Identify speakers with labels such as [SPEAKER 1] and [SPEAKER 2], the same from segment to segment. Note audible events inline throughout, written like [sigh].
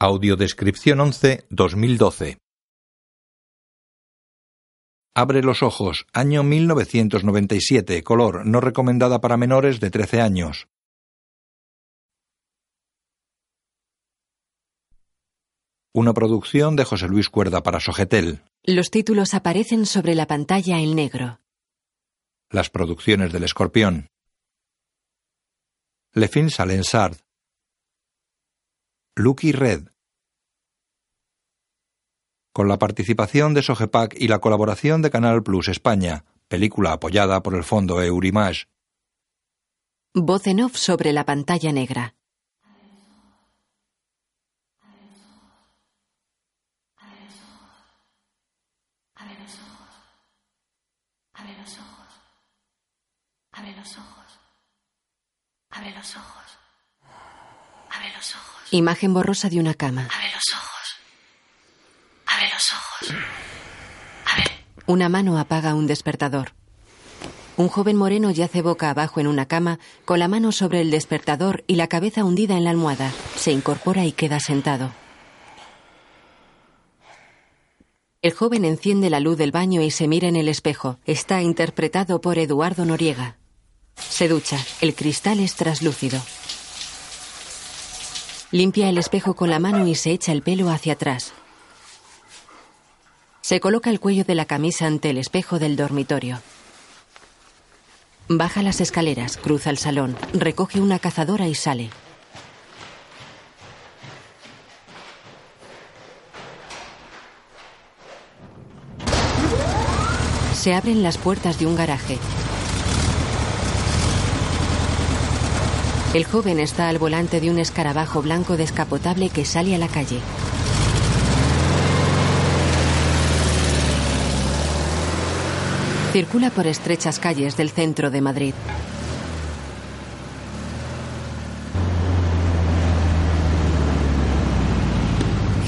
[SPEAKER 1] Audiodescripción 11 2012 Abre los ojos, año 1997, color, no recomendada para menores de 13 años. Una producción de José Luis Cuerda para Sogetel.
[SPEAKER 2] Los títulos aparecen sobre la pantalla en negro.
[SPEAKER 1] Las producciones del Escorpión. Lefin Salensard. Lucky Red. Con la participación de Sogepac y la colaboración de Canal Plus España, película apoyada por el fondo Eurimage.
[SPEAKER 2] Voz en off sobre la pantalla negra.
[SPEAKER 3] Abre los ojos. Abre los ojos. Abre los ojos.
[SPEAKER 2] Imagen borrosa de una cama.
[SPEAKER 3] Abre los ojos. Abre los ojos. Abre.
[SPEAKER 2] Una mano apaga un despertador. Un joven moreno yace boca abajo en una cama, con la mano sobre el despertador y la cabeza hundida en la almohada. Se incorpora y queda sentado. El joven enciende la luz del baño y se mira en el espejo. Está interpretado por Eduardo Noriega. Se ducha. El cristal es traslúcido. Limpia el espejo con la mano y se echa el pelo hacia atrás. Se coloca el cuello de la camisa ante el espejo del dormitorio. Baja las escaleras, cruza el salón, recoge una cazadora y sale. Se abren las puertas de un garaje. El joven está al volante de un escarabajo blanco descapotable que sale a la calle. Circula por estrechas calles del centro de Madrid.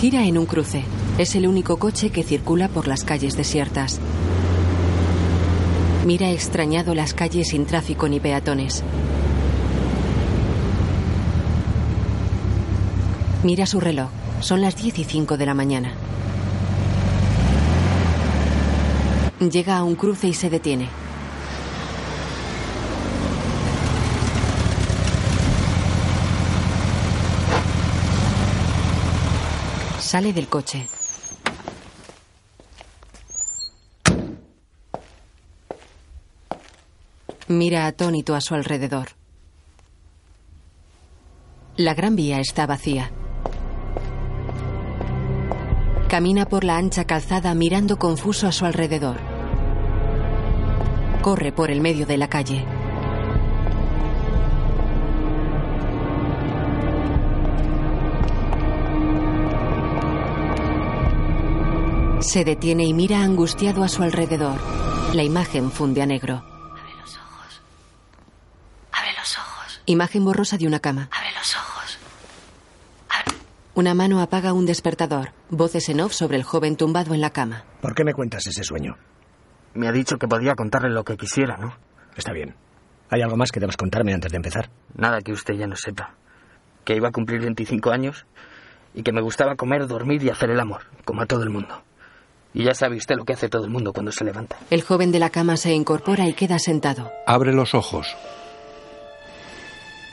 [SPEAKER 2] Gira en un cruce. Es el único coche que circula por las calles desiertas. Mira extrañado las calles sin tráfico ni peatones. Mira su reloj. Son las 10 y 5 de la mañana. Llega a un cruce y se detiene. Sale del coche. Mira atónito a su alrededor. La gran vía está vacía. Camina por la ancha calzada mirando confuso a su alrededor. Corre por el medio de la calle. Se detiene y mira angustiado a su alrededor. La imagen funde a negro.
[SPEAKER 3] Abre los ojos. Abre los ojos.
[SPEAKER 2] Imagen borrosa de una cama.
[SPEAKER 3] Abre los ojos. Abre.
[SPEAKER 2] Una mano apaga un despertador. Voces en off sobre el joven tumbado en la cama.
[SPEAKER 4] ¿Por qué me cuentas ese sueño?
[SPEAKER 5] Me ha dicho que podía contarle lo que quisiera, ¿no?
[SPEAKER 4] Está bien. ¿Hay algo más que debas contarme antes de empezar?
[SPEAKER 5] Nada que usted ya no sepa. Que iba a cumplir 25 años y que me gustaba comer, dormir y hacer el amor, como a todo el mundo. Y ya sabe usted lo que hace todo el mundo cuando se levanta.
[SPEAKER 2] El joven de la cama se incorpora y queda sentado.
[SPEAKER 1] Abre los ojos.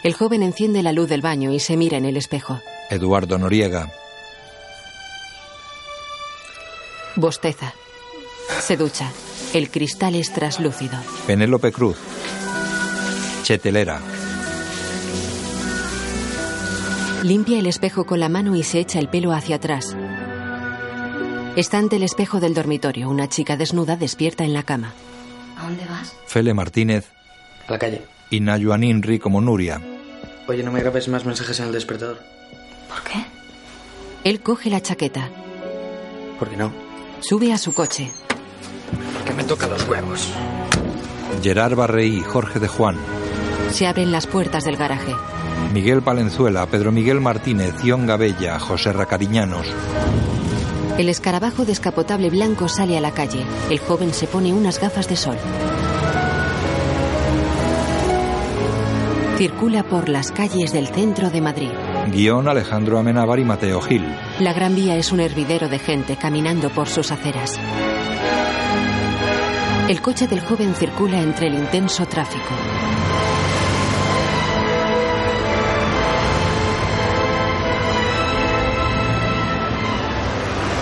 [SPEAKER 2] El joven enciende la luz del baño y se mira en el espejo.
[SPEAKER 1] Eduardo Noriega.
[SPEAKER 2] Bosteza. Se ducha. El cristal es traslúcido.
[SPEAKER 1] Penélope Cruz. Chetelera.
[SPEAKER 2] Limpia el espejo con la mano y se echa el pelo hacia atrás. Está ante el espejo del dormitorio. Una chica desnuda despierta en la cama.
[SPEAKER 3] ¿A dónde vas?
[SPEAKER 1] Fele Martínez
[SPEAKER 5] La calle.
[SPEAKER 1] y Nayuan Inri como Nuria.
[SPEAKER 6] Oye, no me grabes más mensajes en el despertador.
[SPEAKER 7] ¿Por qué?
[SPEAKER 2] Él coge la chaqueta.
[SPEAKER 6] ¿Por qué no?
[SPEAKER 2] Sube a su coche.
[SPEAKER 6] Porque me toca los huevos.
[SPEAKER 1] Gerard Barreí, Jorge de Juan.
[SPEAKER 2] Se abren las puertas del garaje.
[SPEAKER 1] Miguel Palenzuela, Pedro Miguel Martínez, Ion Gabella, José Racariñanos.
[SPEAKER 2] El escarabajo descapotable blanco sale a la calle. El joven se pone unas gafas de sol. Circula por las calles del centro de Madrid.
[SPEAKER 1] Guión Alejandro Amenábar y Mateo Gil.
[SPEAKER 2] La Gran Vía es un hervidero de gente caminando por sus aceras. El coche del joven circula entre el intenso tráfico.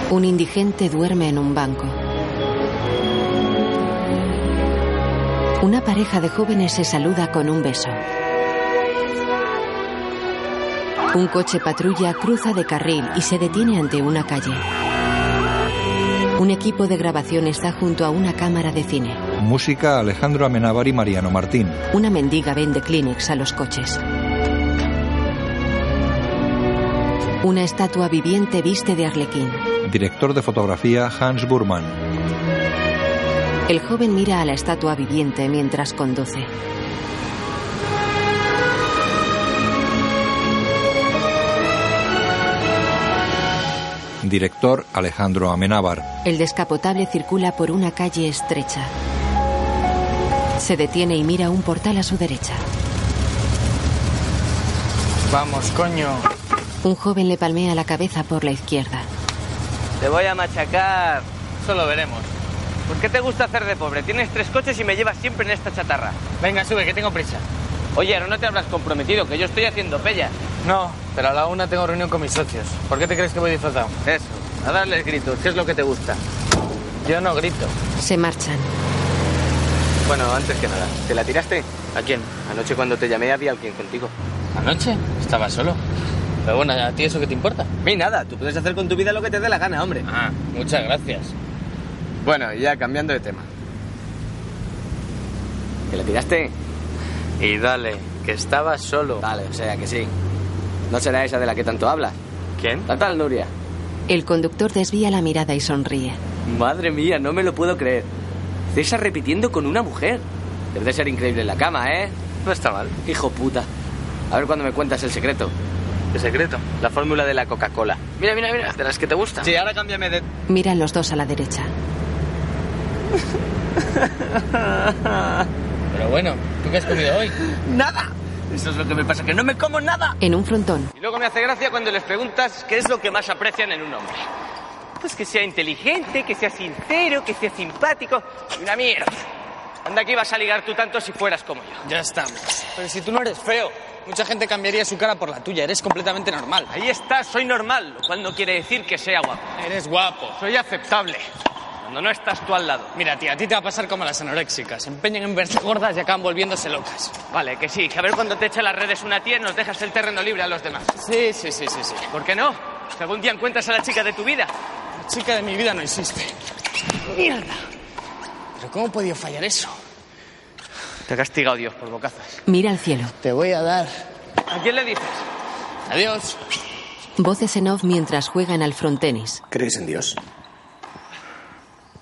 [SPEAKER 2] Un indigente duerme en un banco. Una pareja de jóvenes se saluda con un beso. Un coche patrulla cruza de carril y se detiene ante una calle. Un equipo de grabación está junto a una cámara de cine.
[SPEAKER 1] Música Alejandro Amenábar y Mariano Martín.
[SPEAKER 2] Una mendiga vende Kleenex a los coches. Una estatua viviente viste de arlequín.
[SPEAKER 1] Director de fotografía Hans Burman.
[SPEAKER 2] El joven mira a la estatua viviente mientras conduce.
[SPEAKER 1] Director Alejandro Amenábar.
[SPEAKER 2] El descapotable circula por una calle estrecha. Se detiene y mira un portal a su derecha.
[SPEAKER 6] Vamos, coño.
[SPEAKER 2] Un joven le palmea la cabeza por la izquierda.
[SPEAKER 5] Te voy a machacar. Eso lo veremos. ¿Por qué te gusta hacer de pobre? Tienes tres coches y me llevas siempre en esta chatarra.
[SPEAKER 6] Venga, sube, que tengo prisa.
[SPEAKER 5] Oye, ahora no te habrás comprometido, que yo estoy haciendo pellas.
[SPEAKER 6] No, pero a la una tengo reunión con mis socios. ¿Por qué te crees que voy disfrazado?
[SPEAKER 5] Eso, a darles gritos, ¿qué es lo que te gusta?
[SPEAKER 6] Yo no grito.
[SPEAKER 2] Se marchan.
[SPEAKER 5] Bueno, antes que nada, ¿te la tiraste?
[SPEAKER 6] ¿A quién?
[SPEAKER 5] Anoche cuando te llamé había alguien contigo.
[SPEAKER 6] ¿Anoche? Estaba solo. Pero bueno, ¿a ti eso qué te importa?
[SPEAKER 5] A mí nada, tú puedes hacer con tu vida lo que te dé la gana, hombre.
[SPEAKER 6] Ah, muchas gracias.
[SPEAKER 5] Bueno, ya cambiando de tema. ¿Te la tiraste?
[SPEAKER 6] Y dale, que estabas solo.
[SPEAKER 5] Vale, o sea que sí. ¿No será esa de la que tanto hablas?
[SPEAKER 6] ¿Quién?
[SPEAKER 5] La tal Nuria.
[SPEAKER 2] El conductor desvía la mirada y sonríe.
[SPEAKER 5] Madre mía, no me lo puedo creer. César repitiendo con una mujer. Debe de ser increíble en la cama, ¿eh?
[SPEAKER 6] No está mal.
[SPEAKER 5] Hijo puta. A ver cuándo me cuentas el secreto.
[SPEAKER 6] ¿Qué secreto?
[SPEAKER 5] La fórmula de la Coca-Cola.
[SPEAKER 6] Mira, mira, mira. De las que te gustan.
[SPEAKER 5] Sí, ahora cámbiame de.
[SPEAKER 2] Miran los dos a la
[SPEAKER 6] [laughs]
[SPEAKER 2] derecha.
[SPEAKER 6] Pero bueno, ¿tú qué has comido hoy?
[SPEAKER 5] ¡Nada! Eso es lo que me pasa, que no me como nada.
[SPEAKER 2] En un frontón.
[SPEAKER 5] Y luego me hace gracia cuando les preguntas qué es lo que más aprecian en un hombre. Pues que sea inteligente, que sea sincero, que sea simpático. Una mierda. Anda aquí vas a ligar tú tanto si fueras como yo.
[SPEAKER 6] Ya estamos. Pero si tú no eres feo, mucha gente cambiaría su cara por la tuya. Eres completamente normal.
[SPEAKER 5] Ahí está, soy normal, lo cual no quiere decir que sea guapo.
[SPEAKER 6] Eres guapo.
[SPEAKER 5] Soy aceptable. Cuando no estás tú al lado.
[SPEAKER 6] Mira, tía, a ti te va a pasar como a las anoréxicas. Se empeñan en verse gordas y acaban volviéndose locas.
[SPEAKER 5] Vale, que sí, que a ver cuando te echa las redes una tía y nos dejas el terreno libre a los demás.
[SPEAKER 6] Sí, sí, sí, sí, sí.
[SPEAKER 5] ¿Por qué no? Si algún día encuentras a la chica de tu vida.
[SPEAKER 6] La chica de mi vida no existe.
[SPEAKER 5] ¡Mierda!
[SPEAKER 6] ¿Pero cómo he podido fallar eso?
[SPEAKER 5] Te ha castigado Dios por bocazas.
[SPEAKER 2] Mira al cielo.
[SPEAKER 6] Te voy a dar.
[SPEAKER 5] ¿A quién le dices?
[SPEAKER 6] Adiós.
[SPEAKER 2] Voces en off mientras juegan al frontenis.
[SPEAKER 4] ¿Crees en Dios?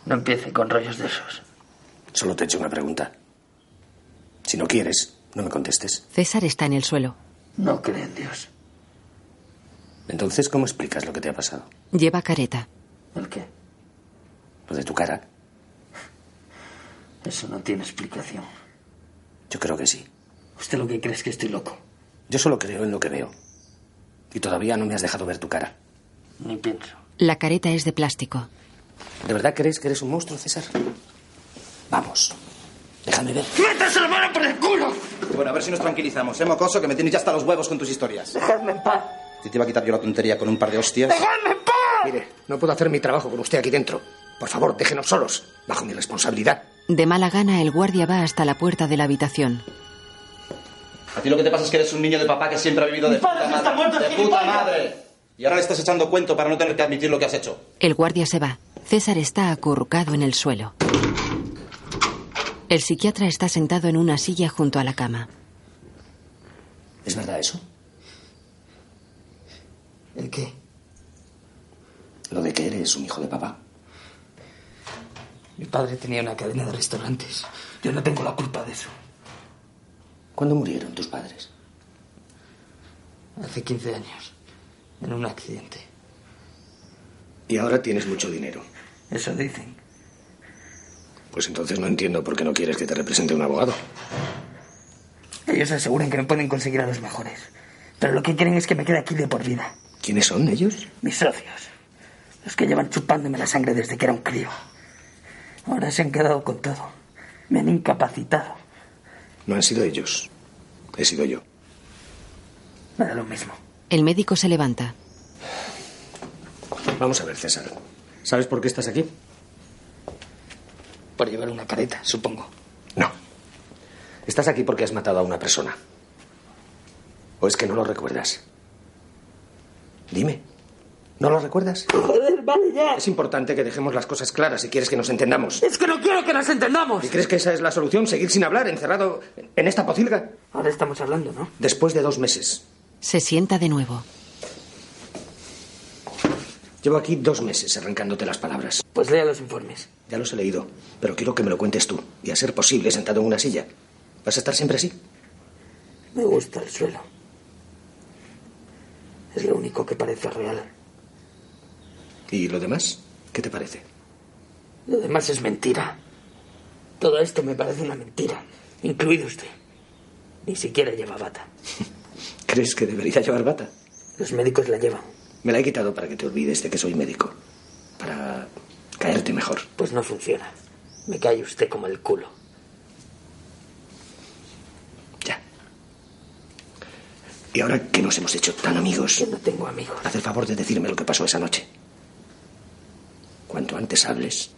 [SPEAKER 8] No empiece con rollos de esos.
[SPEAKER 4] Solo te he hecho una pregunta. Si no quieres, no me contestes.
[SPEAKER 2] César está en el suelo.
[SPEAKER 8] No creo en Dios.
[SPEAKER 4] Entonces, ¿cómo explicas lo que te ha pasado?
[SPEAKER 2] Lleva careta.
[SPEAKER 8] ¿El qué?
[SPEAKER 4] Lo de tu cara.
[SPEAKER 8] Eso no tiene explicación.
[SPEAKER 4] Yo creo que sí.
[SPEAKER 8] ¿Usted lo que cree es que estoy loco?
[SPEAKER 4] Yo solo creo en lo que veo. Y todavía no me has dejado ver tu cara.
[SPEAKER 8] Ni pienso.
[SPEAKER 2] La careta es de plástico.
[SPEAKER 4] ¿De verdad crees que eres un monstruo, César? Vamos. Déjame ver.
[SPEAKER 8] ¡Métase la mano por el culo!
[SPEAKER 9] Bueno, a ver si nos tranquilizamos, ¿eh, mocoso? Que me tienes ya hasta los huevos con tus historias.
[SPEAKER 8] ¡Dejadme en paz!
[SPEAKER 9] Si te iba a quitar yo la tontería con un par de hostias.
[SPEAKER 8] ¡Dejadme en paz!
[SPEAKER 4] Mire, no puedo hacer mi trabajo con usted aquí dentro. Por favor, déjenos solos, bajo mi responsabilidad.
[SPEAKER 2] De mala gana, el guardia va hasta la puerta de la habitación.
[SPEAKER 9] A ti lo que te pasa es que eres un niño de papá que siempre ha vivido de
[SPEAKER 8] Mi padre
[SPEAKER 9] puta
[SPEAKER 8] está
[SPEAKER 9] madre.
[SPEAKER 8] muerto,
[SPEAKER 9] de puta
[SPEAKER 8] gilipollas.
[SPEAKER 9] madre. Y ahora le estás echando cuento para no tener que admitir lo que has hecho.
[SPEAKER 2] El guardia se va. César está acurrucado en el suelo. El psiquiatra está sentado en una silla junto a la cama.
[SPEAKER 4] ¿Es verdad eso?
[SPEAKER 8] ¿El qué?
[SPEAKER 4] Lo de que eres un hijo de papá.
[SPEAKER 8] Mi padre tenía una cadena de restaurantes. Yo no tengo la culpa de eso.
[SPEAKER 4] ¿Cuándo murieron tus padres?
[SPEAKER 8] Hace 15 años, en un accidente.
[SPEAKER 4] Y ahora tienes mucho dinero.
[SPEAKER 8] Eso dicen.
[SPEAKER 4] Pues entonces no entiendo por qué no quieres que te represente un abogado.
[SPEAKER 8] Ellos aseguran que no pueden conseguir a los mejores. Pero lo que quieren es que me quede aquí de por vida.
[SPEAKER 4] ¿Quiénes son ellos?
[SPEAKER 8] Mis socios. Los que llevan chupándome la sangre desde que era un crío. Ahora se han quedado con todo. Me han incapacitado.
[SPEAKER 4] No han sido ellos. He sido yo.
[SPEAKER 8] Me da lo mismo.
[SPEAKER 2] El médico se levanta.
[SPEAKER 4] Vamos a ver, César. ¿Sabes por qué estás aquí?
[SPEAKER 8] Por llevar una careta, supongo.
[SPEAKER 4] No. Estás aquí porque has matado a una persona. ¿O es que no lo recuerdas? Dime. ¿No lo recuerdas?
[SPEAKER 8] Joder, vale ya.
[SPEAKER 4] Es importante que dejemos las cosas claras si quieres que nos entendamos.
[SPEAKER 8] Es que no quiero que nos entendamos.
[SPEAKER 4] ¿Y crees que esa es la solución? ¿Seguir sin hablar, encerrado en esta pocilga?
[SPEAKER 8] Ahora estamos hablando, ¿no?
[SPEAKER 4] Después de dos meses.
[SPEAKER 2] Se sienta de nuevo.
[SPEAKER 4] Llevo aquí dos meses arrancándote las palabras.
[SPEAKER 8] Pues lea los informes.
[SPEAKER 4] Ya los he leído, pero quiero que me lo cuentes tú. Y a ser posible, sentado en una silla. ¿Vas a estar siempre así?
[SPEAKER 8] Me gusta el suelo. Es lo único que parece real.
[SPEAKER 4] ¿Y lo demás? ¿Qué te parece?
[SPEAKER 8] Lo demás es mentira. Todo esto me parece una mentira, incluido usted. Ni siquiera lleva bata.
[SPEAKER 4] ¿Crees que debería llevar bata?
[SPEAKER 8] Los médicos la llevan.
[SPEAKER 4] Me la he quitado para que te olvides de que soy médico. Para caerte mejor.
[SPEAKER 8] Pues no funciona. Me cae usted como el culo.
[SPEAKER 4] ¿Y ahora que nos hemos hecho tan amigos?
[SPEAKER 8] Yo no tengo amigos.
[SPEAKER 4] Haz el favor de decirme lo que pasó esa noche. Cuanto antes hables,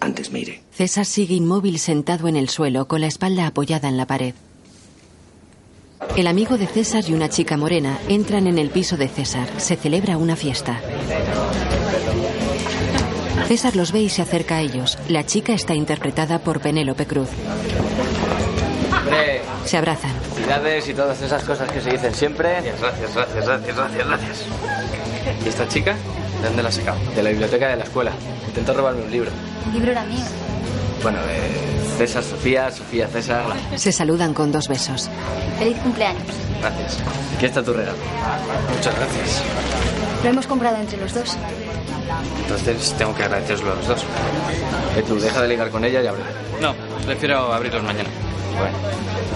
[SPEAKER 4] antes me iré.
[SPEAKER 2] César sigue inmóvil sentado en el suelo, con la espalda apoyada en la pared. El amigo de César y una chica morena entran en el piso de César. Se celebra una fiesta. César los ve y se acerca a ellos. La chica está interpretada por Penélope Cruz.
[SPEAKER 5] Hombre.
[SPEAKER 2] Se abrazan.
[SPEAKER 5] Felicidades y todas esas cosas que se dicen siempre.
[SPEAKER 10] Gracias, gracias, gracias, gracias, gracias.
[SPEAKER 5] ¿Y esta chica? ¿De dónde la has sacado?
[SPEAKER 10] De la biblioteca de la escuela. Intentó robarme un libro.
[SPEAKER 3] El libro era mío.
[SPEAKER 5] Bueno, eh, César, Sofía, Sofía, César.
[SPEAKER 2] Se saludan con dos besos.
[SPEAKER 3] Feliz cumpleaños.
[SPEAKER 5] Gracias. Aquí está tu regalo.
[SPEAKER 10] Muchas gracias.
[SPEAKER 3] Lo hemos comprado entre los dos.
[SPEAKER 5] Entonces tengo que agradecerselo a los dos. Eh, tú deja de ligar con ella y habla.
[SPEAKER 10] No, prefiero abrirlos mañana.
[SPEAKER 5] Bueno,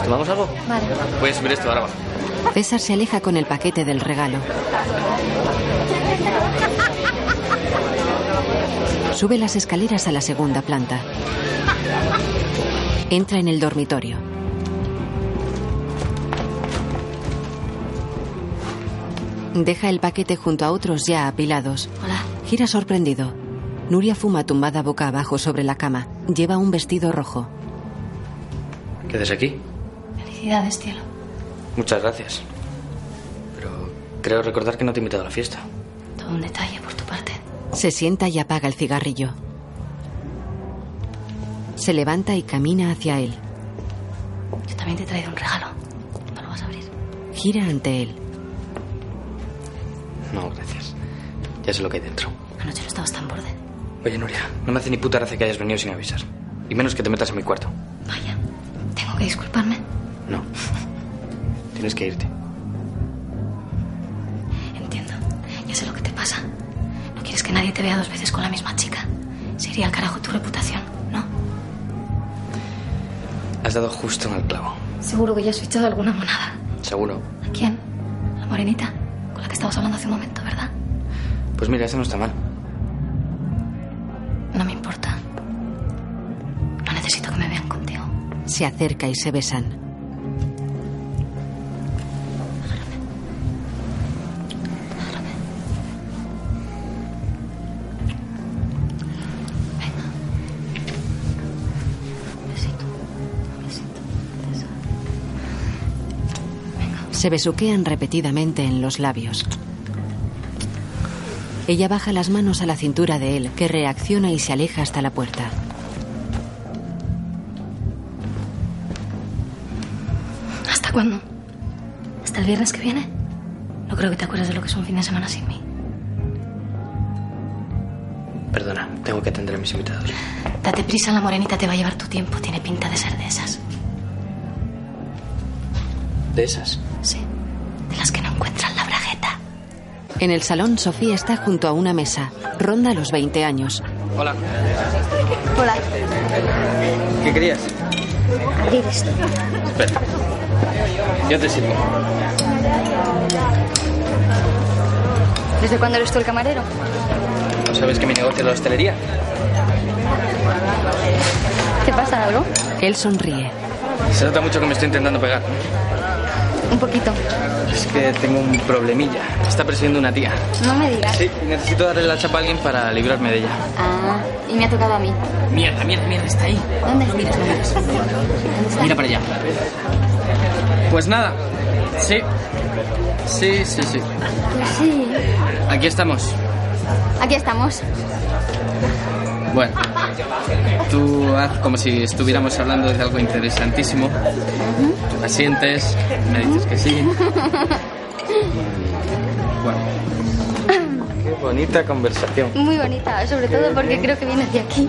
[SPEAKER 5] ¿tomamos algo?
[SPEAKER 3] Vale.
[SPEAKER 10] Voy a subir esto ahora abajo.
[SPEAKER 2] César se aleja con el paquete del regalo. Sube las escaleras a la segunda planta. Entra en el dormitorio. Deja el paquete junto a otros ya apilados.
[SPEAKER 3] Hola.
[SPEAKER 2] Gira sorprendido. Nuria fuma tumbada boca abajo sobre la cama. Lleva un vestido rojo.
[SPEAKER 5] ¿Qué haces aquí?
[SPEAKER 3] Felicidades, cielo.
[SPEAKER 5] Muchas gracias. Pero creo recordar que no te he invitado a la fiesta.
[SPEAKER 3] Todo un detalle por tu parte.
[SPEAKER 2] Se sienta y apaga el cigarrillo. Se levanta y camina hacia él.
[SPEAKER 3] Yo también te he traído un regalo. No lo vas a abrir.
[SPEAKER 2] Gira ante él.
[SPEAKER 5] No, gracias. Ya sé lo que hay dentro.
[SPEAKER 3] Anoche no estabas tan borde.
[SPEAKER 5] Oye, Nuria, no me hace ni puta gracia que hayas venido sin avisar. Y menos que te metas en mi cuarto.
[SPEAKER 3] Vaya. ¿Tengo que disculparme?
[SPEAKER 5] No. [laughs] Tienes que irte.
[SPEAKER 3] Entiendo. Ya sé lo que te pasa. No quieres que nadie te vea dos veces con la misma chica. Sería al carajo tu reputación, ¿no?
[SPEAKER 5] Has dado justo en el clavo.
[SPEAKER 3] Seguro que ya has fichado alguna monada.
[SPEAKER 5] Seguro.
[SPEAKER 3] ¿A quién? A la morenita, con la que estabas hablando hace un momento, ¿verdad?
[SPEAKER 5] Pues mira, esa no está mal.
[SPEAKER 3] No me importa. No necesito que me vean contigo.
[SPEAKER 2] Se acerca y se besan.
[SPEAKER 3] Agárrame. Agárrame. Venga. Besito. Besito. Beso. Venga.
[SPEAKER 2] Se besuquean repetidamente en los labios. Ella baja las manos a la cintura de él, que reacciona y se aleja hasta la puerta.
[SPEAKER 3] ¿Hasta cuándo? ¿Hasta el viernes que viene? No creo que te acuerdes de lo que es un fin de semana sin mí.
[SPEAKER 5] Perdona, tengo que atender a mis invitados.
[SPEAKER 3] Date prisa, la morenita te va a llevar tu tiempo. Tiene pinta de ser de esas.
[SPEAKER 5] ¿De esas?
[SPEAKER 3] Sí. De las que no encuentran la brajeta.
[SPEAKER 2] En el salón, Sofía está junto a una mesa. Ronda los 20 años.
[SPEAKER 5] Hola.
[SPEAKER 11] Hola,
[SPEAKER 5] ¿Qué querías?
[SPEAKER 11] abrir esto.
[SPEAKER 5] Espera. Yo te sirvo.
[SPEAKER 11] ¿Desde cuándo eres tú el camarero?
[SPEAKER 5] ¿No sabes que mi negocio es la hostelería?
[SPEAKER 11] ¿Te pasa algo?
[SPEAKER 2] Él sonríe.
[SPEAKER 5] Se nota mucho que me estoy intentando pegar.
[SPEAKER 11] Un poquito.
[SPEAKER 5] Es que tengo un problemilla. Me está persiguiendo una tía.
[SPEAKER 11] No me digas.
[SPEAKER 5] Sí, y necesito darle la chapa a alguien para librarme de ella.
[SPEAKER 11] Ah, y me ha tocado a mí.
[SPEAKER 5] Mierda, mierda, mierda, está ahí.
[SPEAKER 11] ¿Dónde estás? ¿Dónde estás? ¿Dónde está?
[SPEAKER 5] Mira para allá. Pues nada. Sí. Sí, sí, sí.
[SPEAKER 11] Sí.
[SPEAKER 5] Aquí estamos.
[SPEAKER 11] Aquí estamos.
[SPEAKER 5] Bueno, tú haz como si estuviéramos hablando de algo interesantísimo. Tú la sientes, me dices que sí. Bueno. Qué bonita conversación.
[SPEAKER 11] Muy bonita, sobre todo porque creo que viene hacia aquí.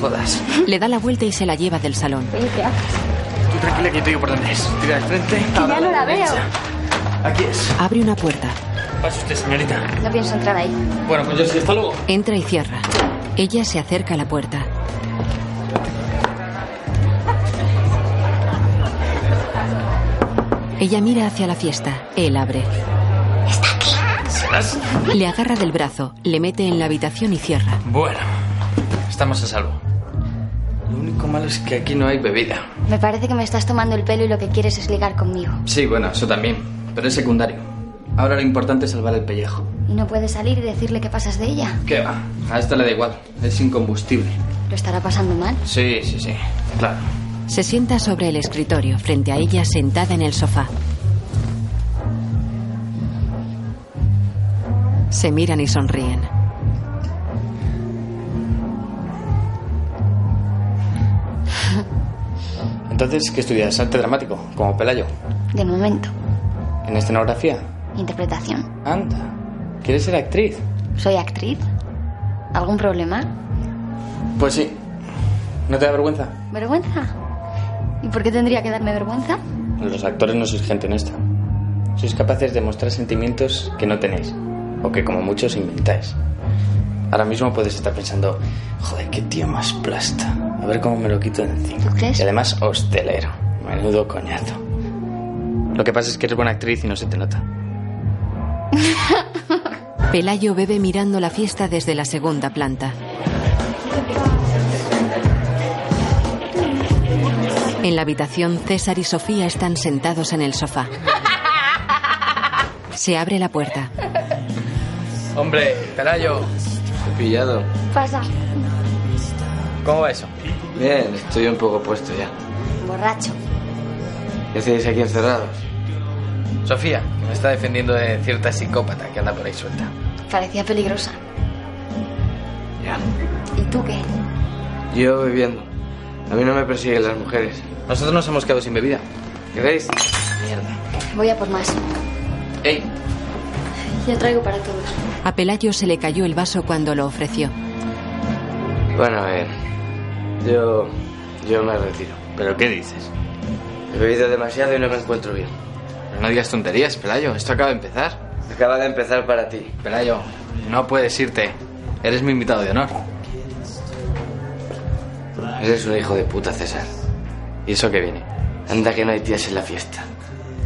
[SPEAKER 5] Jodas.
[SPEAKER 2] Le da la vuelta y se la lleva del salón.
[SPEAKER 11] Oye, ¿qué haces?
[SPEAKER 5] Tú tranquila que yo te digo por dónde es. Tira al frente.
[SPEAKER 11] Que ya no la veo.
[SPEAKER 5] Aquí es.
[SPEAKER 2] Abre una puerta.
[SPEAKER 5] Pasa usted, señorita.
[SPEAKER 11] No pienso entrar ahí.
[SPEAKER 5] Bueno, pues yo sí, hasta luego.
[SPEAKER 2] Entra y cierra. Ella se acerca a la puerta. Ella mira hacia la fiesta. Él abre.
[SPEAKER 5] ¿Serás?
[SPEAKER 2] Le agarra del brazo, le mete en la habitación y cierra.
[SPEAKER 5] Bueno, estamos a salvo. Lo único malo es que aquí no hay bebida.
[SPEAKER 11] Me parece que me estás tomando el pelo y lo que quieres es ligar conmigo.
[SPEAKER 5] Sí, bueno, eso también. Pero es secundario. Ahora lo importante es salvar el pellejo.
[SPEAKER 11] Y no puedes salir y decirle qué pasas de ella.
[SPEAKER 5] ¿Qué va? A esta le da igual. Es incombustible.
[SPEAKER 11] Lo estará pasando mal.
[SPEAKER 5] Sí, sí, sí. Claro.
[SPEAKER 2] Se sienta sobre el escritorio, frente a ella sentada en el sofá. Se miran y sonríen.
[SPEAKER 5] Entonces, ¿qué estudias? Arte dramático, como Pelayo.
[SPEAKER 11] De momento.
[SPEAKER 5] En escenografía.
[SPEAKER 11] Interpretación.
[SPEAKER 5] Anda. ¿Quieres ser actriz?
[SPEAKER 11] Soy actriz. ¿Algún problema?
[SPEAKER 5] Pues sí. ¿No te da vergüenza?
[SPEAKER 11] ¿Vergüenza? ¿Y por qué tendría que darme vergüenza?
[SPEAKER 5] Pues Los actores no sois gente honesta. Sois capaces de mostrar sentimientos que no tenéis, o que como muchos inventáis. Ahora mismo puedes estar pensando, joder, qué tío más plasta. A ver cómo me lo quito de encima.
[SPEAKER 11] ¿Tú crees?
[SPEAKER 5] Y además, hostelero. Menudo coñazo. Lo que pasa es que eres buena actriz y no se te nota.
[SPEAKER 2] Pelayo bebe mirando la fiesta desde la segunda planta. En la habitación, César y Sofía están sentados en el sofá. Se abre la puerta.
[SPEAKER 5] Hombre, Pelayo.
[SPEAKER 12] Te he pillado.
[SPEAKER 11] Pasa.
[SPEAKER 5] ¿Cómo va eso?
[SPEAKER 12] Bien, estoy un poco puesto ya.
[SPEAKER 11] Borracho.
[SPEAKER 12] ¿Qué hacéis aquí encerrados?
[SPEAKER 5] Sofía, que me está defendiendo de cierta psicópata que anda por ahí suelta.
[SPEAKER 11] Parecía peligrosa.
[SPEAKER 12] Ya.
[SPEAKER 11] ¿Y tú qué?
[SPEAKER 12] Yo bebiendo. A mí no me persiguen las mujeres.
[SPEAKER 5] Nosotros nos hemos quedado sin bebida.
[SPEAKER 12] ¿Queréis? Mierda.
[SPEAKER 11] Voy a por más.
[SPEAKER 5] ¡Ey!
[SPEAKER 11] Yo traigo para todos.
[SPEAKER 2] A Pelayo se le cayó el vaso cuando lo ofreció.
[SPEAKER 12] Bueno, a ver. Yo. Yo me retiro.
[SPEAKER 5] ¿Pero qué dices?
[SPEAKER 12] He bebido demasiado y no me encuentro bien.
[SPEAKER 5] Pero no digas tonterías, Pelayo. Esto acaba de empezar.
[SPEAKER 12] Acaba de empezar para ti.
[SPEAKER 5] Pelayo, no puedes irte. Eres mi invitado de honor.
[SPEAKER 12] Eres un hijo de puta, César.
[SPEAKER 5] ¿Y eso qué viene?
[SPEAKER 12] Anda que no hay tías en la fiesta.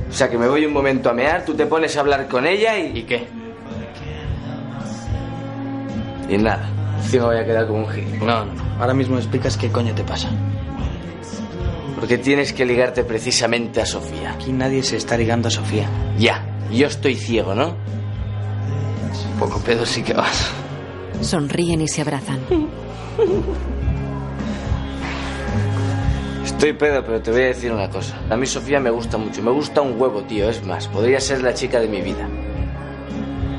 [SPEAKER 12] O sea que me voy un momento a mear, tú te pones a hablar con ella
[SPEAKER 5] ¿Y
[SPEAKER 12] y...
[SPEAKER 5] qué?
[SPEAKER 12] Y nada. Encima voy a quedar como un gil.
[SPEAKER 5] No, no,
[SPEAKER 6] Ah,
[SPEAKER 5] no. Ahora mismo explicas qué coño te pasa.
[SPEAKER 12] Porque tienes que ligarte precisamente a Sofía.
[SPEAKER 5] Aquí nadie se está ligando a Sofía.
[SPEAKER 12] Ya. Yo estoy ciego, ¿no?
[SPEAKER 5] Un poco pedo sí que vas.
[SPEAKER 2] Sonríen y se abrazan.
[SPEAKER 12] Estoy pedo, pero te voy a decir una cosa. A mí Sofía me gusta mucho. Me gusta un huevo, tío. Es más, podría ser la chica de mi vida.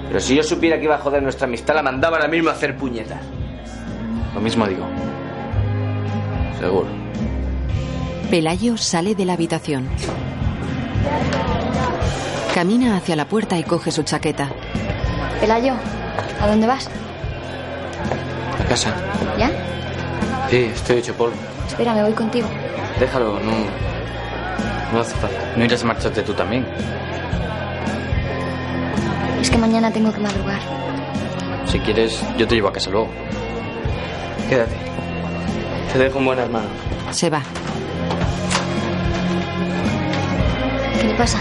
[SPEAKER 12] Pero si yo supiera que iba a joder nuestra amistad, la mandaba ahora mismo a hacer puñetas.
[SPEAKER 5] Lo mismo digo.
[SPEAKER 12] Seguro.
[SPEAKER 2] Pelayo sale de la habitación. Camina hacia la puerta y coge su chaqueta.
[SPEAKER 11] Pelayo, ¿a dónde vas?
[SPEAKER 13] A casa.
[SPEAKER 11] ¿Ya?
[SPEAKER 13] Sí, estoy hecho polvo.
[SPEAKER 11] Espera, me voy contigo.
[SPEAKER 13] Déjalo, no. No hace falta.
[SPEAKER 5] No irás a marcharte tú también.
[SPEAKER 11] Es que mañana tengo que madrugar.
[SPEAKER 5] Si quieres, yo te llevo a casa luego.
[SPEAKER 13] Quédate. Te dejo un buen hermano.
[SPEAKER 2] Se va.
[SPEAKER 11] ¿Qué le pasa?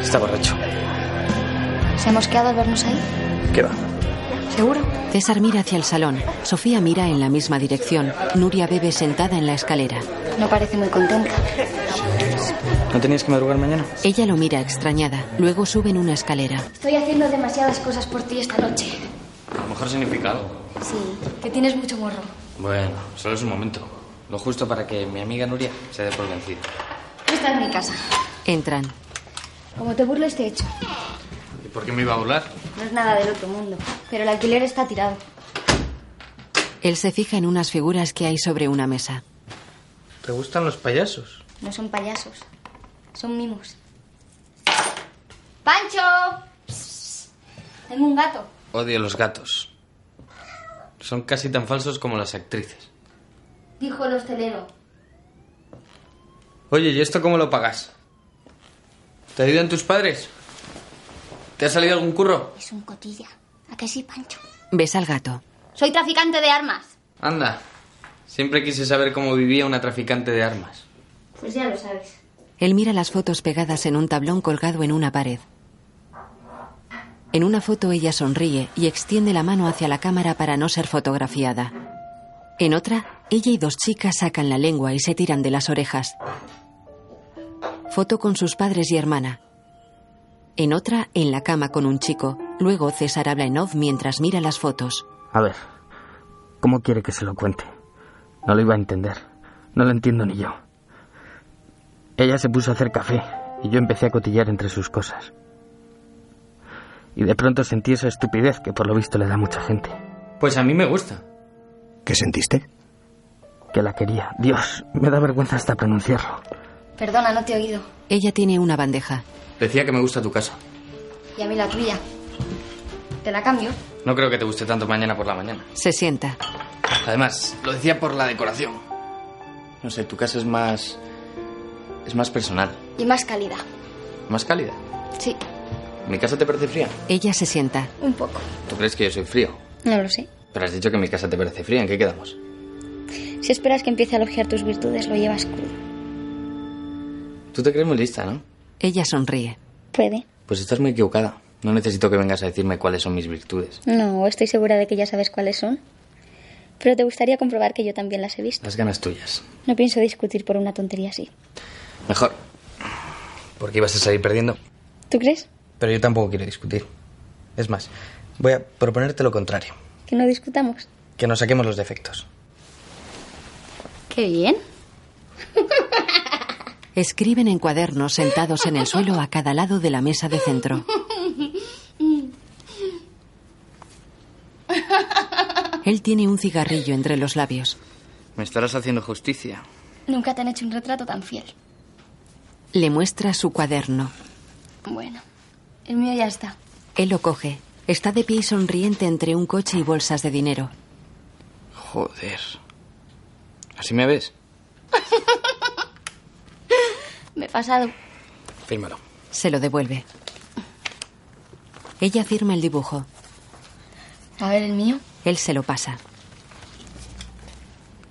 [SPEAKER 5] Está borracho.
[SPEAKER 11] ¿Se ha mosqueado al vernos ahí?
[SPEAKER 5] ¿Qué va?
[SPEAKER 11] ¿Seguro?
[SPEAKER 2] César mira hacia el salón. Sofía mira en la misma dirección. Nuria bebe sentada en la escalera.
[SPEAKER 11] No parece muy contenta.
[SPEAKER 5] ¿No tenías que madrugar mañana?
[SPEAKER 2] Ella lo mira extrañada. Luego suben una escalera.
[SPEAKER 11] Estoy haciendo demasiadas cosas por ti esta noche.
[SPEAKER 5] A lo mejor significado.
[SPEAKER 11] Sí, que tienes mucho morro.
[SPEAKER 5] Bueno, solo es un momento. Lo justo para que mi amiga Nuria se dé por vencida.
[SPEAKER 11] Tú estás en mi casa.
[SPEAKER 2] Entran.
[SPEAKER 11] Como te burles, te hecho.
[SPEAKER 5] ¿Y por qué me iba a burlar?
[SPEAKER 11] No es nada del otro mundo, pero el alquiler está tirado.
[SPEAKER 2] Él se fija en unas figuras que hay sobre una mesa.
[SPEAKER 5] ¿Te gustan los payasos?
[SPEAKER 11] No son payasos, son mimos. ¡Pancho! Psst, tengo un gato.
[SPEAKER 5] Odio los gatos. Son casi tan falsos como las actrices.
[SPEAKER 11] Dijo el hostelero.
[SPEAKER 5] Oye, ¿y esto cómo lo pagas? ¿Te ayudan tus padres? ¿Te ha salido algún curro?
[SPEAKER 11] Es un cotilla. ¿A qué sí, Pancho?
[SPEAKER 2] Ves al gato.
[SPEAKER 11] Soy traficante de armas.
[SPEAKER 5] Anda. Siempre quise saber cómo vivía una traficante de armas.
[SPEAKER 11] Pues ya lo sabes.
[SPEAKER 2] Él mira las fotos pegadas en un tablón colgado en una pared. En una foto ella sonríe y extiende la mano hacia la cámara para no ser fotografiada. En otra, ella y dos chicas sacan la lengua y se tiran de las orejas. Foto con sus padres y hermana. En otra, en la cama con un chico. Luego César habla en off mientras mira las fotos.
[SPEAKER 5] A ver, ¿cómo quiere que se lo cuente? No lo iba a entender. No lo entiendo ni yo. Ella se puso a hacer café y yo empecé a cotillar entre sus cosas. Y de pronto sentí esa estupidez que por lo visto le da a mucha gente. Pues a mí me gusta.
[SPEAKER 6] ¿Qué sentiste?
[SPEAKER 5] Que la quería. Dios, me da vergüenza hasta pronunciarlo.
[SPEAKER 11] Perdona, no te he oído.
[SPEAKER 2] Ella tiene una bandeja.
[SPEAKER 5] Decía que me gusta tu casa.
[SPEAKER 11] Y a mí la tuya. Te la cambio.
[SPEAKER 5] No creo que te guste tanto mañana por la mañana.
[SPEAKER 2] Se sienta.
[SPEAKER 5] Además, lo decía por la decoración. No sé, tu casa es más... es más personal.
[SPEAKER 11] Y más cálida.
[SPEAKER 5] ¿Más cálida?
[SPEAKER 11] Sí,
[SPEAKER 5] ¿Mi casa te parece fría?
[SPEAKER 2] Ella se sienta.
[SPEAKER 11] un poco.
[SPEAKER 5] ¿Tú crees que yo soy frío?
[SPEAKER 11] No lo sé.
[SPEAKER 5] Pero has dicho que mi casa te parece fría. ¿En qué quedamos?
[SPEAKER 11] Si esperas que empiece a elogiar tus virtudes, lo llevas crudo.
[SPEAKER 5] Tú te crees muy lista, ¿no?
[SPEAKER 2] Ella sonríe.
[SPEAKER 11] Puede.
[SPEAKER 5] Pues estás muy equivocada. No necesito que vengas a decirme cuáles son mis virtudes.
[SPEAKER 11] No, estoy segura de que ya sabes cuáles son. Pero te gustaría comprobar que yo también las he visto.
[SPEAKER 5] Las ganas tuyas.
[SPEAKER 11] No pienso discutir por una tontería así.
[SPEAKER 5] Mejor. Porque ibas a salir perdiendo.
[SPEAKER 11] ¿Tú crees?
[SPEAKER 5] Pero yo tampoco quiero discutir. Es más, voy a proponerte lo contrario.
[SPEAKER 11] Que no discutamos.
[SPEAKER 5] Que nos saquemos los defectos.
[SPEAKER 11] Qué bien.
[SPEAKER 2] Escriben en cuadernos sentados en el suelo a cada lado de la mesa de
[SPEAKER 5] [laughs]
[SPEAKER 2] centro. Él tiene un cigarrillo entre los labios.
[SPEAKER 5] Me estarás haciendo justicia.
[SPEAKER 11] Nunca te han hecho un retrato tan fiel.
[SPEAKER 2] Le muestra su cuaderno.
[SPEAKER 11] Bueno, el mío ya está.
[SPEAKER 2] Él lo coge. Está de pie y sonriente entre un coche y bolsas de dinero.
[SPEAKER 5] Joder. ¿Así me ves?
[SPEAKER 11] Me he pasado.
[SPEAKER 5] Fírmalo.
[SPEAKER 2] Se lo devuelve. Ella firma el dibujo.
[SPEAKER 11] A ver el mío.
[SPEAKER 2] Él se lo pasa.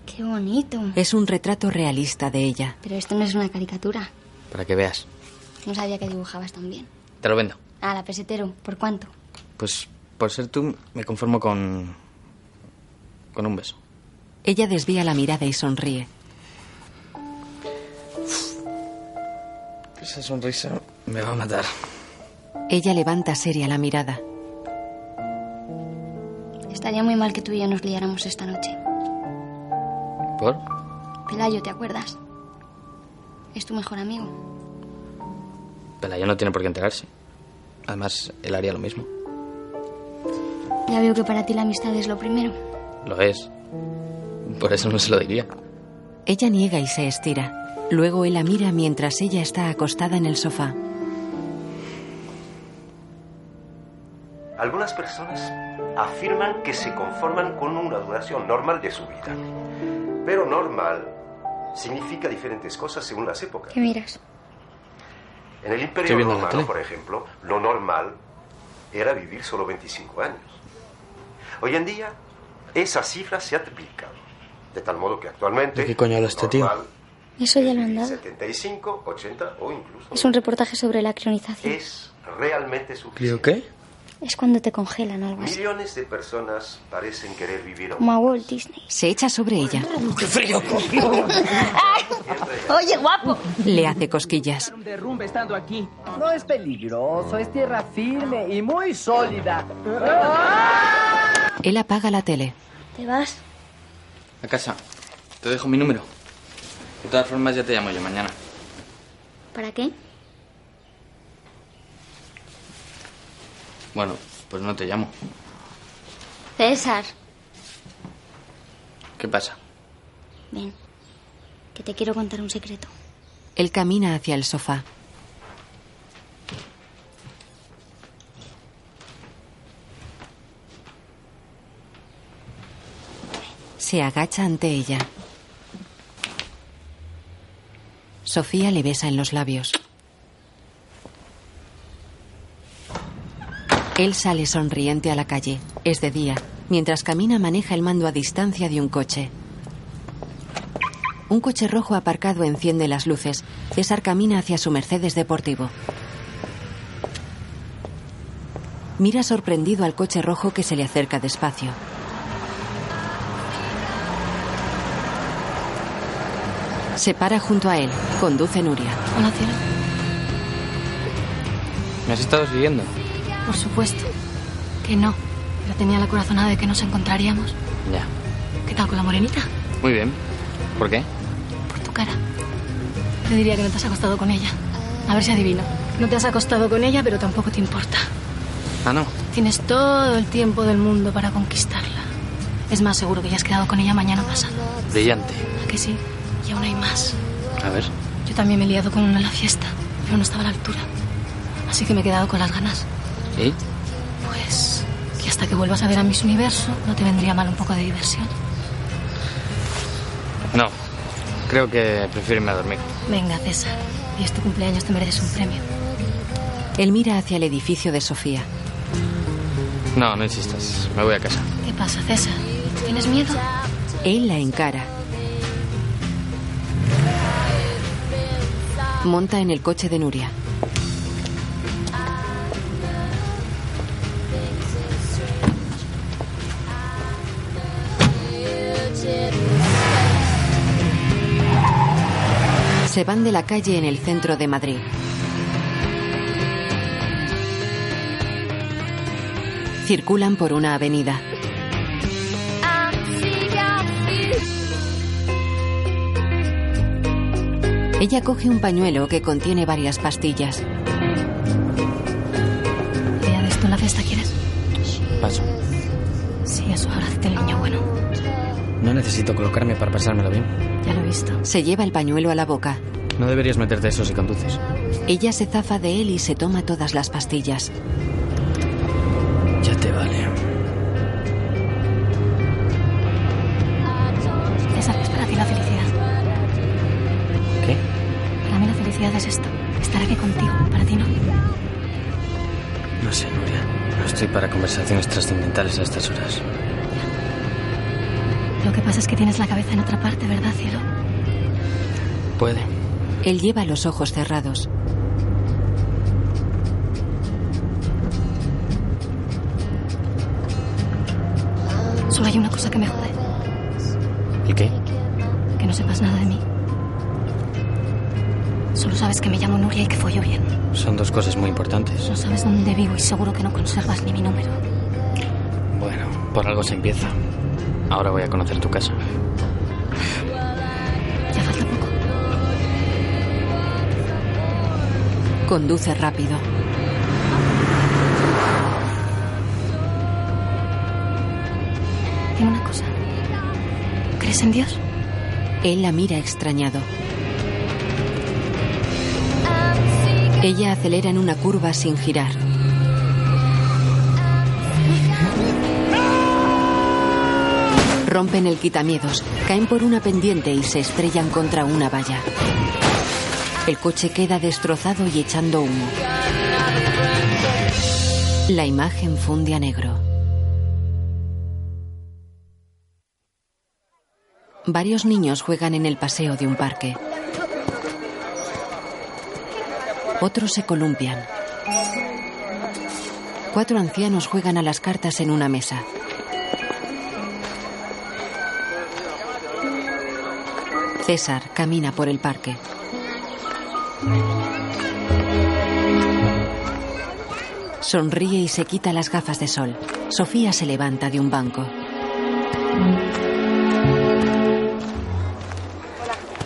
[SPEAKER 11] Qué bonito.
[SPEAKER 2] Es un retrato realista de ella.
[SPEAKER 11] Pero esto no es una caricatura.
[SPEAKER 5] Para que veas.
[SPEAKER 11] No sabía que dibujabas tan bien.
[SPEAKER 5] Te lo vendo.
[SPEAKER 11] Ah, la pesetero. ¿Por cuánto?
[SPEAKER 5] Pues por ser tú me conformo con... con un beso.
[SPEAKER 2] Ella desvía la mirada y sonríe.
[SPEAKER 5] Esa sonrisa me va a matar.
[SPEAKER 2] Ella levanta seria la mirada.
[SPEAKER 11] Estaría muy mal que tú y yo nos liáramos esta noche.
[SPEAKER 5] ¿Por?
[SPEAKER 11] Pelayo, ¿te acuerdas? Es tu mejor amigo.
[SPEAKER 5] Pelayo no tiene por qué enterarse. Además, él haría lo mismo.
[SPEAKER 11] Ya veo que para ti la amistad es lo primero.
[SPEAKER 5] Lo es. Por eso no se lo diría.
[SPEAKER 2] Ella niega y se estira. Luego él la mira mientras ella está acostada en el sofá.
[SPEAKER 14] Algunas personas afirman que se conforman con una duración normal de su vida. Pero normal significa diferentes cosas según las épocas.
[SPEAKER 15] ¿Qué miras?
[SPEAKER 14] En el
[SPEAKER 5] Estoy
[SPEAKER 14] Imperio
[SPEAKER 5] viendo la
[SPEAKER 14] Romano,
[SPEAKER 5] tele.
[SPEAKER 14] por ejemplo, lo normal era vivir solo 25 años. Hoy en día, esa cifra se ha triplicado. De tal modo que actualmente...
[SPEAKER 5] ¿De qué coño habla este tío?
[SPEAKER 14] normal,
[SPEAKER 15] Eso ya lo han dado.
[SPEAKER 14] 75, 80 o incluso...
[SPEAKER 15] Es un reportaje sobre la cronización.
[SPEAKER 14] Es realmente su...
[SPEAKER 5] ¿Creo qué?
[SPEAKER 15] Es cuando te congelan algo así.
[SPEAKER 14] Millones de personas parecen querer vivir...
[SPEAKER 15] Como a Walt Disney.
[SPEAKER 2] Se echa sobre ella.
[SPEAKER 14] ¡Qué frío!
[SPEAKER 15] [laughs] Oye, guapo.
[SPEAKER 2] Le hace cosquillas.
[SPEAKER 16] Un derrumbe estando aquí. No es peligroso, es tierra firme y muy sólida.
[SPEAKER 2] Él apaga la tele.
[SPEAKER 15] ¿Te vas?
[SPEAKER 5] A casa. Te dejo mi número. De todas formas, ya te llamo yo mañana.
[SPEAKER 15] ¿Para qué?
[SPEAKER 5] Bueno, pues no te llamo.
[SPEAKER 15] César.
[SPEAKER 5] ¿Qué pasa?
[SPEAKER 15] Ven. Que te quiero contar un secreto.
[SPEAKER 2] Él camina hacia el sofá. Se agacha ante ella. Sofía le besa en los labios. Él sale sonriente a la calle. Es de día. Mientras camina maneja el mando a distancia de un coche. Un coche rojo aparcado enciende las luces. César camina hacia su Mercedes deportivo. Mira sorprendido al coche rojo que se le acerca despacio. Se para junto a él. Conduce Nuria.
[SPEAKER 3] Hola, cielo.
[SPEAKER 5] ¿Me has estado siguiendo?
[SPEAKER 3] Por supuesto que no. Pero tenía la corazonada de que nos encontraríamos.
[SPEAKER 5] Ya.
[SPEAKER 3] ¿Qué tal con la morenita?
[SPEAKER 5] Muy bien. ¿Por qué?
[SPEAKER 3] Por tu cara. Te diría que no te has acostado con ella. A ver si adivino. No te has acostado con ella, pero tampoco te importa.
[SPEAKER 5] Ah, no.
[SPEAKER 3] Tienes todo el tiempo del mundo para conquistarla. Es más, seguro que ya has quedado con ella mañana pasado.
[SPEAKER 5] Brillante.
[SPEAKER 3] ¿A que sí? Y aún hay más.
[SPEAKER 5] A ver.
[SPEAKER 3] Yo también me he liado con una en la fiesta, pero no estaba a la altura. Así que me he quedado con las ganas.
[SPEAKER 5] ¿Y?
[SPEAKER 3] Pues que hasta que vuelvas a ver a Miss Universo, no te vendría mal un poco de diversión.
[SPEAKER 5] No. Creo que prefiero irme a dormir.
[SPEAKER 3] Venga, César. Y es tu cumpleaños, te mereces un premio.
[SPEAKER 2] Él mira hacia el edificio de Sofía.
[SPEAKER 5] No, no insistas. Me voy a casa.
[SPEAKER 3] ¿Qué pasa, César? ¿Tienes miedo?
[SPEAKER 2] Él la encara. Monta en el coche de Nuria. Se van de la calle en el centro de Madrid. Circulan por una avenida. Ella coge un pañuelo que contiene varias pastillas.
[SPEAKER 3] Idea de esto en la fiesta, ¿quieres?
[SPEAKER 5] Paso.
[SPEAKER 3] Sí, eso, abrázate el niño bueno.
[SPEAKER 5] No necesito colocarme para pasármelo bien.
[SPEAKER 3] Ya lo he visto.
[SPEAKER 2] Se lleva el pañuelo a la boca.
[SPEAKER 5] No deberías meterte eso si conduces.
[SPEAKER 2] Ella se zafa de él y se toma todas las pastillas.
[SPEAKER 5] Ya te vale.
[SPEAKER 3] César, ¿qué es para ti la felicidad?
[SPEAKER 5] ¿Qué?
[SPEAKER 3] Para mí la felicidad es esto. Estar aquí contigo. Para ti no.
[SPEAKER 5] No sé, Nuria. No estoy para conversaciones trascendentales a estas horas.
[SPEAKER 3] Lo que pasa es que tienes la cabeza en otra parte, ¿verdad, cielo?
[SPEAKER 5] Puede.
[SPEAKER 2] Él lleva los ojos cerrados.
[SPEAKER 3] Solo hay una cosa que me jode.
[SPEAKER 5] ¿Y qué?
[SPEAKER 3] Que no sepas nada de mí. Solo sabes que me llamo Nuria y que follo bien.
[SPEAKER 5] Son dos cosas muy importantes.
[SPEAKER 3] No sabes dónde vivo y seguro que no conservas ni mi número.
[SPEAKER 5] Bueno, por algo se empieza. Ahora voy a conocer tu casa.
[SPEAKER 2] Conduce rápido.
[SPEAKER 3] Dime una cosa. ¿Crees en Dios?
[SPEAKER 2] Él la mira extrañado. Ella acelera en una curva sin girar. Rompen el quitamiedos, caen por una pendiente y se estrellan contra una valla. El coche queda destrozado y echando humo. La imagen funde a negro. Varios niños juegan en el paseo de un parque. Otros se columpian. Cuatro ancianos juegan a las cartas en una mesa. César camina por el parque. Sonríe y se quita las gafas de sol. Sofía se levanta de un banco.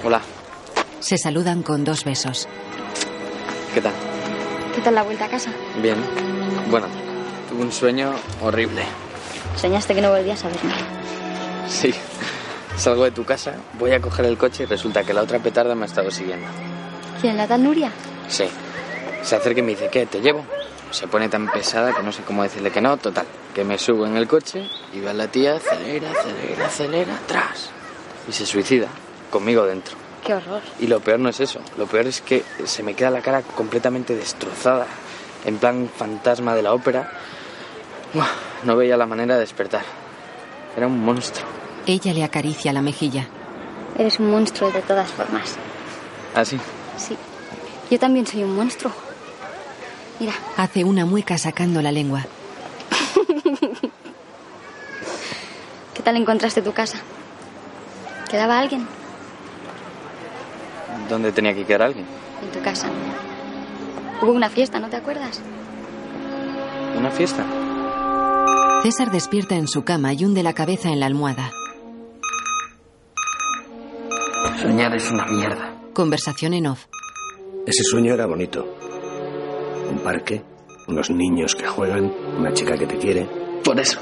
[SPEAKER 6] Hola,
[SPEAKER 2] Se saludan con dos besos.
[SPEAKER 6] ¿qué tal?
[SPEAKER 11] ¿Qué tal la vuelta a casa?
[SPEAKER 6] Bien. Bueno, tuve un sueño horrible.
[SPEAKER 11] Soñaste que no volvías a verme.
[SPEAKER 6] Sí. Salgo de tu casa, voy a coger el coche y resulta que la otra petarda me ha estado siguiendo.
[SPEAKER 11] ¿Quién, la tal Nuria?
[SPEAKER 6] Sí. Se acerca y me dice, ¿qué? ¿Te llevo? Se pone tan pesada que no sé cómo decirle que no. Total, que me subo en el coche y va la tía, acelera, acelera, acelera, atrás. Y se suicida, conmigo dentro.
[SPEAKER 11] Qué horror.
[SPEAKER 6] Y lo peor no es eso, lo peor es que se me queda la cara completamente destrozada, en plan fantasma de la ópera. Buah, No veía la manera de despertar. Era un monstruo.
[SPEAKER 2] Ella le acaricia la mejilla.
[SPEAKER 11] Eres un monstruo de todas formas.
[SPEAKER 6] Así.
[SPEAKER 11] Sí. Yo también soy un monstruo. Mira, [laughs]
[SPEAKER 2] Hace una mueca sacando la lengua.
[SPEAKER 11] ¿qué tal encontraste tu casa? ¿Quedaba alguien
[SPEAKER 6] ¿Dónde tenía que quedar alguien?
[SPEAKER 11] en tu casa? Hubo una fiesta, ¿no te acuerdas?
[SPEAKER 6] ¿Una fiesta?
[SPEAKER 2] César despierta en su cama y hunde la cabeza en la almohada.
[SPEAKER 6] Soñar es una mierda.
[SPEAKER 2] Conversación en off.
[SPEAKER 4] Ese sueño era bonito. Un parque, unos niños que juegan, una chica que te quiere.
[SPEAKER 6] Por eso.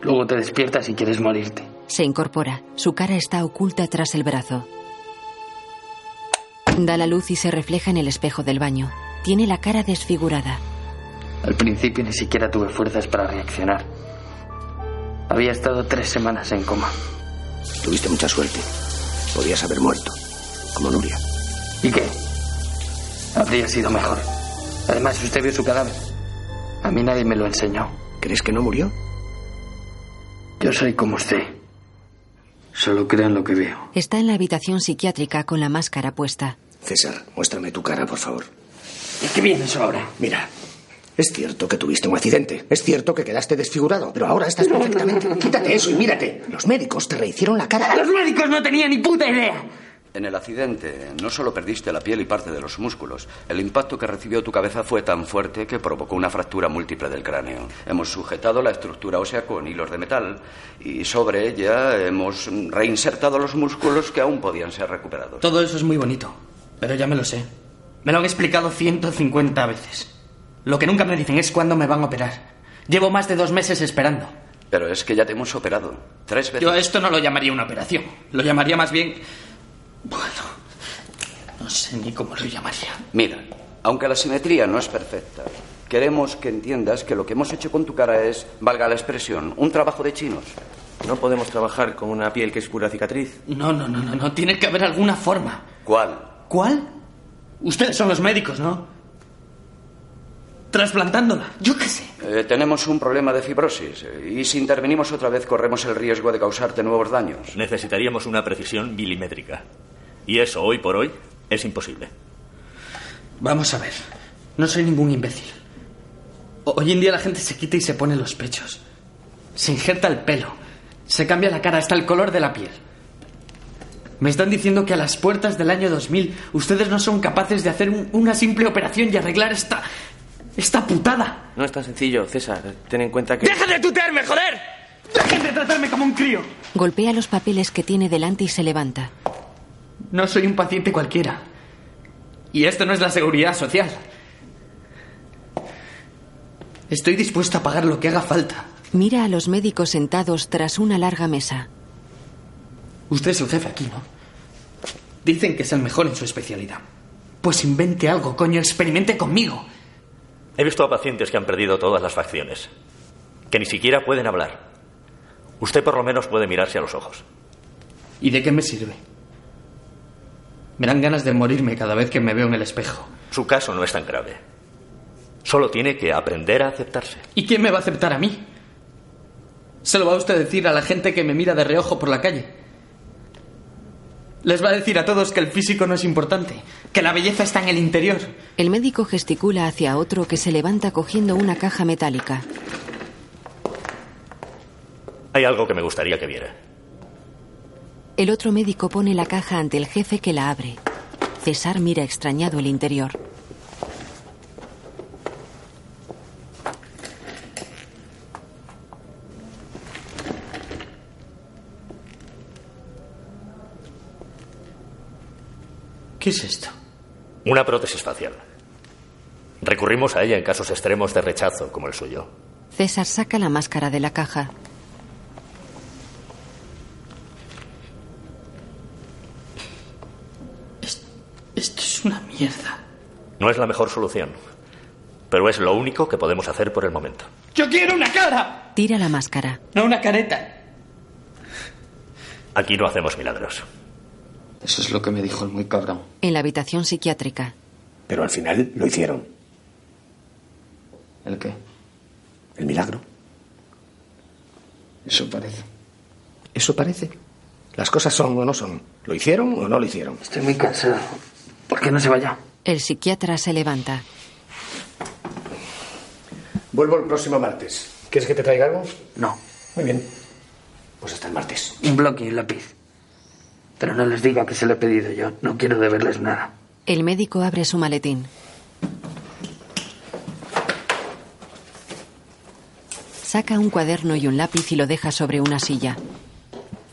[SPEAKER 6] Luego te despiertas y quieres morirte.
[SPEAKER 2] Se incorpora. Su cara está oculta tras el brazo. Da la luz y se refleja en el espejo del baño. Tiene la cara desfigurada.
[SPEAKER 6] Al principio ni siquiera tuve fuerzas para reaccionar. Había estado tres semanas en coma.
[SPEAKER 4] Tuviste mucha suerte. Podías haber muerto, como Nuria.
[SPEAKER 6] ¿Y qué? Habría sido mejor. Además, usted vio su cadáver. A mí nadie me lo enseñó.
[SPEAKER 4] ¿Crees que no murió?
[SPEAKER 6] Yo soy como usted. Solo creo en lo que veo.
[SPEAKER 2] Está en la habitación psiquiátrica con la máscara puesta.
[SPEAKER 4] César, muéstrame tu cara, por favor.
[SPEAKER 6] ¿Y qué viene eso ahora?
[SPEAKER 4] Mira, es cierto que tuviste un accidente. Es cierto que quedaste desfigurado, pero ahora estás perfectamente. Quítate eso y mírate. Los médicos te rehicieron la cara.
[SPEAKER 6] Los médicos Pues no tenían ni puta idea.
[SPEAKER 17] En el accidente no solo perdiste la piel y parte de los músculos, el impacto que recibió tu cabeza fue tan fuerte que provocó una fractura múltiple del cráneo. Hemos sujetado la estructura ósea con hilos de metal y sobre ella hemos reinsertado los músculos que aún podían ser recuperados.
[SPEAKER 6] Todo eso es muy bonito, pero ya me lo sé. Me lo han explicado 150 veces. Lo que nunca me dicen es cuándo me van a operar. Llevo más de dos meses esperando.
[SPEAKER 17] Pero es que ya te hemos operado tres veces.
[SPEAKER 6] Yo a esto no lo llamaría una operación. Lo llamaría más bien... Bueno, no sé ni cómo lo llamaría.
[SPEAKER 17] Mira, aunque la simetría no es perfecta, queremos que entiendas que lo que hemos hecho con tu cara es, valga la expresión, un trabajo de chinos.
[SPEAKER 5] No podemos trabajar con una piel que es pura cicatriz.
[SPEAKER 6] No, no, no, no, no. Tiene que haber alguna forma.
[SPEAKER 17] ¿Cuál?
[SPEAKER 6] ¿Cuál? Ustedes son los médicos, ¿no? Trasplantándola. Yo qué sé.
[SPEAKER 17] Eh, tenemos un problema de fibrosis eh, y si intervenimos otra vez corremos el riesgo de causarte nuevos daños.
[SPEAKER 18] Necesitaríamos una precisión milimétrica. Y eso, hoy por hoy, es imposible.
[SPEAKER 6] Vamos a ver. No soy ningún imbécil. O- Hoy en día la gente se quita y se pone los pechos. Se injerta el pelo. Se cambia la cara hasta el color de la piel. Me están diciendo que a las puertas del año 2000 ustedes no son capaces de hacer un- una simple operación y arreglar esta... esta putada.
[SPEAKER 5] No es tan sencillo, César. Ten en cuenta que...
[SPEAKER 6] ¡Deja de tutearme, joder! ¡Dejen de tratarme como un crío!
[SPEAKER 2] Golpea los papeles que tiene delante y se levanta.
[SPEAKER 6] No soy un paciente cualquiera. Y esto no es la seguridad social. Estoy dispuesto a pagar lo que haga falta.
[SPEAKER 2] Mira a los médicos sentados tras una larga mesa.
[SPEAKER 6] Usted es el jefe aquí, ¿no? Dicen que es el mejor en su especialidad. Pues invente algo, coño, experimente conmigo.
[SPEAKER 18] He visto a pacientes que han perdido todas las facciones, que ni siquiera pueden hablar. Usted por lo menos puede mirarse a los ojos.
[SPEAKER 19] ¿Y de qué me sirve? Me dan ganas de morirme cada vez que me veo en el espejo.
[SPEAKER 18] Su caso no es tan grave. Solo tiene que aprender a aceptarse.
[SPEAKER 19] ¿Y quién me va a aceptar a mí? Se lo va usted a decir a la gente que me mira de reojo por la calle. Les va a decir a todos que el físico no es importante, que la belleza está en el interior.
[SPEAKER 2] El médico gesticula hacia otro que se levanta cogiendo una caja metálica.
[SPEAKER 18] Hay algo que me gustaría que viera.
[SPEAKER 2] El otro médico pone la caja ante el jefe que la abre. César mira extrañado el interior.
[SPEAKER 19] ¿Qué es esto?
[SPEAKER 18] Una prótesis facial. Recurrimos a ella en casos extremos de rechazo como el suyo.
[SPEAKER 2] César saca la máscara de la caja.
[SPEAKER 19] Esto es una mierda.
[SPEAKER 18] No es la mejor solución, pero es lo único que podemos hacer por el momento.
[SPEAKER 19] ¡Yo quiero una cara!
[SPEAKER 2] Tira la máscara.
[SPEAKER 19] No una careta.
[SPEAKER 18] Aquí no hacemos milagros.
[SPEAKER 19] Eso es lo que me dijo el muy cabrón.
[SPEAKER 2] En la habitación psiquiátrica,
[SPEAKER 4] Pero al final lo hicieron.
[SPEAKER 19] ¿El qué?
[SPEAKER 4] El milagro.
[SPEAKER 19] Eso parece.
[SPEAKER 4] Eso parece. Las cosas son o no son. ¿Lo hicieron o no lo hicieron?
[SPEAKER 8] Estoy muy cansado. ¿Por qué no se vaya?
[SPEAKER 2] el psiquiatra se levanta.
[SPEAKER 4] Vuelvo el próximo martes. ¿Quieres que te traiga algo?
[SPEAKER 8] No.
[SPEAKER 4] Muy bien. Pues hasta el martes.
[SPEAKER 8] Un bloque y un lápiz. Pero no les diga que se lo he pedido yo. No quiero deberles nada.
[SPEAKER 2] El médico abre su maletín. Saca un cuaderno y un lápiz y lo deja sobre una silla.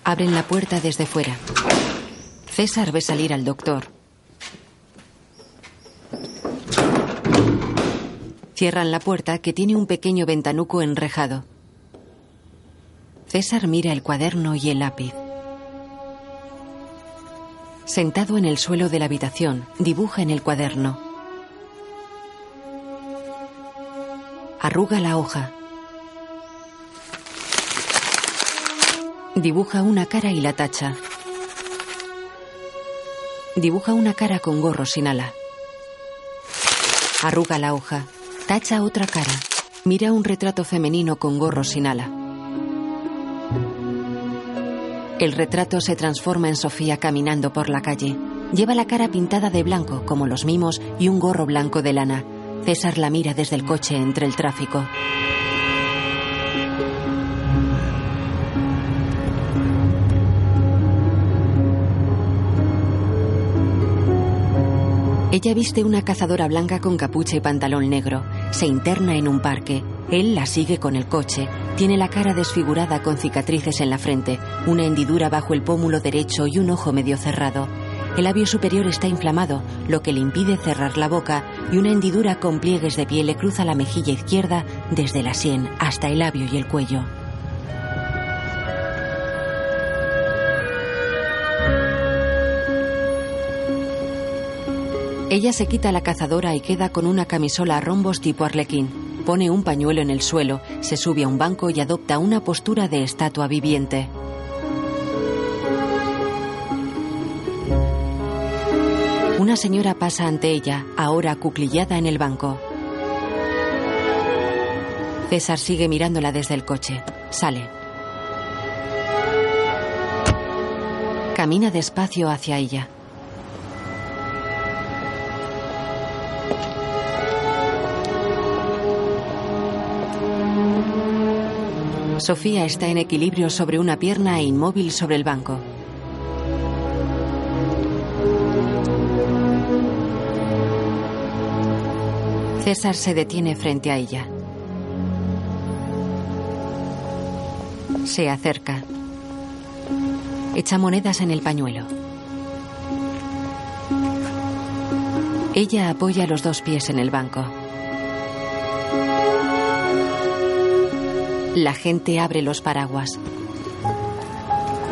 [SPEAKER 2] Abren la puerta desde fuera. César ve salir al doctor. Cierran la puerta que tiene un pequeño ventanuco enrejado. César mira el cuaderno y el lápiz. Sentado en el suelo de la habitación, dibuja en el cuaderno. Arruga la hoja. Dibuja una cara y la tacha. Dibuja una cara con gorro sin ala. Arruga la hoja. Tacha otra cara. Mira un retrato femenino con gorro sin ala. El retrato se transforma en Sofía caminando por la calle. Lleva la cara pintada de blanco, como los mimos, y un gorro blanco de lana. César la mira desde el coche entre el tráfico. Ella viste una cazadora blanca con capucha y pantalón negro. Se interna en un parque. Él la sigue con el coche. Tiene la cara desfigurada con cicatrices en la frente, una hendidura bajo el pómulo derecho y un ojo medio cerrado. El labio superior está inflamado, lo que le impide cerrar la boca, y una hendidura con pliegues de piel le cruza la mejilla izquierda desde la sien hasta el labio y el cuello. Ella se quita la cazadora y queda con una camisola a rombos tipo arlequín. Pone un pañuelo en el suelo, se sube a un banco y adopta una postura de estatua viviente. Una señora pasa ante ella, ahora acuclillada en el banco. César sigue mirándola desde el coche. Sale. Camina despacio hacia ella. Sofía está en equilibrio sobre una pierna e inmóvil sobre el banco. César se detiene frente a ella. Se acerca. Echa monedas en el pañuelo. Ella apoya los dos pies en el banco. La gente abre los paraguas.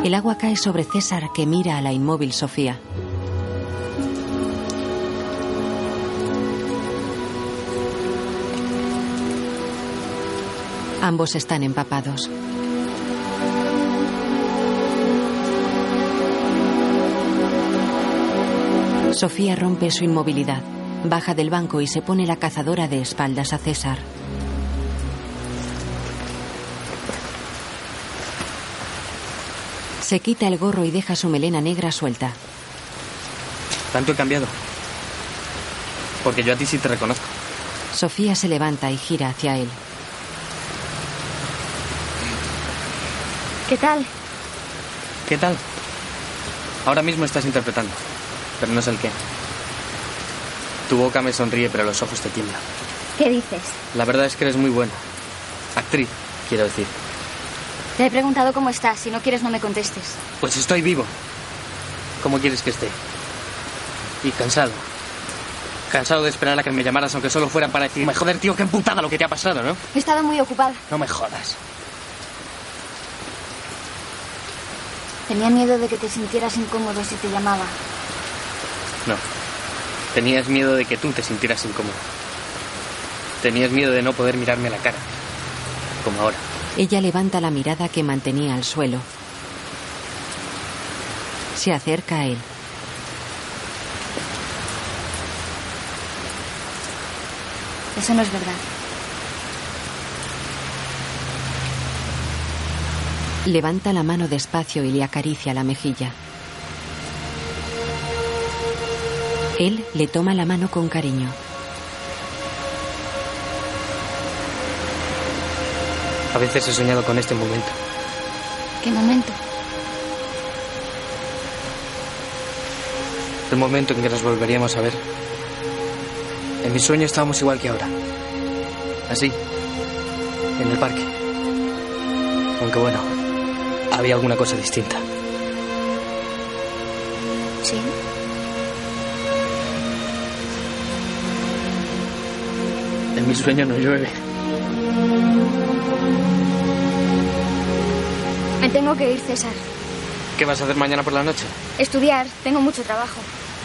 [SPEAKER 2] El agua cae sobre César que mira a la inmóvil Sofía. Ambos están empapados. Sofía rompe su inmovilidad, baja del banco y se pone la cazadora de espaldas a César. Se quita el gorro y deja su melena negra suelta.
[SPEAKER 5] Tanto he cambiado. Porque yo a ti sí te reconozco.
[SPEAKER 2] Sofía se levanta y gira hacia él.
[SPEAKER 11] ¿Qué tal?
[SPEAKER 5] ¿Qué tal? Ahora mismo estás interpretando, pero no sé el qué. Tu boca me sonríe, pero los ojos te tiemblan.
[SPEAKER 11] ¿Qué dices?
[SPEAKER 5] La verdad es que eres muy buena. Actriz, quiero decir.
[SPEAKER 11] Te he preguntado cómo estás. Si no quieres, no me contestes.
[SPEAKER 5] Pues estoy vivo. ¿Cómo quieres que esté? Y cansado. Cansado de esperar a que me llamaras, aunque solo fuera para decirme, joder, tío, qué putada lo que te ha pasado, ¿no?
[SPEAKER 11] He estado muy ocupada.
[SPEAKER 5] No me jodas.
[SPEAKER 11] Tenía miedo de que te sintieras incómodo si te llamaba.
[SPEAKER 5] No. Tenías miedo de que tú te sintieras incómodo. Tenías miedo de no poder mirarme a la cara. Como ahora.
[SPEAKER 2] Ella levanta la mirada que mantenía al suelo. Se acerca a él.
[SPEAKER 11] Eso no es verdad.
[SPEAKER 2] Levanta la mano despacio y le acaricia la mejilla. Él le toma la mano con cariño.
[SPEAKER 5] A veces he soñado con este momento.
[SPEAKER 11] ¿Qué momento?
[SPEAKER 5] El momento en que nos volveríamos a ver. En mi sueño estábamos igual que ahora. Así. En el parque. Aunque bueno, había alguna cosa distinta.
[SPEAKER 11] Sí.
[SPEAKER 5] En mi sueño no llueve.
[SPEAKER 11] Me tengo que ir, César.
[SPEAKER 5] ¿Qué vas a hacer mañana por la noche?
[SPEAKER 11] Estudiar. Tengo mucho trabajo.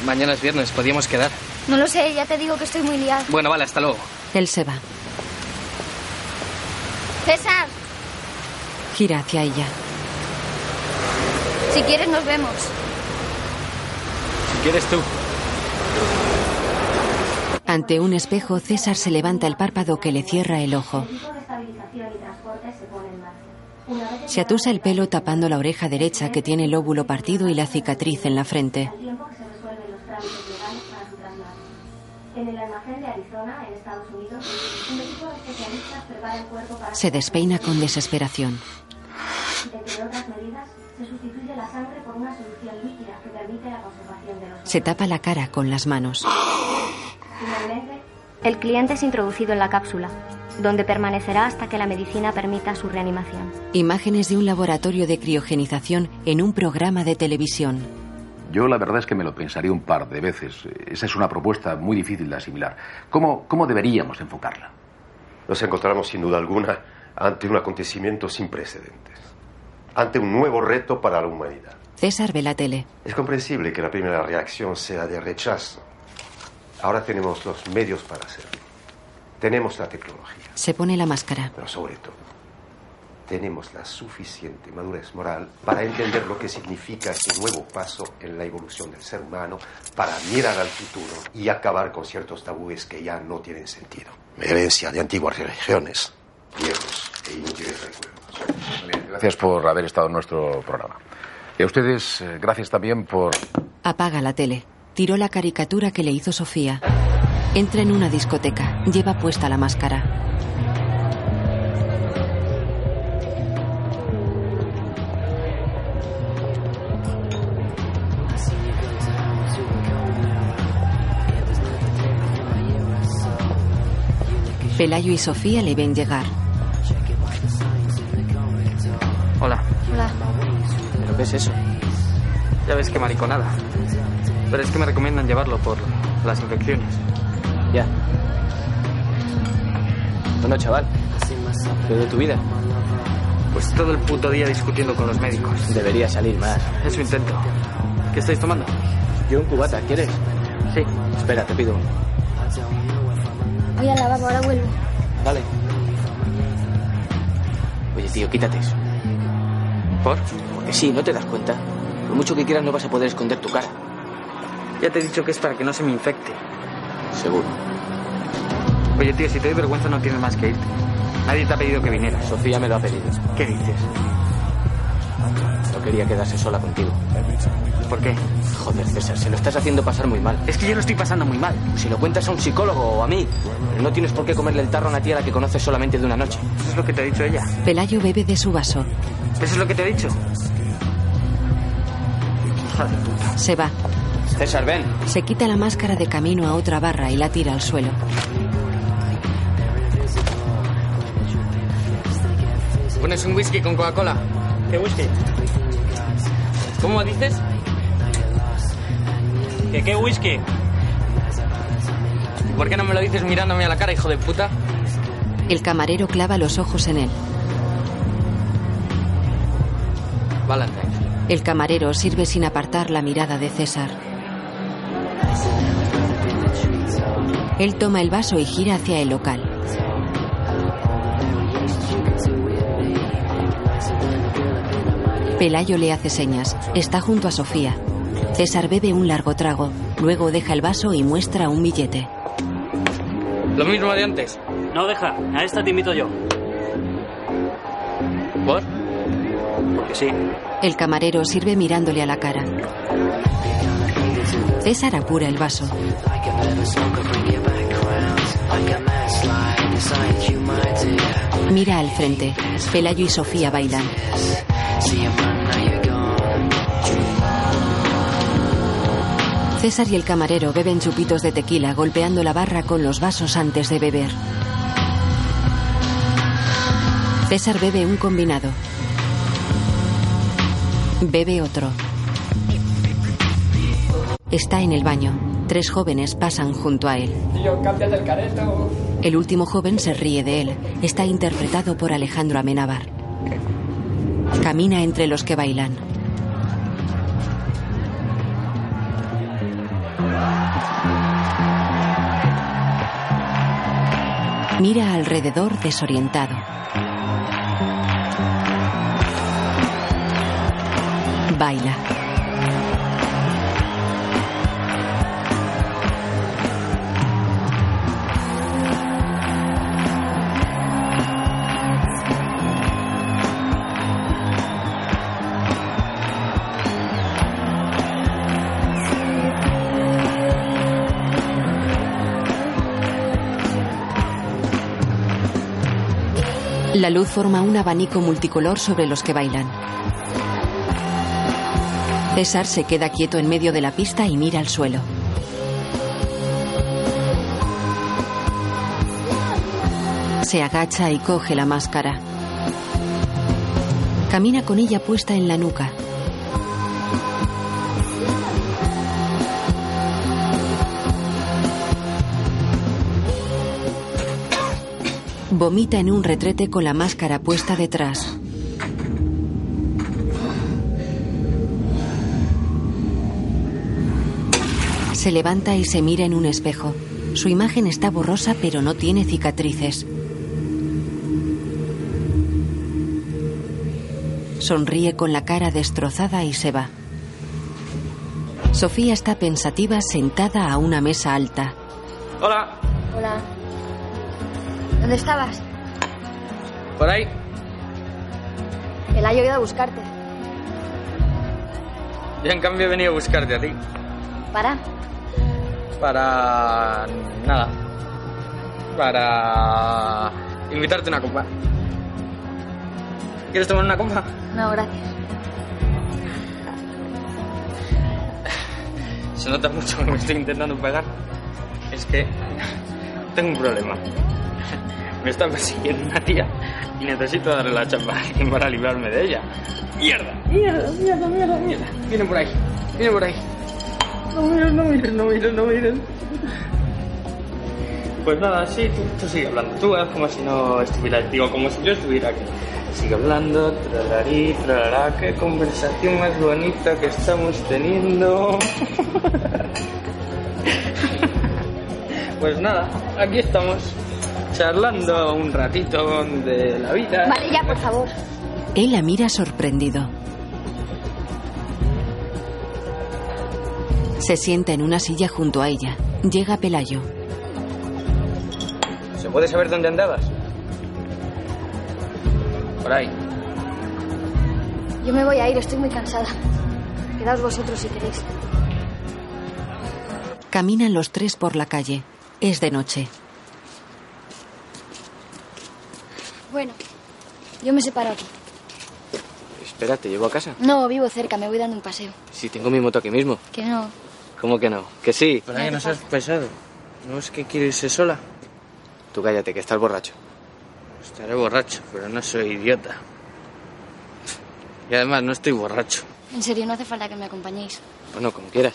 [SPEAKER 5] Mañana es viernes, podíamos quedar.
[SPEAKER 11] No lo sé. Ya te digo que estoy muy liada.
[SPEAKER 5] Bueno, vale, hasta luego.
[SPEAKER 2] Él se va.
[SPEAKER 11] César,
[SPEAKER 2] Gira hacia ella.
[SPEAKER 11] si quieres nos vemos.
[SPEAKER 20] Si quieres tú.
[SPEAKER 2] Ante un espejo, César se levanta el párpado que le cierra el ojo. Se atusa el pelo tapando la oreja derecha que tiene el óvulo partido y la cicatriz en la frente.
[SPEAKER 12] tiempo que se resuelven los trámites legales para su traslado. En el almacén de Arizona, en Estados Unidos, un equipo de especialistas prepara el cuerpo para...
[SPEAKER 2] Se despeina con desesperación.
[SPEAKER 12] Entre otras medidas, se sustituye la sangre por una solución líquida que permite la conservación de los...
[SPEAKER 2] Se tapa la cara con las manos.
[SPEAKER 12] Finalmente,
[SPEAKER 21] El cliente es introducido en la cápsula, donde permanecerá hasta que la medicina permita su reanimación.
[SPEAKER 2] Imágenes de un laboratorio de criogenización en un programa de televisión.
[SPEAKER 9] Yo la verdad es que me lo pensaría un par de veces. Esa es una propuesta muy difícil de asimilar. ¿Cómo, cómo deberíamos enfocarla?
[SPEAKER 14] Nos encontramos sin duda alguna ante un acontecimiento sin precedentes, ante un nuevo reto para la humanidad.
[SPEAKER 2] César ve la tele.
[SPEAKER 14] Es comprensible que la primera reacción sea de rechazo. Ahora tenemos los medios para hacerlo. Tenemos la tecnología,
[SPEAKER 2] Se pone la máscara.
[SPEAKER 14] pero sobre todo, tenemos la suficiente madurez moral para entender lo que significa este nuevo paso en la evolución del ser humano, para mirar al futuro y acabar con ciertos tabúes que ya no tienen sentido. Herencia de antiguas religiones, viejos e inútiles
[SPEAKER 9] Gracias por haber estado en nuestro programa. Y a ustedes, eh, gracias también por...
[SPEAKER 2] Apaga la tele. Tiró la caricatura que le hizo Sofía. Entra en una discoteca. Lleva puesta la máscara. Pelayo y Sofía le ven llegar.
[SPEAKER 5] Hola.
[SPEAKER 11] Hola.
[SPEAKER 5] ¿Pero qué es eso? Ya ves qué mariconada. Pero es que me recomiendan llevarlo por las infecciones. Ya. Bueno, chaval. ¿Qué de tu vida? Pues todo el puto día discutiendo con los médicos. Debería salir más. Eso intento. ¿Qué estáis tomando? Yo un cubata, ¿quieres? Sí. Espera, te pido uno.
[SPEAKER 11] Voy al lavabo, ahora vuelvo.
[SPEAKER 22] Vale. Oye, tío, quítate eso. ¿Por? Porque sí, no te das cuenta. Por mucho que quieras, no vas a poder esconder tu cara.
[SPEAKER 6] Ya te he dicho que es para que no se me infecte.
[SPEAKER 5] Seguro.
[SPEAKER 6] Oye, tío, si te doy vergüenza no tienes más que irte. Nadie te ha pedido que vinieras. Sofía me lo ha pedido. ¿Qué dices?
[SPEAKER 5] No quería quedarse sola contigo. ¿Por qué? Joder, César, se lo estás haciendo pasar muy mal.
[SPEAKER 6] Es que yo lo estoy pasando muy mal.
[SPEAKER 5] Si lo cuentas a un psicólogo o a mí, pero no tienes por qué comerle el tarro a una tía a la que conoces solamente de una noche.
[SPEAKER 6] Eso es lo que te ha dicho ella.
[SPEAKER 2] Pelayo bebe de su vaso.
[SPEAKER 6] Eso es lo que te he dicho. Hija de puta.
[SPEAKER 2] Se va.
[SPEAKER 5] César, ven.
[SPEAKER 2] Se quita la máscara de camino a otra barra y la tira al suelo.
[SPEAKER 6] ¿Pones un whisky con Coca-Cola? ¿Qué whisky? ¿Cómo dices? ¿Que qué whisky? ¿Por qué no me lo dices mirándome a la cara, hijo de puta?
[SPEAKER 2] El camarero clava los ojos en él.
[SPEAKER 6] Valentine.
[SPEAKER 2] El camarero sirve sin apartar la mirada de César. Él toma el vaso y gira hacia el local. Pelayo le hace señas. Está junto a Sofía. César bebe un largo trago, luego deja el vaso y muestra un billete.
[SPEAKER 6] Lo mismo de antes.
[SPEAKER 8] No deja, a esta te invito yo.
[SPEAKER 6] ¿Por?
[SPEAKER 8] Porque sí.
[SPEAKER 2] El camarero sirve mirándole a la cara. César apura el vaso. Mira al frente. Pelayo y Sofía bailan. César y el camarero beben chupitos de tequila golpeando la barra con los vasos antes de beber. César bebe un combinado. Bebe otro. Está en el baño. Tres jóvenes pasan junto a él.
[SPEAKER 15] Tío, cámbiate el careto.
[SPEAKER 2] El último joven se ríe de él. Está interpretado por Alejandro Amenábar. Camina entre los que bailan. Mira alrededor desorientado. Baila. La luz forma un abanico multicolor sobre los que bailan. César se queda quieto en medio de la pista y mira al suelo. Se agacha y coge la máscara. Camina con ella puesta en la nuca. Vomita en un retrete con la máscara puesta detrás. Se levanta y se mira en un espejo. Su imagen está borrosa pero no tiene cicatrices. Sonríe con la cara destrozada y se va. Sofía está pensativa sentada a una mesa alta.
[SPEAKER 6] Hola,
[SPEAKER 11] Hola. ¿Dónde estabas?
[SPEAKER 6] por ahí.
[SPEAKER 11] El ha ido a buscarte.
[SPEAKER 6] Yo en cambio he venido a buscarte a ti.
[SPEAKER 11] ¿Para?
[SPEAKER 6] Para. nada. Para. invitarte a una copa. ¿Quieres tomar una copa?
[SPEAKER 11] No, gracias.
[SPEAKER 6] Se nota mucho que me estoy intentando pegar. Es que. [laughs] tengo un problema. Me está persiguiendo una tía y necesito darle la chapa a alguien para librarme de ella. ¡Mierda! ¡Mierda, mierda, mierda, mierda! Viene por ahí, viene por ahí. No mires, no mires, no mires, no mires. Pues nada, sí, tú, tú sigue hablando. Tú es como si no estuviera, digo, como si yo estuviera aquí. Sigue hablando, tralarí, tralará, qué conversación más bonita que estamos teniendo. Pues nada, aquí estamos, charlando un ratito de la vida.
[SPEAKER 11] Vale, ya, por favor.
[SPEAKER 2] Él la mira sorprendido. Se sienta en una silla junto a ella. Llega Pelayo.
[SPEAKER 23] ¿Se puede saber dónde andabas? Por ahí.
[SPEAKER 11] Yo me voy a ir, estoy muy cansada. Quedaos vosotros si queréis.
[SPEAKER 2] Caminan los tres por la calle. Es de noche.
[SPEAKER 11] Bueno, yo me separo aquí.
[SPEAKER 5] Espera, te llevo a casa.
[SPEAKER 11] No, vivo cerca, me voy dando un paseo.
[SPEAKER 5] Si tengo mi moto aquí mismo.
[SPEAKER 11] Que no.
[SPEAKER 5] ¿Cómo que no? Que sí.
[SPEAKER 11] Brian,
[SPEAKER 5] no seas pesado. No es que quiero irse sola. Tú cállate, que estás borracho. Estaré borracho, pero no soy idiota. Y además no estoy borracho.
[SPEAKER 11] En serio, no hace falta que me acompañéis.
[SPEAKER 5] Bueno, como quieras.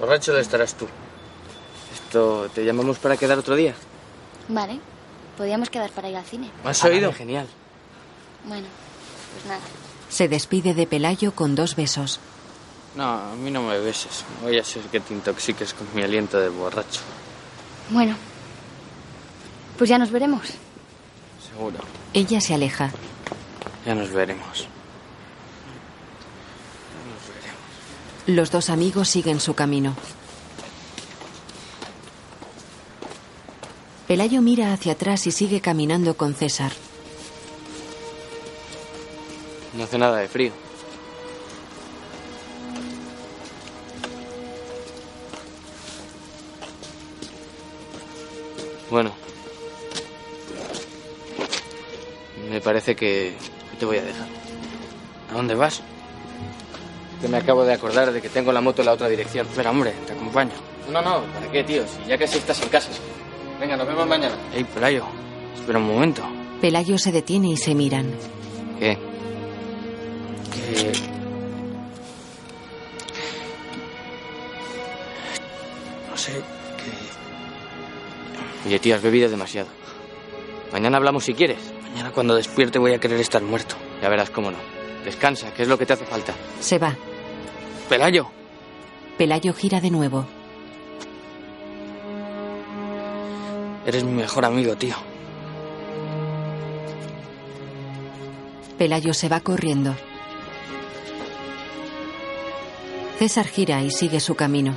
[SPEAKER 5] Borracho lo estarás tú. Esto, ¿te llamamos para quedar otro día?
[SPEAKER 11] Vale, podíamos quedar para ir al cine. Ah,
[SPEAKER 5] ¿Me has oído? Genial.
[SPEAKER 11] Bueno, pues nada.
[SPEAKER 2] Se despide de Pelayo con dos besos.
[SPEAKER 5] No, a mí no me beses. Voy a ser que te intoxiques con mi aliento de borracho.
[SPEAKER 11] Bueno, pues ya nos veremos.
[SPEAKER 5] Seguro.
[SPEAKER 2] Ella se aleja.
[SPEAKER 5] Ya nos veremos.
[SPEAKER 2] Los dos amigos siguen su camino. Pelayo mira hacia atrás y sigue caminando con César.
[SPEAKER 5] No hace nada de frío. Bueno. Me parece que te voy a dejar. ¿A dónde vas? Que me acabo de acordar de que tengo la moto en la otra dirección. Espera, hombre, te acompaño. No, no, no, ¿para qué, tío? Si ya casi estás en casa. Venga, nos vemos mañana. Ey, Pelayo, espera un momento.
[SPEAKER 2] Pelayo se detiene y se miran.
[SPEAKER 5] ¿Qué? Eh, Que... No sé, que... Oye, tío, has bebido demasiado. Mañana hablamos si quieres. Mañana cuando despierte voy a querer estar muerto. Ya verás cómo no. Descansa, que es lo que te hace falta.
[SPEAKER 2] Se va.
[SPEAKER 5] Pelayo.
[SPEAKER 2] Pelayo gira de nuevo.
[SPEAKER 5] Eres mi mejor amigo, tío.
[SPEAKER 2] Pelayo se va corriendo. César gira y sigue su camino.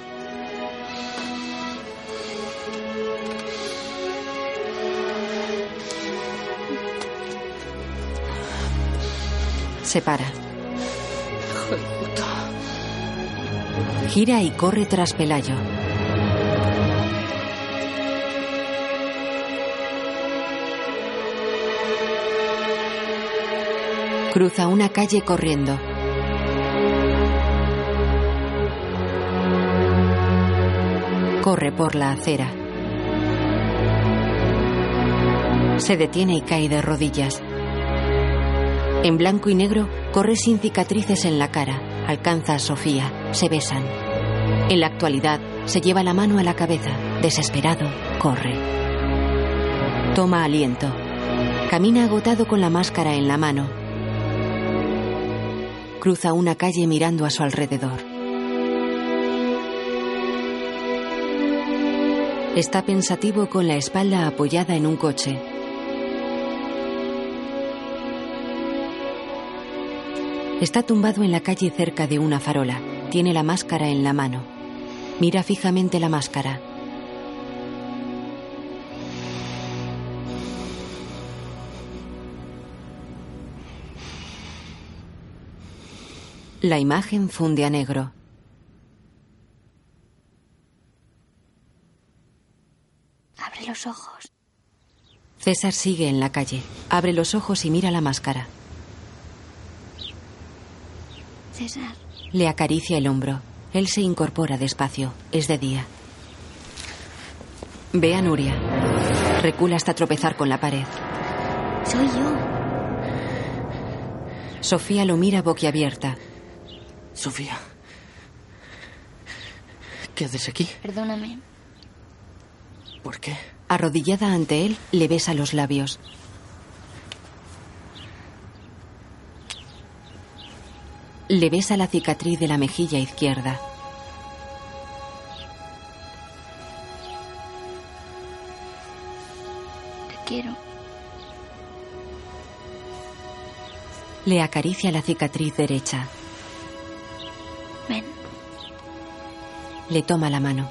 [SPEAKER 2] Se para. Gira y corre tras Pelayo. Cruza una calle corriendo. Corre por la acera. Se detiene y cae de rodillas. En blanco y negro corre sin cicatrices en la cara. Alcanza a Sofía. Se besan. En la actualidad se lleva la mano a la cabeza. Desesperado, corre. Toma aliento. Camina agotado con la máscara en la mano. Cruza una calle mirando a su alrededor. Está pensativo con la espalda apoyada en un coche. Está tumbado en la calle cerca de una farola. Tiene la máscara en la mano. Mira fijamente la máscara. La imagen funde a negro.
[SPEAKER 11] Abre los ojos.
[SPEAKER 2] César sigue en la calle. Abre los ojos y mira la máscara.
[SPEAKER 11] César,
[SPEAKER 2] Le acaricia el hombro. Él se incorpora despacio. Es de día. Ve a Nuria. Recula hasta tropezar con la pared.
[SPEAKER 11] soy yo.
[SPEAKER 2] Sofía lo mira boquiabierta.
[SPEAKER 5] Sofía. ¿Qué haces aquí?
[SPEAKER 11] Perdóname.
[SPEAKER 5] ¿Por qué?
[SPEAKER 2] Arrodillada ante él, le besa los labios. Le besa la cicatriz de la mejilla izquierda.
[SPEAKER 11] Te quiero.
[SPEAKER 2] Le acaricia la cicatriz derecha.
[SPEAKER 11] Ven.
[SPEAKER 2] Le toma la mano.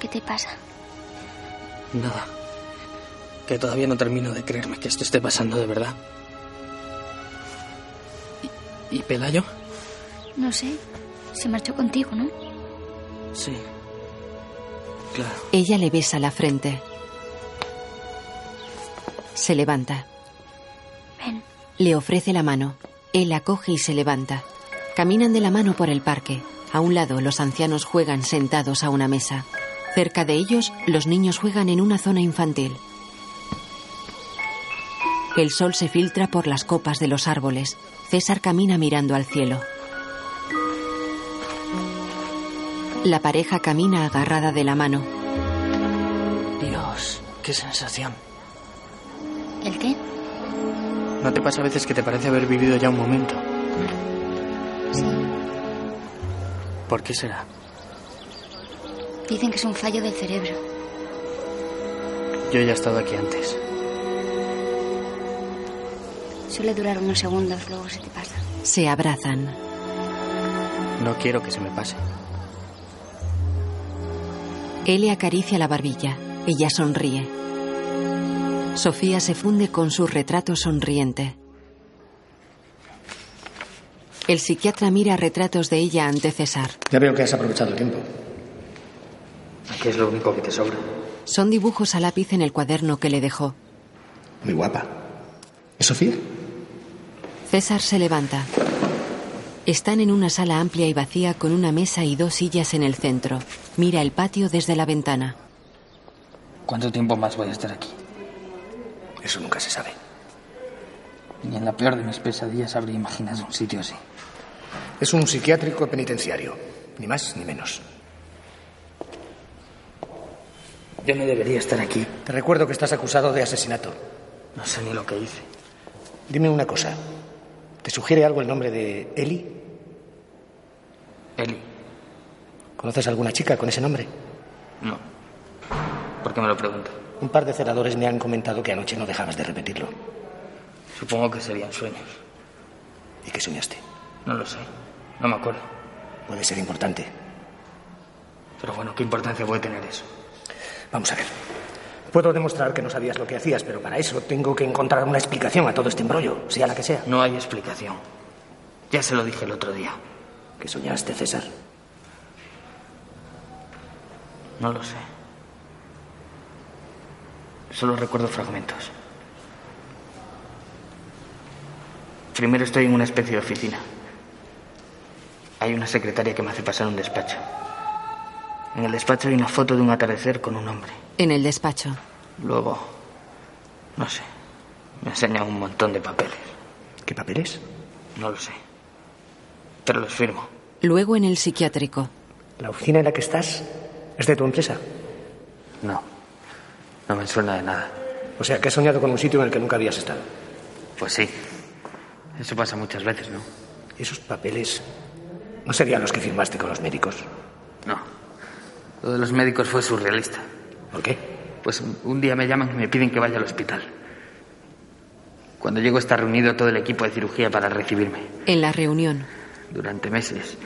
[SPEAKER 11] ¿Qué te pasa?
[SPEAKER 6] Nada. Que todavía no termino de creerme que esto esté pasando de verdad. ¿Y, y Pelayo?
[SPEAKER 11] No sé. Se marchó contigo, ¿no?
[SPEAKER 6] Sí. Claro.
[SPEAKER 2] Ella le besa la frente. Se levanta.
[SPEAKER 11] Ven.
[SPEAKER 2] Le ofrece la mano. Él la coge y se levanta. Caminan de la mano por el parque. A un lado, los ancianos juegan sentados a una mesa. Cerca de ellos, los niños juegan en una zona infantil. El sol se filtra por las copas de los árboles. César camina mirando al cielo. La pareja camina agarrada de la mano.
[SPEAKER 6] Dios, qué sensación.
[SPEAKER 11] ¿El qué?
[SPEAKER 6] ¿No te pasa a veces que te parece haber vivido ya un momento?
[SPEAKER 11] Sí.
[SPEAKER 6] ¿Por qué será?
[SPEAKER 11] Dicen que es un fallo del cerebro.
[SPEAKER 6] Yo ya he estado aquí antes.
[SPEAKER 11] Suele durar unos segundos, luego se te pasa.
[SPEAKER 2] Se abrazan.
[SPEAKER 6] No quiero que se me pase.
[SPEAKER 2] Él le acaricia la barbilla. Ella sonríe. Sofía se funde con su retrato sonriente. El psiquiatra mira retratos de ella ante César.
[SPEAKER 4] Ya veo que has aprovechado el tiempo. Aquí es lo único que te sobra.
[SPEAKER 2] Son dibujos a lápiz en el cuaderno que le dejó.
[SPEAKER 4] Muy guapa. ¿Es Sofía?
[SPEAKER 2] César se levanta. Están en una sala amplia y vacía con una mesa y dos sillas en el centro. Mira el patio desde la ventana.
[SPEAKER 6] ¿Cuánto tiempo más voy a estar aquí?
[SPEAKER 4] Eso nunca se sabe.
[SPEAKER 6] Ni en la peor de mis pesadillas habría imaginado un sitio así.
[SPEAKER 4] Es un psiquiátrico penitenciario. Ni más ni menos.
[SPEAKER 6] Yo no debería estar aquí.
[SPEAKER 4] Te recuerdo que estás acusado de asesinato.
[SPEAKER 6] No sé ni lo que hice.
[SPEAKER 4] Dime una cosa. ¿Te sugiere algo el nombre de Eli?
[SPEAKER 6] Eli,
[SPEAKER 4] ¿Conoces alguna chica con ese nombre?
[SPEAKER 6] no. ¿Por qué me lo pregunta?
[SPEAKER 4] Un par de celadores me han comentado que anoche no dejabas de repetirlo.
[SPEAKER 6] Supongo que serían sueños.
[SPEAKER 4] ¿Y qué soñaste?
[SPEAKER 6] No lo sé. No me acuerdo.
[SPEAKER 4] Puede ser importante.
[SPEAKER 6] Pero bueno, ¿qué importancia puede tener eso?
[SPEAKER 4] Vamos a ver. Puedo demostrar que no sabías lo que hacías, pero para eso tengo que encontrar una explicación a todo este embrollo, sea la que sea.
[SPEAKER 6] No hay explicación. Ya se lo dije el otro día.
[SPEAKER 4] ¿Qué soñaste, César?
[SPEAKER 6] No lo sé. Solo recuerdo fragmentos. Primero estoy en una especie de oficina. Hay una secretaria que me hace pasar a un despacho. En el despacho hay una foto de un atardecer con un hombre.
[SPEAKER 2] En el despacho.
[SPEAKER 6] Luego, no sé, me enseña un montón de papeles.
[SPEAKER 4] ¿Qué papeles?
[SPEAKER 6] No lo sé. Pero los firmo.
[SPEAKER 2] Luego en el psiquiátrico.
[SPEAKER 4] ¿La oficina en la que estás es de tu empresa?
[SPEAKER 6] No. No me suena de nada.
[SPEAKER 4] O sea, que has soñado con un sitio en el que nunca habías estado.
[SPEAKER 6] Pues sí. Eso pasa muchas veces, ¿no?
[SPEAKER 4] Esos papeles no serían los que firmaste con los médicos.
[SPEAKER 6] No. Lo de los médicos fue surrealista.
[SPEAKER 4] ¿Por qué?
[SPEAKER 6] Pues un día me llaman y me piden que vaya al hospital. Cuando llego está reunido todo el equipo de cirugía para recibirme.
[SPEAKER 2] En la reunión.
[SPEAKER 6] Durante meses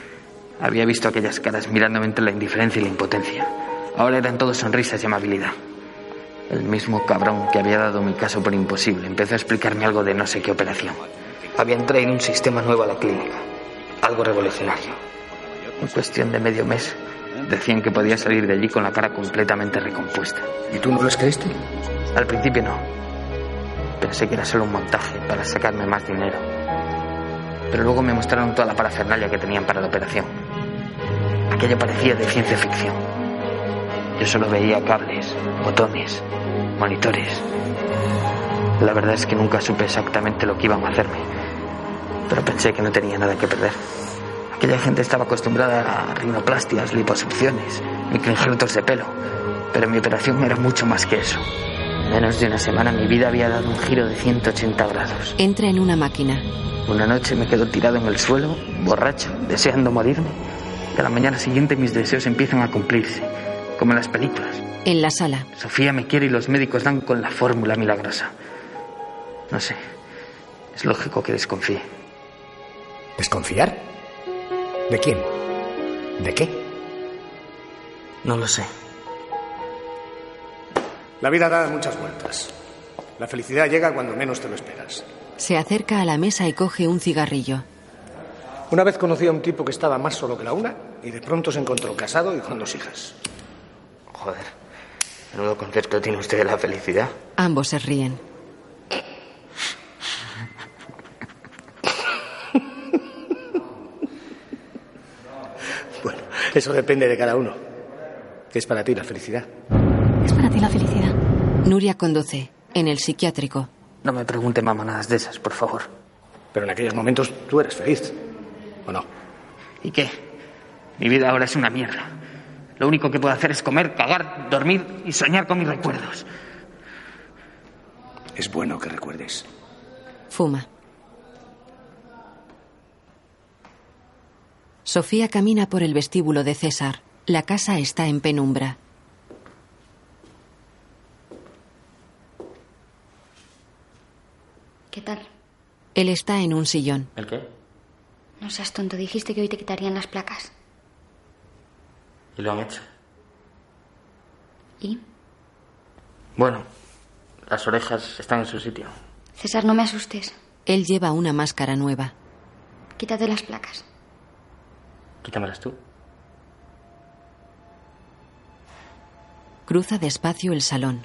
[SPEAKER 6] había visto aquellas caras mirándome entre la indiferencia y la impotencia. Ahora eran todos sonrisas y amabilidad. El mismo cabrón que había dado mi caso por imposible empezó a explicarme algo de no sé qué operación. Habían traído un sistema nuevo a la clínica, algo revolucionario. En cuestión de medio mes, decían que podía salir de allí con la cara completamente recompuesta.
[SPEAKER 4] ¿Y tú no les creíste?
[SPEAKER 6] Al principio no. Pensé que era solo un montaje para sacarme más dinero. Pero luego me mostraron toda la parafernalia que tenían para la operación. Aquello parecía de ciencia ficción. Yo solo veía cables, botones, monitores. La verdad es que nunca supe exactamente lo que iban a hacerme. Pero pensé que no tenía nada que perder. Aquella gente estaba acostumbrada a rinoplastias, liposucciones, microinjertos de pelo. Pero mi operación era mucho más que eso. En menos de una semana mi vida había dado un giro de 180 grados.
[SPEAKER 2] Entra en una máquina.
[SPEAKER 6] Una noche me quedo tirado en el suelo, borracho, deseando morirme. Y a la mañana siguiente mis deseos empiezan a cumplirse, como en las películas.
[SPEAKER 2] En la sala.
[SPEAKER 6] Sofía me quiere y los médicos dan con la fórmula milagrosa. No sé, es lógico que desconfíe.
[SPEAKER 4] ¿Desconfiar? ¿De quién?
[SPEAKER 24] ¿De qué?
[SPEAKER 25] No lo sé.
[SPEAKER 4] La vida da muchas vueltas. La felicidad llega cuando menos te lo esperas.
[SPEAKER 2] Se acerca a la mesa y coge un cigarrillo.
[SPEAKER 4] Una vez conocí a un tipo que estaba más solo que la una y de pronto se encontró casado y con dos hijas.
[SPEAKER 6] Joder, menudo concepto tiene usted de la felicidad.
[SPEAKER 2] Ambos se ríen.
[SPEAKER 4] Bueno, eso depende de cada uno. ¿Qué es para ti la felicidad?
[SPEAKER 26] Es para ti la felicidad.
[SPEAKER 2] Nuria conduce, en el psiquiátrico.
[SPEAKER 6] No me pregunte mamonadas de esas, por favor.
[SPEAKER 4] Pero en aquellos momentos tú eres feliz. ¿O no?
[SPEAKER 6] ¿Y qué? Mi vida ahora es una mierda. Lo único que puedo hacer es comer, cagar, dormir y soñar con mis recuerdos.
[SPEAKER 4] Es bueno que recuerdes.
[SPEAKER 2] Fuma. Sofía camina por el vestíbulo de César. La casa está en penumbra.
[SPEAKER 11] ¿Qué tal?
[SPEAKER 2] Él está en un sillón.
[SPEAKER 5] ¿El qué?
[SPEAKER 11] No seas tonto, dijiste que hoy te quitarían las placas.
[SPEAKER 5] Y lo han hecho.
[SPEAKER 11] ¿Y?
[SPEAKER 5] Bueno, las orejas están en su sitio.
[SPEAKER 11] César, no me asustes.
[SPEAKER 2] Él lleva una máscara nueva.
[SPEAKER 11] Quítate las placas.
[SPEAKER 5] Quítamelas tú.
[SPEAKER 2] Cruza despacio el salón.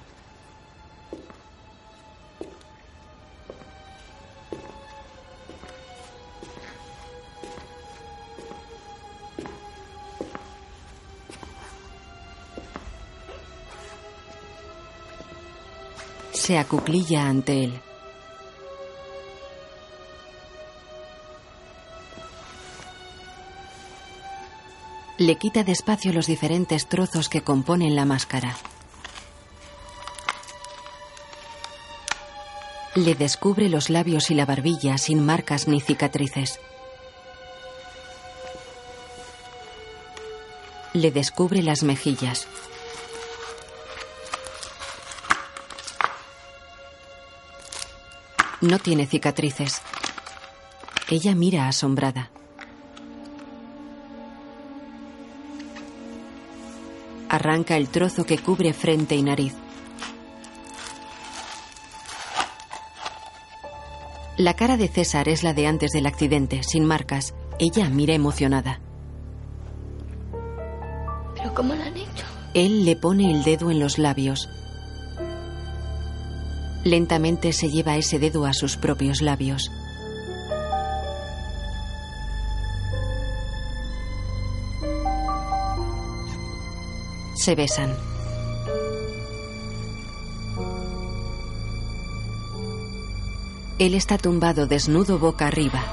[SPEAKER 2] Se acuclilla ante él. Le quita despacio los diferentes trozos que componen la máscara. Le descubre los labios y la barbilla sin marcas ni cicatrices. Le descubre las mejillas. No tiene cicatrices. Ella mira asombrada. Arranca el trozo que cubre frente y nariz. La cara de César es la de antes del accidente, sin marcas. Ella mira emocionada.
[SPEAKER 11] ¿Pero cómo lo han hecho?
[SPEAKER 2] Él le pone el dedo en los labios. Lentamente se lleva ese dedo a sus propios labios. Se besan. Él está tumbado desnudo boca arriba.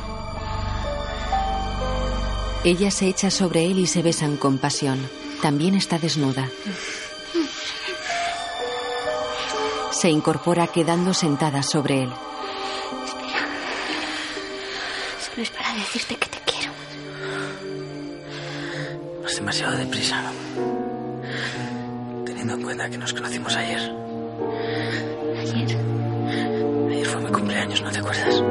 [SPEAKER 2] Ella se echa sobre él y se besan con pasión. También está desnuda. Se incorpora quedando sentada sobre él.
[SPEAKER 11] Solo es para decirte que te quiero.
[SPEAKER 6] Vas demasiado deprisa. Teniendo en cuenta que nos conocimos ayer.
[SPEAKER 11] Ayer
[SPEAKER 6] Ayer fue mi cumpleaños, ¿no te acuerdas?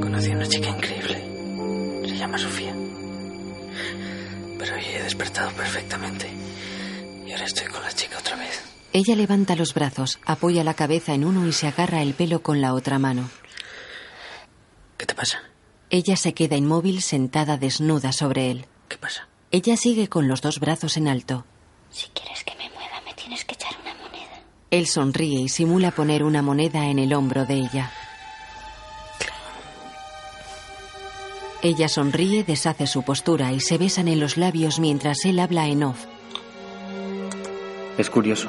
[SPEAKER 6] Conocí a una chica increíble. Se llama Sofía. Pero hoy he despertado perfectamente. Y ahora estoy con la chica otra vez.
[SPEAKER 2] Ella levanta los brazos, apoya la cabeza en uno y se agarra el pelo con la otra mano.
[SPEAKER 6] ¿Qué te pasa?
[SPEAKER 2] Ella se queda inmóvil sentada desnuda sobre él.
[SPEAKER 6] ¿Qué pasa?
[SPEAKER 2] Ella sigue con los dos brazos en alto.
[SPEAKER 11] Si quieres que me mueva, me tienes que echar una moneda.
[SPEAKER 2] Él sonríe y simula poner una moneda en el hombro de ella. Ella sonríe, deshace su postura y se besan en los labios mientras él habla en off.
[SPEAKER 5] Es curioso.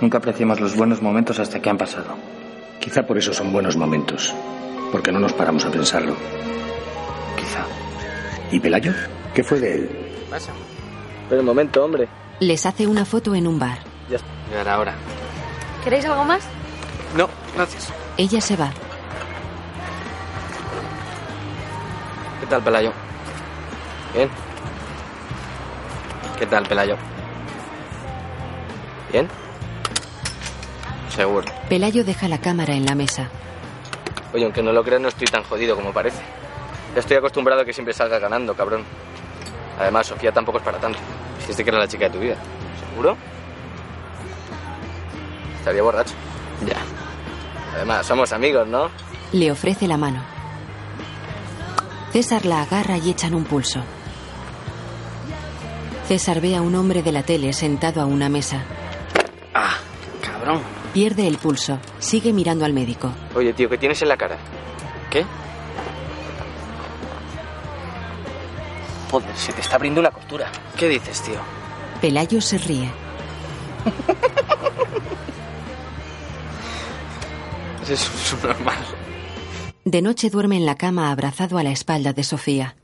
[SPEAKER 5] Nunca apreciamos los buenos momentos hasta que han pasado.
[SPEAKER 27] Quizá por eso son buenos momentos, porque no nos paramos a pensarlo.
[SPEAKER 5] Quizá.
[SPEAKER 27] ¿Y Pelayo? ¿Qué fue de él?
[SPEAKER 5] Pasa. Pero un momento, hombre.
[SPEAKER 2] Les hace una foto en un bar.
[SPEAKER 5] Ya está. Llegará ahora.
[SPEAKER 11] ¿Queréis algo más?
[SPEAKER 5] No, gracias.
[SPEAKER 2] Ella se va.
[SPEAKER 5] ¿Qué tal, Pelayo? Bien. ¿Qué tal, Pelayo? ¿Bien? Seguro.
[SPEAKER 2] Pelayo deja la cámara en la mesa.
[SPEAKER 5] Oye, aunque no lo creas, no estoy tan jodido como parece. Ya estoy acostumbrado a que siempre salga ganando, cabrón.
[SPEAKER 6] Además, Sofía tampoco es para tanto. Dijiste que era la chica de tu vida. ¿Seguro? Estaría borracho. Ya. Además, somos amigos, ¿no?
[SPEAKER 2] Le ofrece la mano. César la agarra y echan un pulso. César ve a un hombre de la tele sentado a una mesa.
[SPEAKER 6] Cabrón.
[SPEAKER 2] Pierde el pulso. Sigue mirando al médico.
[SPEAKER 6] Oye, tío, ¿qué tienes en la cara? ¿Qué? Joder, se te está abriendo una costura. ¿Qué dices, tío?
[SPEAKER 2] Pelayo se ríe.
[SPEAKER 6] Ese es un subnormal.
[SPEAKER 2] De noche duerme en la cama abrazado a la espalda de Sofía.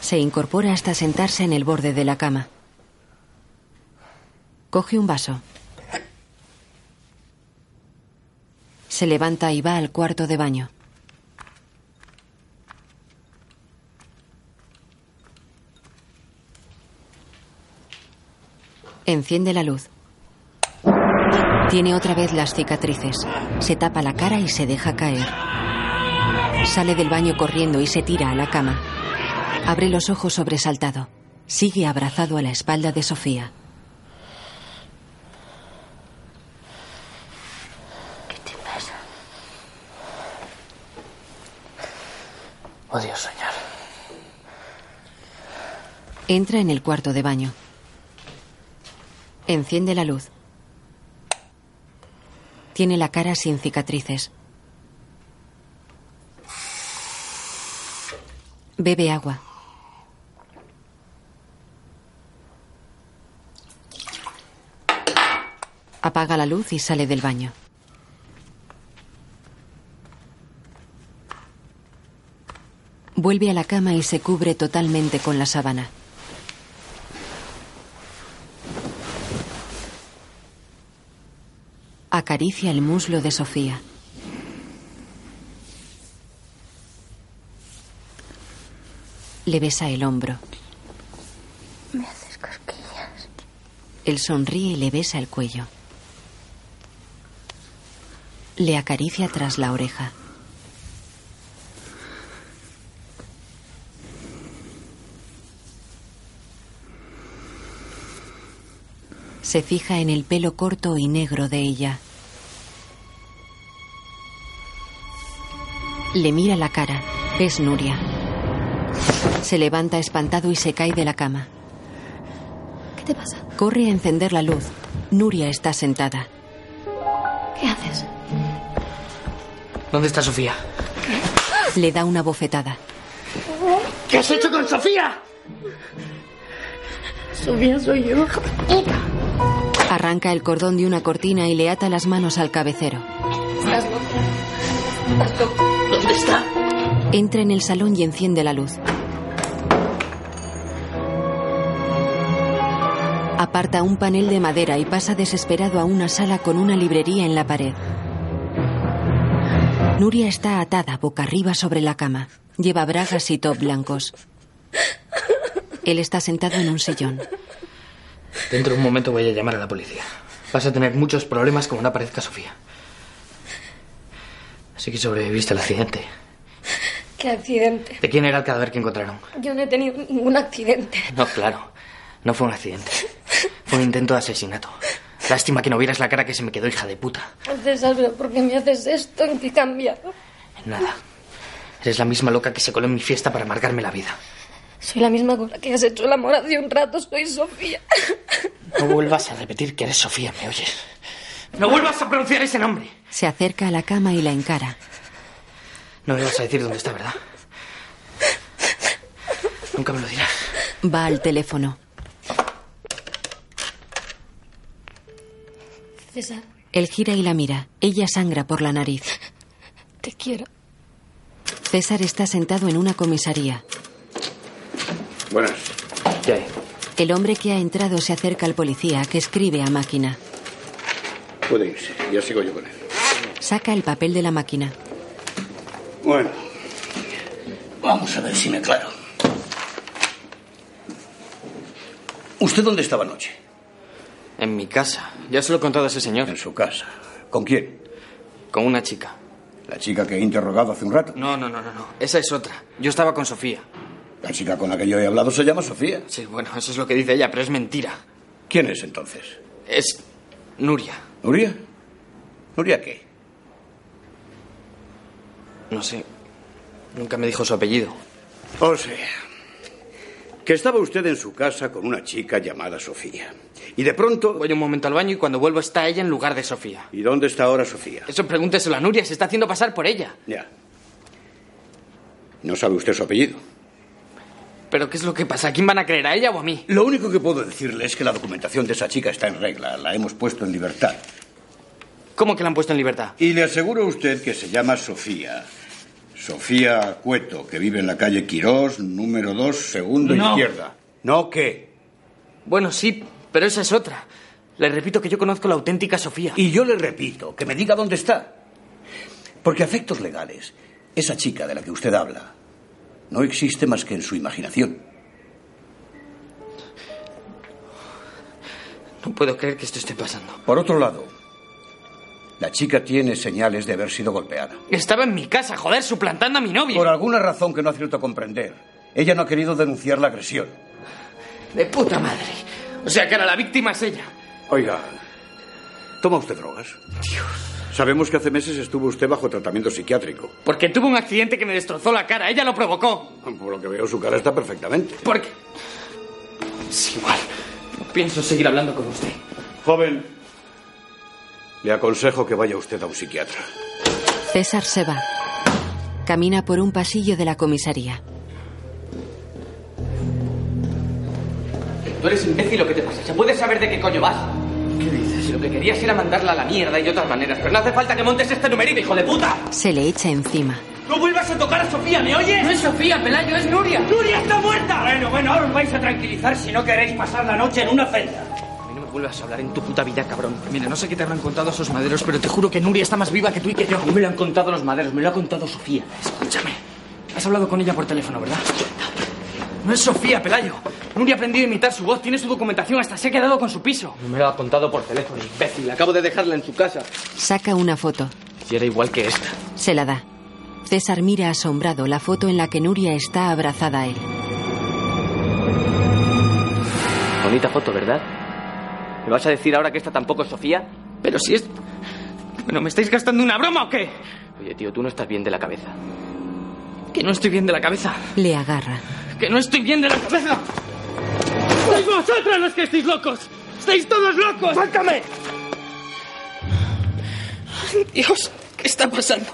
[SPEAKER 2] Se incorpora hasta sentarse en el borde de la cama. Coge un vaso. Se levanta y va al cuarto de baño. Enciende la luz. Tiene otra vez las cicatrices. Se tapa la cara y se deja caer. Sale del baño corriendo y se tira a la cama. Abre los ojos sobresaltado. Sigue abrazado a la espalda de Sofía.
[SPEAKER 8] ¿Qué pasa? Odio soñar.
[SPEAKER 2] Entra en el cuarto de baño. Enciende la luz. Tiene la cara sin cicatrices. Bebe agua. Apaga la luz y sale del baño. Vuelve a la cama y se cubre totalmente con la sábana. Acaricia el muslo de Sofía. Le besa el hombro.
[SPEAKER 8] Me haces cosquillas.
[SPEAKER 2] Él sonríe y le besa el cuello. Le acaricia tras la oreja. Se fija en el pelo corto y negro de ella. Le mira la cara. Es Nuria. Se levanta espantado y se cae de la cama.
[SPEAKER 3] ¿Qué te pasa?
[SPEAKER 2] Corre a encender la luz. Nuria está sentada.
[SPEAKER 3] ¿Qué haces?
[SPEAKER 6] ¿Dónde está Sofía?
[SPEAKER 2] Le da una bofetada.
[SPEAKER 8] ¿Qué has hecho con Sofía? Sofía soy yo.
[SPEAKER 2] Arranca el cordón de una cortina y le ata las manos al cabecero.
[SPEAKER 8] Estás loca. Estás loca. ¿Dónde está?
[SPEAKER 2] Entra en el salón y enciende la luz. Aparta un panel de madera y pasa desesperado a una sala con una librería en la pared. Nuria está atada boca arriba sobre la cama. Lleva bragas y top blancos. Él está sentado en un sillón.
[SPEAKER 6] Dentro de un momento voy a llamar a la policía. Vas a tener muchos problemas como no aparezca Sofía. Así que sobreviviste al accidente.
[SPEAKER 1] ¿Qué accidente?
[SPEAKER 6] ¿De quién era el cadáver que encontraron?
[SPEAKER 1] Yo no he tenido ningún accidente.
[SPEAKER 6] No, claro. No fue un accidente. Fue un intento de asesinato. Lástima que no vieras la cara que se me quedó, hija de puta.
[SPEAKER 1] César, ¿pero por qué me haces esto? ¿En qué he cambiado?
[SPEAKER 6] Nada. Eres la misma loca que se coló en mi fiesta para marcarme la vida.
[SPEAKER 1] Soy la misma con la que has hecho el amor hace un rato. Soy Sofía.
[SPEAKER 6] No vuelvas a repetir que eres Sofía, ¿me oyes? No vuelvas a pronunciar ese nombre.
[SPEAKER 2] Se acerca a la cama y la encara.
[SPEAKER 6] No me vas a decir dónde está, ¿verdad? Nunca me lo dirás.
[SPEAKER 2] Va al teléfono.
[SPEAKER 1] César,
[SPEAKER 2] Él gira y la mira. Ella sangra por la nariz.
[SPEAKER 1] te quiero.
[SPEAKER 2] César está sentado en una comisaría.
[SPEAKER 6] Buenas. ¿Qué hay?
[SPEAKER 2] El hombre que ha entrado se acerca al policía, que escribe a máquina.
[SPEAKER 28] Puede irse, ya sigo yo con él.
[SPEAKER 2] Saca el papel de la máquina.
[SPEAKER 28] Bueno, vamos a ver si me aclaro. ¿Usted dónde estaba anoche?
[SPEAKER 6] En mi casa. Ya se lo he contado a ese señor.
[SPEAKER 28] En su casa. ¿Con quién?
[SPEAKER 6] Con una chica.
[SPEAKER 28] ¿La chica que he interrogado hace un rato?
[SPEAKER 6] No, no, no, no, no. Esa es otra. Yo estaba con Sofía.
[SPEAKER 28] La chica con la que yo he hablado se llama Sofía.
[SPEAKER 6] Sí, bueno, eso es lo que dice ella, pero es mentira.
[SPEAKER 28] ¿Quién es entonces?
[SPEAKER 6] Es Nuria.
[SPEAKER 28] ¿Nuria? ¿Nuria qué?
[SPEAKER 6] No sé. Nunca me dijo su apellido.
[SPEAKER 28] O sea, que estaba usted en su casa con una chica llamada Sofía. Y de pronto...
[SPEAKER 6] Voy un momento al baño y cuando vuelvo está ella en lugar de Sofía.
[SPEAKER 28] ¿Y dónde está ahora Sofía?
[SPEAKER 6] Eso pregúnteselo a Nuria, se está haciendo pasar por ella.
[SPEAKER 28] Ya. No sabe usted su apellido.
[SPEAKER 6] ¿Pero qué es lo que pasa? ¿A quién van a creer, a ella o a mí?
[SPEAKER 28] Lo único que puedo decirle es que la documentación de esa chica está en regla. La hemos puesto en libertad.
[SPEAKER 6] ¿Cómo que la han puesto en libertad?
[SPEAKER 28] Y le aseguro a usted que se llama Sofía. Sofía Cueto, que vive en la calle Quirós, número 2, segundo
[SPEAKER 6] No.
[SPEAKER 28] izquierda. ¿No qué?
[SPEAKER 6] Bueno, sí, pero esa es otra. Le repito que yo conozco la auténtica Sofía.
[SPEAKER 28] Y yo le repito, que me diga dónde está. Porque afectos legales, esa chica de la que usted habla, no existe más que en su imaginación.
[SPEAKER 6] No puedo creer que esto esté pasando.
[SPEAKER 28] Por otro lado, la chica tiene señales de haber sido golpeada.
[SPEAKER 6] Estaba en mi casa, joder, suplantando a mi novia.
[SPEAKER 28] Por alguna razón que no acierto a comprender, ella no ha querido denunciar la agresión.
[SPEAKER 6] De puta madre. O sea que ahora la víctima es ella.
[SPEAKER 28] Oiga, ¿toma usted drogas? Sabemos que hace meses estuvo usted bajo tratamiento psiquiátrico.
[SPEAKER 6] Porque tuvo un accidente que me destrozó la cara. Ella lo provocó.
[SPEAKER 28] Por lo que veo, su cara está perfectamente.
[SPEAKER 6] Porque... Es igual. No pienso seguir hablando con usted.
[SPEAKER 28] Joven, le aconsejo que vaya usted a un psiquiatra.
[SPEAKER 2] César se va. Camina por un pasillo de la comisaría.
[SPEAKER 6] Tú eres imbécil lo que te pasa. Se puede saber de qué coño vas. ¿Qué dices? Lo que querías era mandarla a la mierda y de otras maneras. Pero no hace falta que montes este numerito, hijo de puta.
[SPEAKER 2] Se le echa encima.
[SPEAKER 6] ¡No vuelvas a tocar a Sofía, ¿me oyes? No es Sofía, Pelayo, es Nuria. ¡Nuria está muerta! Bueno, bueno, ahora os vais a tranquilizar si no queréis pasar la noche en una celda. A mí no me vuelvas a hablar en tu puta vida, cabrón. Mira, no sé qué te habrán contado esos maderos, pero te juro que Nuria está más viva que tú y que yo. No me lo han contado los maderos, me lo ha contado Sofía. Escúchame. Has hablado con ella por teléfono, ¿verdad? No es Sofía, Pelayo. Nuria ha aprendido a imitar su voz, tiene su documentación, hasta se ha quedado con su piso. No me lo ha contado por teléfono, imbécil. Acabo de dejarla en su casa.
[SPEAKER 2] Saca una foto.
[SPEAKER 6] Y era igual que esta.
[SPEAKER 2] Se la da. César mira asombrado la foto en la que Nuria está abrazada a él.
[SPEAKER 6] Bonita foto, ¿verdad? ¿Me vas a decir ahora que esta tampoco es Sofía? Pero si es... Bueno, ¿me estáis gastando una broma o qué? Oye, tío, tú no estás bien de la cabeza. Que no estoy bien de la cabeza.
[SPEAKER 2] Le agarra.
[SPEAKER 6] Que no estoy bien de la cabeza. ¡Sois vosotros los que estáis locos! ¡Estáis todos locos! ¡Sáltame! Dios, ¿qué está pasando?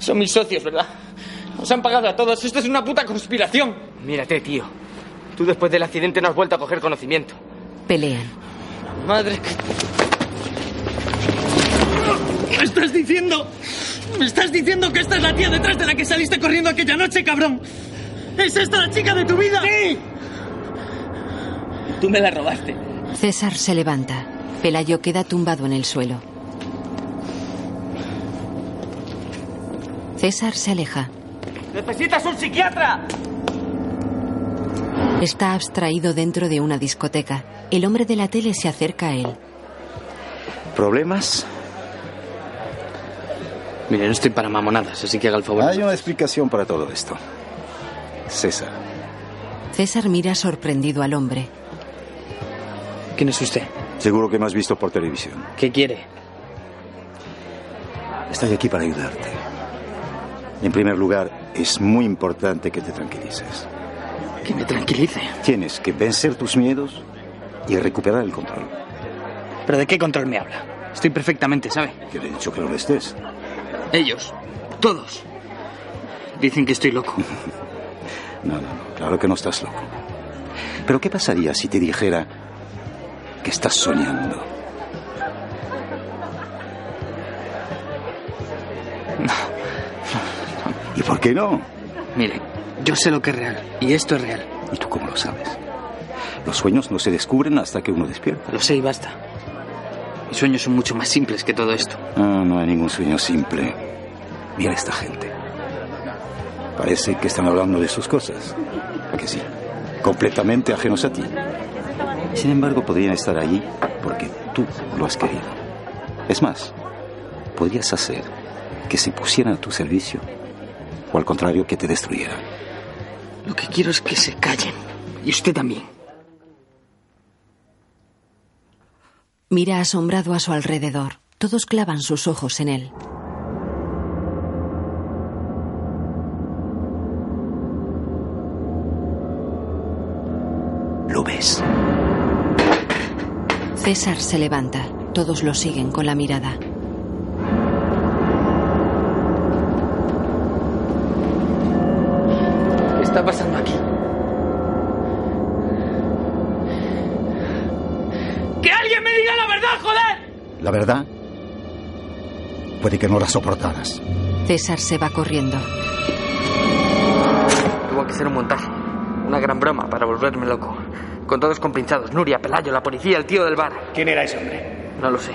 [SPEAKER 6] Son mis socios, ¿verdad? Os han pagado a todos. Esto es una puta conspiración. Mírate, tío. Tú después del accidente no has vuelto a coger conocimiento.
[SPEAKER 2] Pelean.
[SPEAKER 6] Madre que... ¿Me estás diciendo? ¿Me estás diciendo que esta es la tía detrás de la que saliste corriendo aquella noche, cabrón? ¿Es esta la chica de tu vida? ¡Sí! Tú me la robaste.
[SPEAKER 2] César se levanta. Pelayo queda tumbado en el suelo. César se aleja.
[SPEAKER 6] ¡Necesitas un psiquiatra!
[SPEAKER 2] Está abstraído dentro de una discoteca. El hombre de la tele se acerca a él.
[SPEAKER 10] ¿Problemas?
[SPEAKER 6] Mire, no estoy para mamonadas, así que haga el favor.
[SPEAKER 10] Hay una explicación para todo esto. César,
[SPEAKER 2] César mira sorprendido al hombre.
[SPEAKER 6] ¿Quién es usted?
[SPEAKER 10] seguro que me has visto por televisión.
[SPEAKER 6] ¿Qué quiere?
[SPEAKER 10] Estoy aquí para ayudarte. En primer lugar, es muy importante que te tranquilices.
[SPEAKER 6] Que me tranquilice.
[SPEAKER 10] Tienes que vencer tus miedos y recuperar el control.
[SPEAKER 6] ¿Pero de qué control me habla? Estoy perfectamente, ¿sabe?
[SPEAKER 10] Que de hecho que no lo estés.
[SPEAKER 6] Ellos, todos, dicen que estoy
[SPEAKER 10] [laughs]
[SPEAKER 6] loco.
[SPEAKER 10] No, no, no, claro que no estás loco. Pero ¿qué pasaría si te dijera que estás
[SPEAKER 6] [laughs]
[SPEAKER 10] soñando? ¿Y por qué no?
[SPEAKER 6] Mire, yo sé lo que es real, y esto es real.
[SPEAKER 10] ¿Y tú cómo lo sabes? Los sueños no se descubren hasta que uno despierta.
[SPEAKER 6] Lo sé y basta. Mis sueños son mucho más simples que todo esto.
[SPEAKER 10] Ah, no hay ningún sueño simple. Mira a esta gente. Parece que están hablando de sus cosas. ¿A Que sí. Completamente ajenos a ti. Sin embargo, podrían estar allí porque tú lo has querido. Es más, podrías hacer que se pusieran a tu servicio o al contrario que te destruyeran.
[SPEAKER 8] Lo que quiero es que se callen. Y usted también.
[SPEAKER 2] Mira asombrado a su alrededor. Todos clavan sus ojos en él.
[SPEAKER 10] Lo ves.
[SPEAKER 2] César se levanta. Todos lo siguen con la mirada.
[SPEAKER 8] ¿Qué está pasando aquí? ¡Que alguien me diga la verdad, joder!
[SPEAKER 16] La verdad, puede que no la soportaras.
[SPEAKER 2] César se va corriendo.
[SPEAKER 6] Tuvo que ser un montaje. Una gran broma para volverme loco. Con todos compinchados. Nuria, Pelayo, la policía, el tío del bar.
[SPEAKER 29] ¿Quién era ese hombre?
[SPEAKER 6] No lo sé.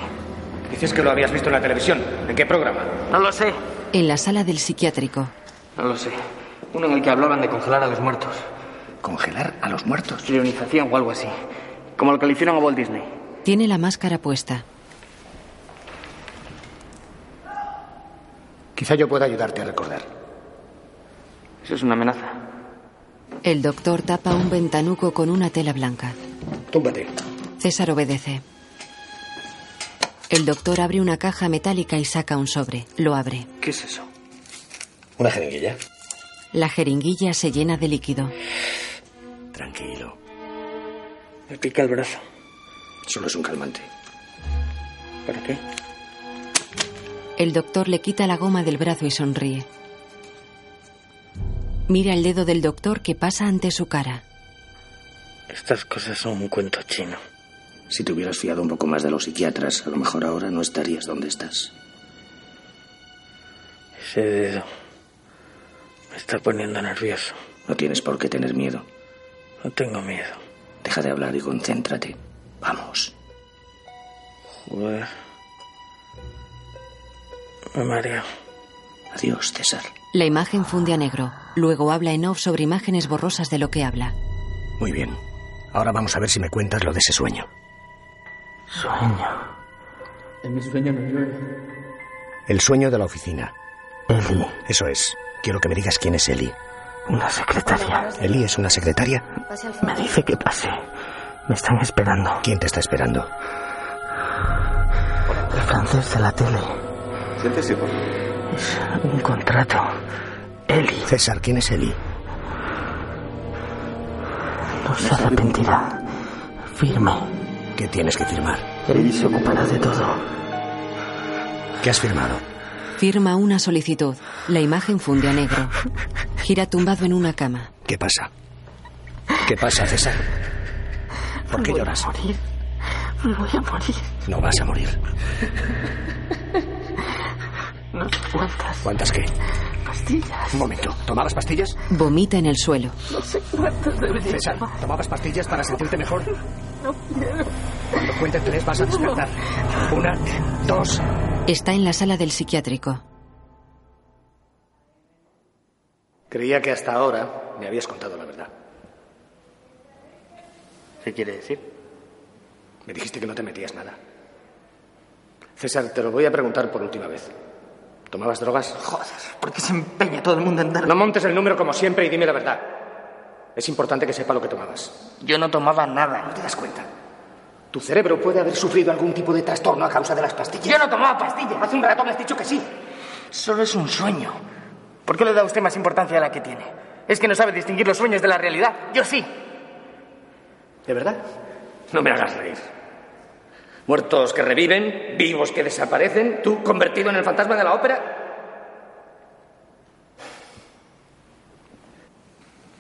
[SPEAKER 29] Dices que lo habías visto en la televisión. ¿En qué programa?
[SPEAKER 6] No lo sé.
[SPEAKER 2] En la sala del psiquiátrico,
[SPEAKER 6] No lo sé. Uno en el que hablaban de congelar a los muertos.
[SPEAKER 29] ¿Congelar a los muertos?
[SPEAKER 6] Leonización o algo así. Como lo que le hicieron a Walt Disney.
[SPEAKER 2] tiene la máscara puesta.
[SPEAKER 29] Quizá yo pueda ayudarte a recordar.
[SPEAKER 6] Eso es una amenaza.
[SPEAKER 2] El doctor tapa un ventanuco con una tela blanca.
[SPEAKER 29] Túmbate.
[SPEAKER 2] César obedece. El doctor abre una caja metálica y saca un sobre. Lo abre.
[SPEAKER 6] ¿Qué es eso?
[SPEAKER 29] ¿Una jeringuilla?
[SPEAKER 2] La jeringuilla se llena de líquido.
[SPEAKER 29] Tranquilo.
[SPEAKER 6] Me pica el brazo.
[SPEAKER 29] Solo es un calmante.
[SPEAKER 6] ¿Para qué?
[SPEAKER 2] El doctor le quita la goma del brazo y sonríe. Mira el dedo del doctor que pasa ante su cara.
[SPEAKER 8] Estas cosas son un cuento chino.
[SPEAKER 4] Si te hubieras fiado un poco más de los psiquiatras, a lo mejor ahora no estarías donde estás.
[SPEAKER 8] Ese dedo me está poniendo nervioso.
[SPEAKER 4] No tienes por qué tener miedo.
[SPEAKER 8] No tengo miedo.
[SPEAKER 4] Deja de hablar y concéntrate. Vamos.
[SPEAKER 8] Joder. Me mareo.
[SPEAKER 4] Adiós, César.
[SPEAKER 2] La imagen funde a negro. Luego habla en off sobre imágenes borrosas de lo que habla.
[SPEAKER 4] Muy bien. Ahora vamos a ver si me cuentas lo de ese sueño.
[SPEAKER 8] Sueño.
[SPEAKER 6] En mi sueño no llueve.
[SPEAKER 4] El sueño de la oficina.
[SPEAKER 8] Eli.
[SPEAKER 4] Eso es. Quiero que me digas quién es Eli.
[SPEAKER 8] Una secretaria.
[SPEAKER 4] Eli es una secretaria.
[SPEAKER 8] Me dice que pase. Me están esperando.
[SPEAKER 4] ¿Quién te está esperando?
[SPEAKER 8] El francés de la tele.
[SPEAKER 14] Siéntese, por
[SPEAKER 8] Es un contrato. Eli.
[SPEAKER 4] César, ¿quién es Eli?
[SPEAKER 8] No se arrepentirá. Firme.
[SPEAKER 4] ¿Qué tienes que firmar?
[SPEAKER 8] Eli se ocupará de todo.
[SPEAKER 4] ¿Qué has firmado?
[SPEAKER 2] Firma una solicitud. La imagen funde a negro. Gira tumbado en una cama.
[SPEAKER 4] ¿Qué pasa? ¿Qué pasa, César? ¿Por qué lloras?
[SPEAKER 8] Me voy a morir.
[SPEAKER 4] No vas a morir.
[SPEAKER 8] No cuentas.
[SPEAKER 4] ¿Cuántas qué?
[SPEAKER 8] Pastillas.
[SPEAKER 4] Un momento. ¿Tomabas pastillas?
[SPEAKER 2] Vomita en el suelo.
[SPEAKER 8] No sé cuántas debería
[SPEAKER 4] César,
[SPEAKER 8] tomar.
[SPEAKER 4] ¿tomabas pastillas para sentirte mejor?
[SPEAKER 8] No quiero.
[SPEAKER 4] Cuando cuente tres vas a despertar. Una, dos.
[SPEAKER 2] Está en la sala del psiquiátrico.
[SPEAKER 29] Creía que hasta ahora me habías contado la verdad.
[SPEAKER 6] ¿Qué quiere decir?
[SPEAKER 29] Me dijiste que no te metías nada. César, te lo voy a preguntar por última vez. ¿Tomabas drogas? Joder,
[SPEAKER 6] ¿por qué se empeña todo el mundo en dar...
[SPEAKER 29] No montes el número como siempre y dime la verdad. Es importante que sepa lo que tomabas.
[SPEAKER 6] Yo no tomaba nada.
[SPEAKER 29] ¿Te das cuenta? Tu cerebro puede haber sufrido algún tipo de trastorno a causa de las pastillas.
[SPEAKER 6] Yo no tomaba pastillas.
[SPEAKER 29] Hace un rato me has dicho que sí.
[SPEAKER 6] Solo es un sueño. ¿Por qué le da a usted más importancia a la que tiene? Es que no sabe distinguir los sueños de la realidad. Yo sí.
[SPEAKER 29] ¿De verdad? No me hagas reír. Muertos que reviven, vivos que desaparecen, tú convertido en el fantasma de la ópera.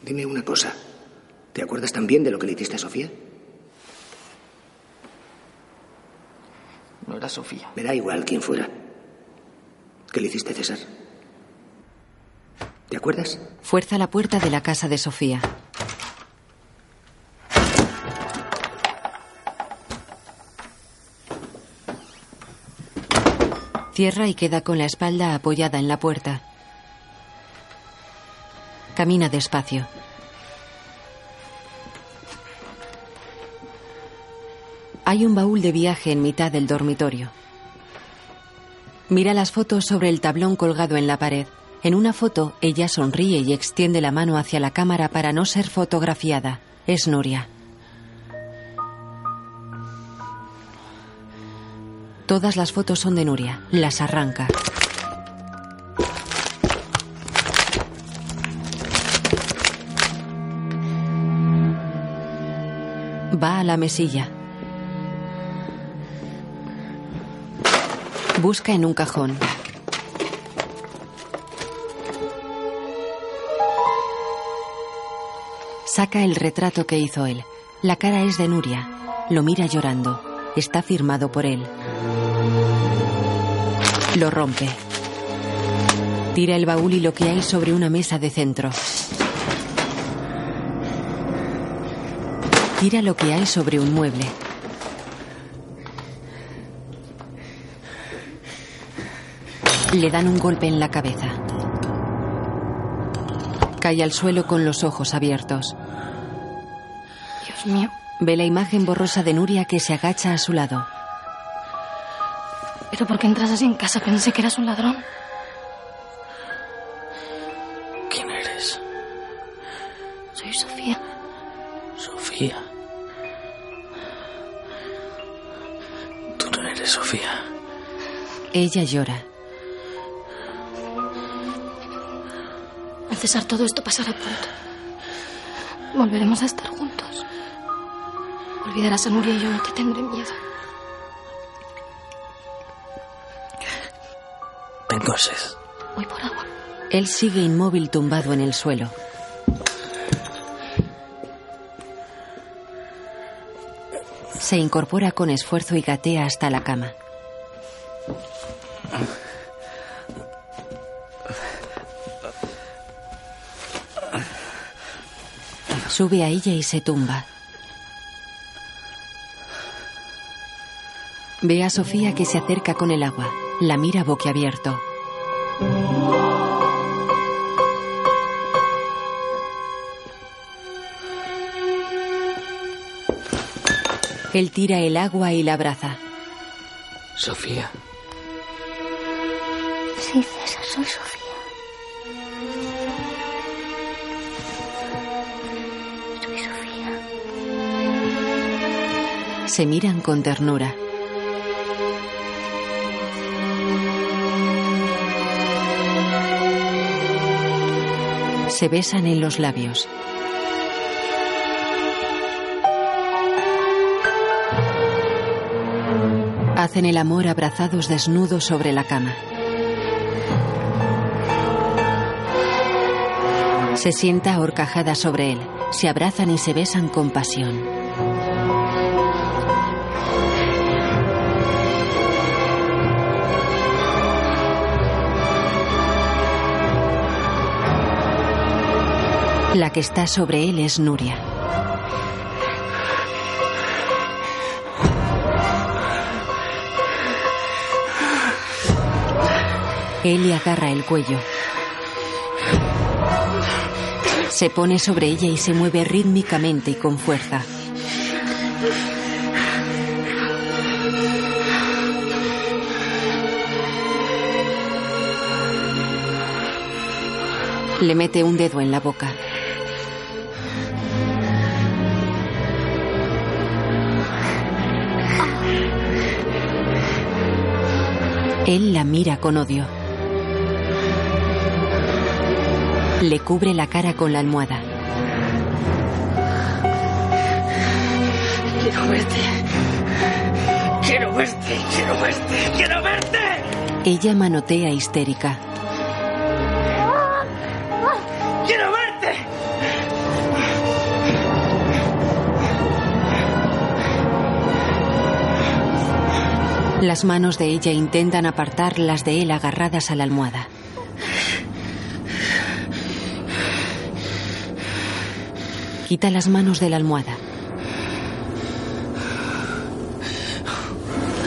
[SPEAKER 4] Dime una cosa. ¿Te acuerdas también de lo que le hiciste a Sofía?
[SPEAKER 6] No era Sofía.
[SPEAKER 4] Me da igual quién fuera. ¿Qué le hiciste, César? ¿Te acuerdas?
[SPEAKER 2] Fuerza la puerta de la casa de Sofía. Cierra y queda con la espalda apoyada en la puerta. Camina despacio. Hay un baúl de viaje en mitad del dormitorio. Mira las fotos sobre el tablón colgado en la pared. En una foto, ella sonríe y extiende la mano hacia la cámara para no ser fotografiada. Es Nuria. Todas las fotos son de Nuria. Las arranca. Va a la mesilla. Busca en un cajón. Saca el retrato que hizo él. La cara es de Nuria. Lo mira llorando. Está firmado por él. Lo rompe. Tira el baúl y lo que hay sobre una mesa de centro. Tira lo que hay sobre un mueble. Le dan un golpe en la cabeza. Cae al suelo con los ojos abiertos.
[SPEAKER 3] Dios mío.
[SPEAKER 2] Ve la imagen borrosa de Nuria que se agacha a su lado.
[SPEAKER 3] Pero ¿por qué entras así en casa? Pensé que eras un ladrón.
[SPEAKER 8] ¿Quién eres?
[SPEAKER 3] Soy Sofía.
[SPEAKER 8] Sofía. Tú no eres Sofía.
[SPEAKER 2] Ella llora.
[SPEAKER 3] Al cesar todo esto pasará pronto. Volveremos a estar juntos. Olvidarás a Nuria y yo no te tendré miedo.
[SPEAKER 8] Tengo sed.
[SPEAKER 3] Voy por agua.
[SPEAKER 2] Él sigue inmóvil tumbado en el suelo. Se incorpora con esfuerzo y gatea hasta la cama. Sube a ella y se tumba. Ve a Sofía que se acerca con el agua. La mira boquiabierto. Él tira el agua y la abraza.
[SPEAKER 8] Sofía.
[SPEAKER 3] Sí, César, soy Sofía. Soy Sofía.
[SPEAKER 2] Se miran con ternura. Se besan en los labios. Hacen el amor abrazados desnudos sobre la cama. Se sienta ahorcajada sobre él. Se abrazan y se besan con pasión. La que está sobre él es Nuria. Él le agarra el cuello. Se pone sobre ella y se mueve rítmicamente y con fuerza. Le mete un dedo en la boca. Él la mira con odio. Le cubre la cara con la almohada.
[SPEAKER 8] Quiero verte. Quiero verte, quiero verte, quiero verte.
[SPEAKER 2] Ella manotea histérica.
[SPEAKER 8] Quiero verte.
[SPEAKER 2] Las manos de ella intentan apartar las de él agarradas a la almohada. Quita las manos de la almohada.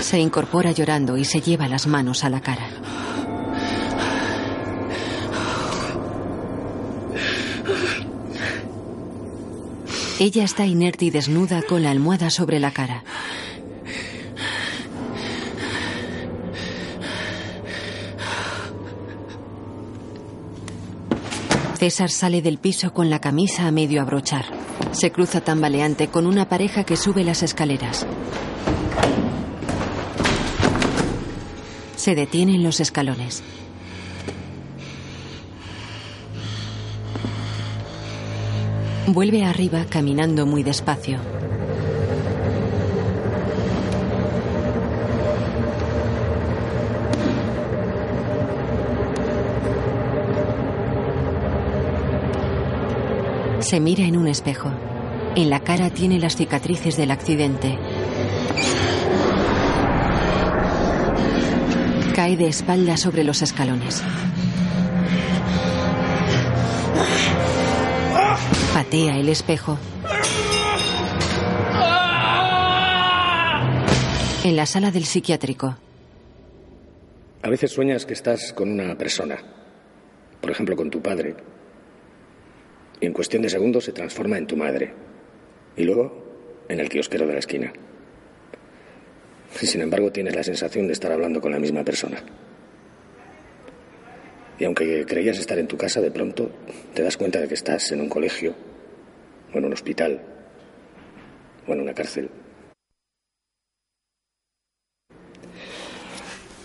[SPEAKER 2] Se incorpora llorando y se lleva las manos a la cara. Ella está inerte y desnuda con la almohada sobre la cara. César sale del piso con la camisa a medio abrochar. Se cruza tambaleante con una pareja que sube las escaleras. Se detiene en los escalones. Vuelve arriba caminando muy despacio. Se mira en un espejo. En la cara tiene las cicatrices del accidente. Cae de espalda sobre los escalones. Patea el espejo. En la sala del psiquiátrico,
[SPEAKER 4] A veces sueñas que estás con una persona, por ejemplo con tu padre, y en cuestión de segundos se transforma en tu madre, y luego en el kiosquero de la esquina. Y sin embargo tienes la sensación de estar hablando con la misma persona. Y aunque creías estar en tu casa, de pronto te das cuenta de que estás en un colegio, o en un hospital, o en una cárcel.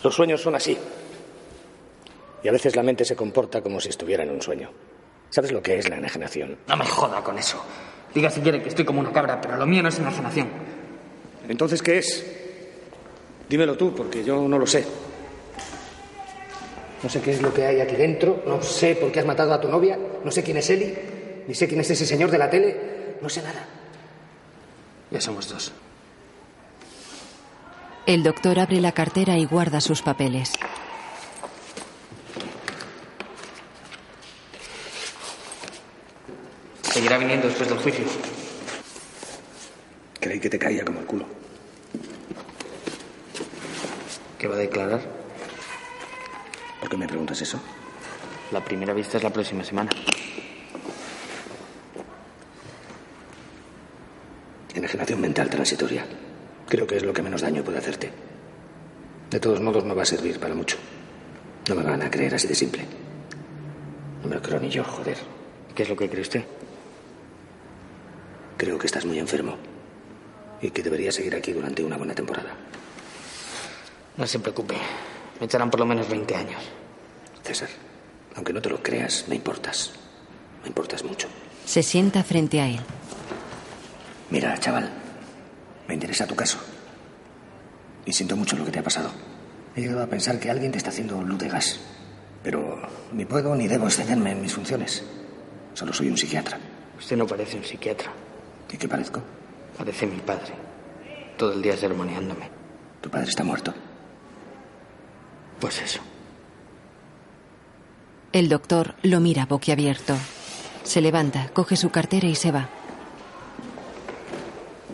[SPEAKER 4] Los sueños son así. Y a veces la mente se comporta como si estuviera en un sueño. ¿Sabes lo que es la enajenación?
[SPEAKER 6] No me joda con eso. Diga si quiere que estoy como una cabra, pero lo mío no es imaginación.
[SPEAKER 4] Entonces, ¿qué es? Dímelo tú, porque yo no lo sé. No sé qué es lo que hay aquí dentro, no sé por qué has matado a tu novia, no sé quién es Eli, ni sé quién es ese señor de la tele, no sé nada.
[SPEAKER 6] Ya somos dos.
[SPEAKER 2] el doctor abre la cartera y guarda sus papeles.
[SPEAKER 6] Seguirá viniendo después del juicio.
[SPEAKER 4] Creí que te caía como el culo.
[SPEAKER 6] ¿Qué va a declarar?
[SPEAKER 4] ¿Por qué me preguntas eso?
[SPEAKER 6] La primera vista es la próxima semana.
[SPEAKER 4] Enajenación mental transitoria. Creo que es lo que menos daño puede hacerte. De todos modos, no va a servir para mucho. No me van a creer así de simple. No me lo creo ni yo, joder.
[SPEAKER 6] ¿Qué es lo que cree usted?
[SPEAKER 4] Creo que estás muy enfermo y que deberías seguir aquí durante una buena temporada.
[SPEAKER 6] No se preocupe. Me echarán por lo menos 20 años.
[SPEAKER 4] César, aunque no te lo creas, me importas. Me importas mucho.
[SPEAKER 2] Se sienta frente a él.
[SPEAKER 4] Mira, chaval, me interesa tu caso. Y siento mucho lo que te ha pasado. He llegado a pensar que alguien te está haciendo luz de gas. Pero ni puedo ni debo excederme en mis funciones. Solo soy un psiquiatra.
[SPEAKER 6] Usted no parece un psiquiatra.
[SPEAKER 4] ¿Y qué parezco?
[SPEAKER 6] Parece mi padre. Todo el día sermoneándome.
[SPEAKER 4] Tu padre está muerto.
[SPEAKER 6] Pues eso.
[SPEAKER 2] El doctor lo mira boquiabierto. Se levanta, coge su cartera y se va.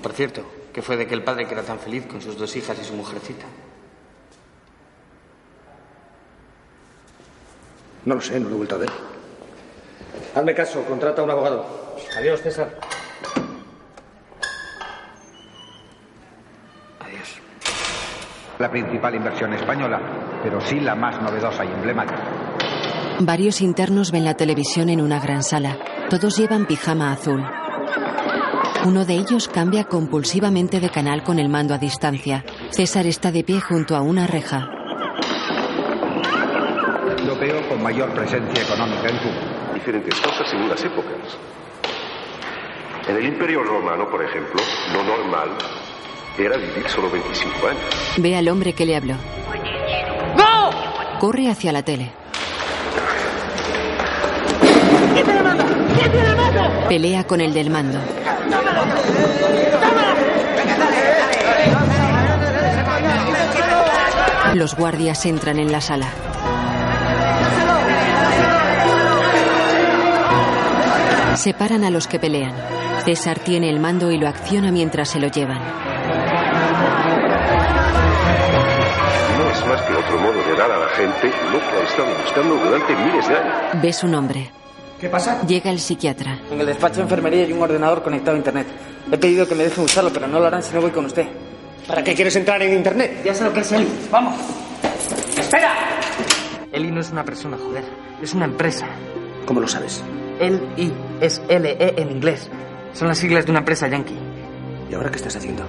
[SPEAKER 6] Por cierto, ¿qué fue de aquel padre que era tan feliz con sus dos hijas y su mujercita?
[SPEAKER 4] No lo sé, no lo he vuelto a ver. Hazme caso, contrata a un abogado. Adiós, César.
[SPEAKER 9] La principal inversión española, pero sí la más novedosa y emblemática.
[SPEAKER 2] Varios internos ven la televisión en una gran sala. Todos llevan pijama azul. Uno de ellos cambia compulsivamente de canal con el mando a distancia. César está de pie junto a una reja.
[SPEAKER 9] Lo veo con mayor presencia económica en Cuba.
[SPEAKER 14] diferentes cosas en unas épocas. En el Imperio Romano, por ejemplo, lo normal era vivir solo 25 años.
[SPEAKER 2] Ve al hombre que le habló. Corre hacia la tele. Pelea con el del mando. Los guardias entran en la sala. Separan a los que pelean. César tiene el mando y lo acciona mientras se lo llevan.
[SPEAKER 14] No es más que otro modo de dar a la gente lo que ha estado buscando durante miles de años.
[SPEAKER 2] Ve su nombre.
[SPEAKER 6] ¿Qué pasa?
[SPEAKER 2] Llega el psiquiatra.
[SPEAKER 6] En el despacho de enfermería hay un ordenador conectado a internet. He pedido que me dejen usarlo, pero no lo harán si no voy con usted.
[SPEAKER 4] ¿Para qué quieres entrar en internet?
[SPEAKER 6] Ya sé lo que es Eli. ¡Vamos! ¡Espera! Eli no es una persona, joder. Es una empresa.
[SPEAKER 4] ¿Cómo lo sabes?
[SPEAKER 6] L-I-S-L-E E en inglés. Son las siglas de una empresa yankee. ¿Y ahora qué estás haciendo?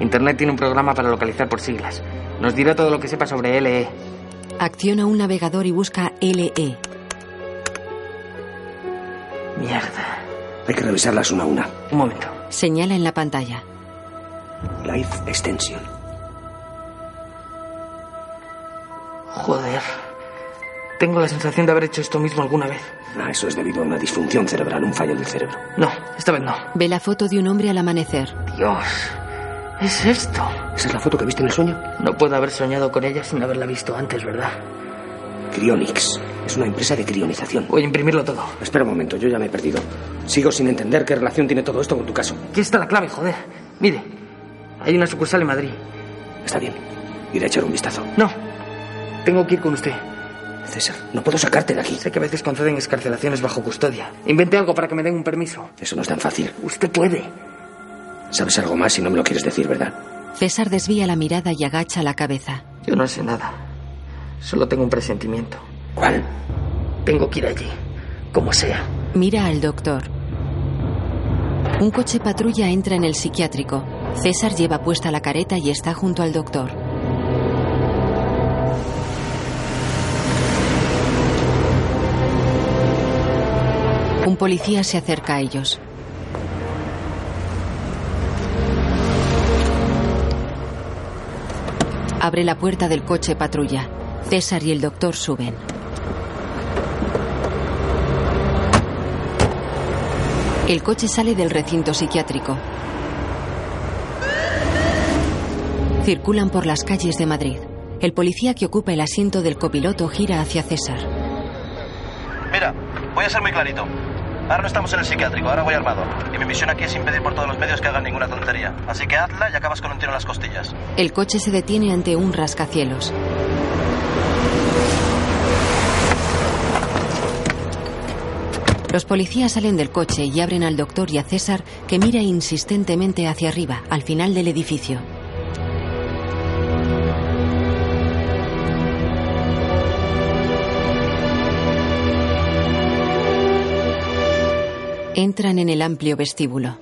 [SPEAKER 6] Internet tiene un programa para localizar por siglas. Nos dirá todo lo que sepa sobre E. LE.
[SPEAKER 2] Acciona un navegador y busca E. LE.
[SPEAKER 6] Mierda.
[SPEAKER 4] Hay que revisarlas una a una.
[SPEAKER 6] Un momento.
[SPEAKER 2] Señala en la pantalla.
[SPEAKER 4] Life Extension.
[SPEAKER 6] Joder. Tengo la sensación de haber hecho esto mismo alguna vez.
[SPEAKER 4] Ah, eso es debido a una disfunción cerebral, un fallo del cerebro.
[SPEAKER 6] No, esta vez no.
[SPEAKER 2] Ve la foto de un hombre al amanecer.
[SPEAKER 6] Dios. ¿Es esto?
[SPEAKER 4] ¿Esa es la foto que viste en el sueño?
[SPEAKER 6] No puedo haber soñado con ella sin haberla visto antes, ¿verdad?
[SPEAKER 4] Cryonics. Es una empresa de crionización.
[SPEAKER 6] Voy a imprimirlo todo.
[SPEAKER 4] Espera un momento, yo ya me he perdido. Sigo sin entender qué relación tiene todo esto con tu caso.
[SPEAKER 6] Aquí está la clave, joder. Mire, hay una sucursal en Madrid.
[SPEAKER 4] Está bien. Iré a echar un vistazo.
[SPEAKER 6] No, tengo que ir con usted.
[SPEAKER 4] César, no puedo sacarte de aquí.
[SPEAKER 6] Sé que a veces conceden excarcelaciones bajo custodia. Invente algo para que me den un permiso.
[SPEAKER 4] Eso no es tan fácil.
[SPEAKER 6] Usted puede.
[SPEAKER 4] Sabes algo más si no me lo quieres decir, ¿verdad?
[SPEAKER 2] César desvía la mirada y agacha la cabeza.
[SPEAKER 6] Yo no sé nada. Solo tengo un presentimiento.
[SPEAKER 4] ¿Cuál?
[SPEAKER 6] Tengo que ir allí, como sea.
[SPEAKER 2] Mira al doctor. Un coche patrulla entra en el psiquiátrico. César lleva puesta la careta y está junto al doctor. Un policía se acerca a ellos. Abre la puerta del coche patrulla. César y el doctor suben. El coche sale del recinto psiquiátrico. Circulan por las calles de Madrid. El policía que ocupa el asiento del copiloto gira hacia César.
[SPEAKER 28] Mira, voy a ser muy clarito. Ahora no estamos en el psiquiátrico, ahora voy armado. Y mi misión aquí es impedir por todos los medios que hagan ninguna tontería. Así que hazla y acabas con un tiro en las costillas.
[SPEAKER 2] El coche se detiene ante un rascacielos. Los policías salen del coche y abren al doctor y a César, que mira insistentemente hacia arriba, al final del edificio. Entran en el amplio vestíbulo.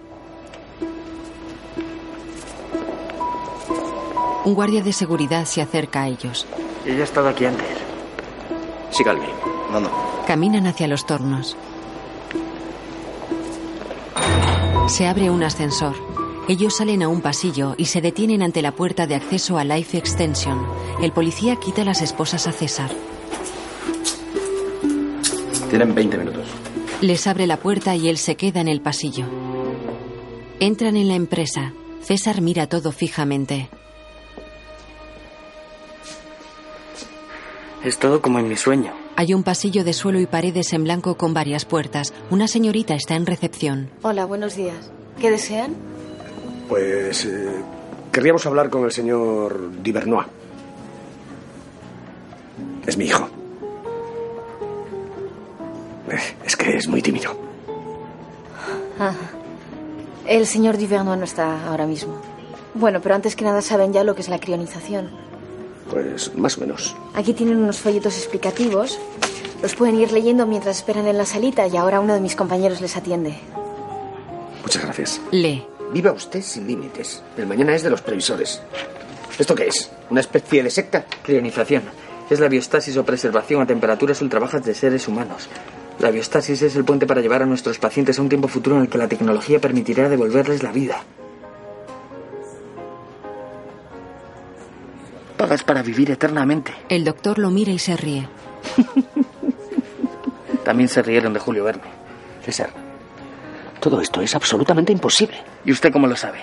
[SPEAKER 2] Un guardia de seguridad se acerca a ellos.
[SPEAKER 28] Ella ha estado aquí antes.
[SPEAKER 9] Síganme.
[SPEAKER 28] No, no.
[SPEAKER 2] Caminan hacia los tornos. Se abre un ascensor. Ellos salen a un pasillo y se detienen ante la puerta de acceso a Life Extension. El policía quita las esposas a César.
[SPEAKER 9] Tienen 20 minutos.
[SPEAKER 2] Les abre la puerta y él se queda en el pasillo. Entran en la empresa. César mira todo fijamente.
[SPEAKER 6] Es todo como en mi sueño.
[SPEAKER 2] Hay un pasillo de suelo y paredes en blanco con varias puertas. Una señorita está en recepción.
[SPEAKER 3] Hola, buenos días. ¿Qué desean?
[SPEAKER 4] Pues eh, querríamos hablar con el señor Divernois. Es mi hijo. Eh, Es que es muy tímido.
[SPEAKER 3] Ah, el señor Duvernois no está ahora mismo. Bueno, pero antes que nada saben ya lo que es la crionización.
[SPEAKER 4] Pues más o menos.
[SPEAKER 3] Aquí tienen unos folletos explicativos. Los pueden ir leyendo mientras esperan en la salita y ahora uno de mis compañeros les atiende.
[SPEAKER 4] Muchas gracias.
[SPEAKER 2] Lee.
[SPEAKER 4] Viva usted sin límites. El mañana es de los previsores. ¿Esto qué es? ¿Una especie de secta?
[SPEAKER 6] Crionización. Es la biostasis o preservación a temperaturas ultrabajas de seres humanos. La biostasis es el puente para llevar a nuestros pacientes a un tiempo futuro en el que la tecnología permitirá devolverles la vida. Pagas para vivir eternamente.
[SPEAKER 2] El doctor lo mira y se ríe.
[SPEAKER 6] También se rieron de Julio Verne.
[SPEAKER 4] César, todo esto es absolutamente imposible.
[SPEAKER 6] ¿Y usted cómo lo sabe?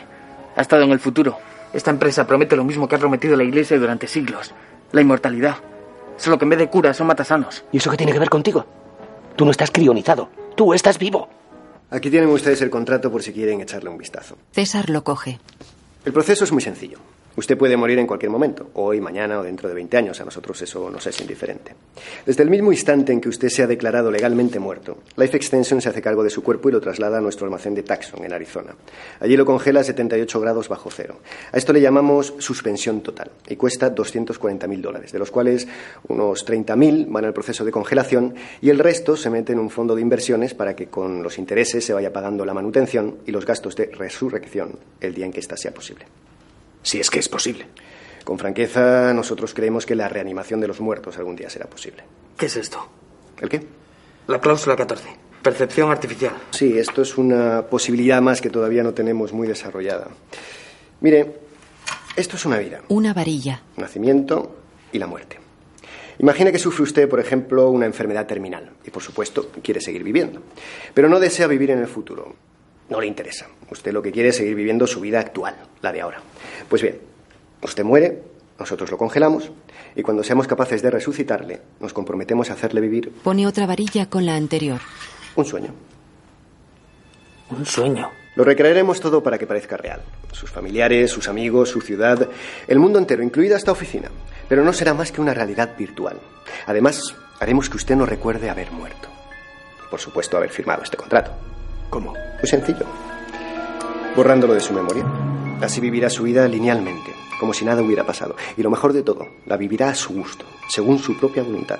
[SPEAKER 6] Ha estado en el futuro. Esta empresa promete lo mismo que ha prometido la Iglesia durante siglos. La inmortalidad. Solo que en vez de cura son matasanos.
[SPEAKER 4] ¿Y eso qué tiene que ver contigo? Tú no estás crionizado. Tú estás vivo.
[SPEAKER 15] Aquí tienen ustedes el contrato por si quieren echarle un vistazo.
[SPEAKER 2] César lo coge.
[SPEAKER 15] El proceso es muy sencillo. Usted puede morir en cualquier momento, hoy, mañana o dentro de 20 años. A nosotros eso nos es indiferente. Desde el mismo instante en que usted se ha declarado legalmente muerto, Life Extension se hace cargo de su cuerpo y lo traslada a nuestro almacén de Taxon, en Arizona. Allí lo congela a 78 grados bajo cero. A esto le llamamos suspensión total y cuesta 240.000 dólares, de los cuales unos 30.000 van al proceso de congelación y el resto se mete en un fondo de inversiones para que con los intereses se vaya pagando la manutención y los gastos de resurrección el día en que ésta sea posible. Si es que es posible. Con franqueza, nosotros creemos que la reanimación de los muertos algún día será posible.
[SPEAKER 8] ¿Qué es esto?
[SPEAKER 15] ¿El qué?
[SPEAKER 8] La cláusula 14. Percepción artificial.
[SPEAKER 15] Sí, esto es una posibilidad más que todavía no tenemos muy desarrollada. Mire, esto es una vida.
[SPEAKER 2] Una varilla.
[SPEAKER 15] Nacimiento y la muerte. Imagina que sufre usted, por ejemplo, una enfermedad terminal y, por supuesto, quiere seguir viviendo, pero no desea vivir en el futuro. No le interesa. Usted lo que quiere es seguir viviendo su vida actual, la de ahora. Pues bien, usted muere, nosotros lo congelamos y cuando seamos capaces de resucitarle, nos comprometemos a hacerle vivir
[SPEAKER 2] Pone otra varilla con la anterior.
[SPEAKER 15] un sueño.
[SPEAKER 8] Un sueño.
[SPEAKER 15] Lo recrearemos todo para que parezca real. Sus familiares, sus amigos, su ciudad, el mundo entero, incluida esta oficina. Pero no será más que una realidad virtual. Además, haremos que usted no recuerde haber muerto. Y, por supuesto, haber firmado este contrato. ¿Cómo? Muy sencillo. Borrándolo de su memoria. Así vivirá su vida linealmente, como si nada hubiera pasado. Y lo mejor de todo, la vivirá a su gusto, según su propia voluntad.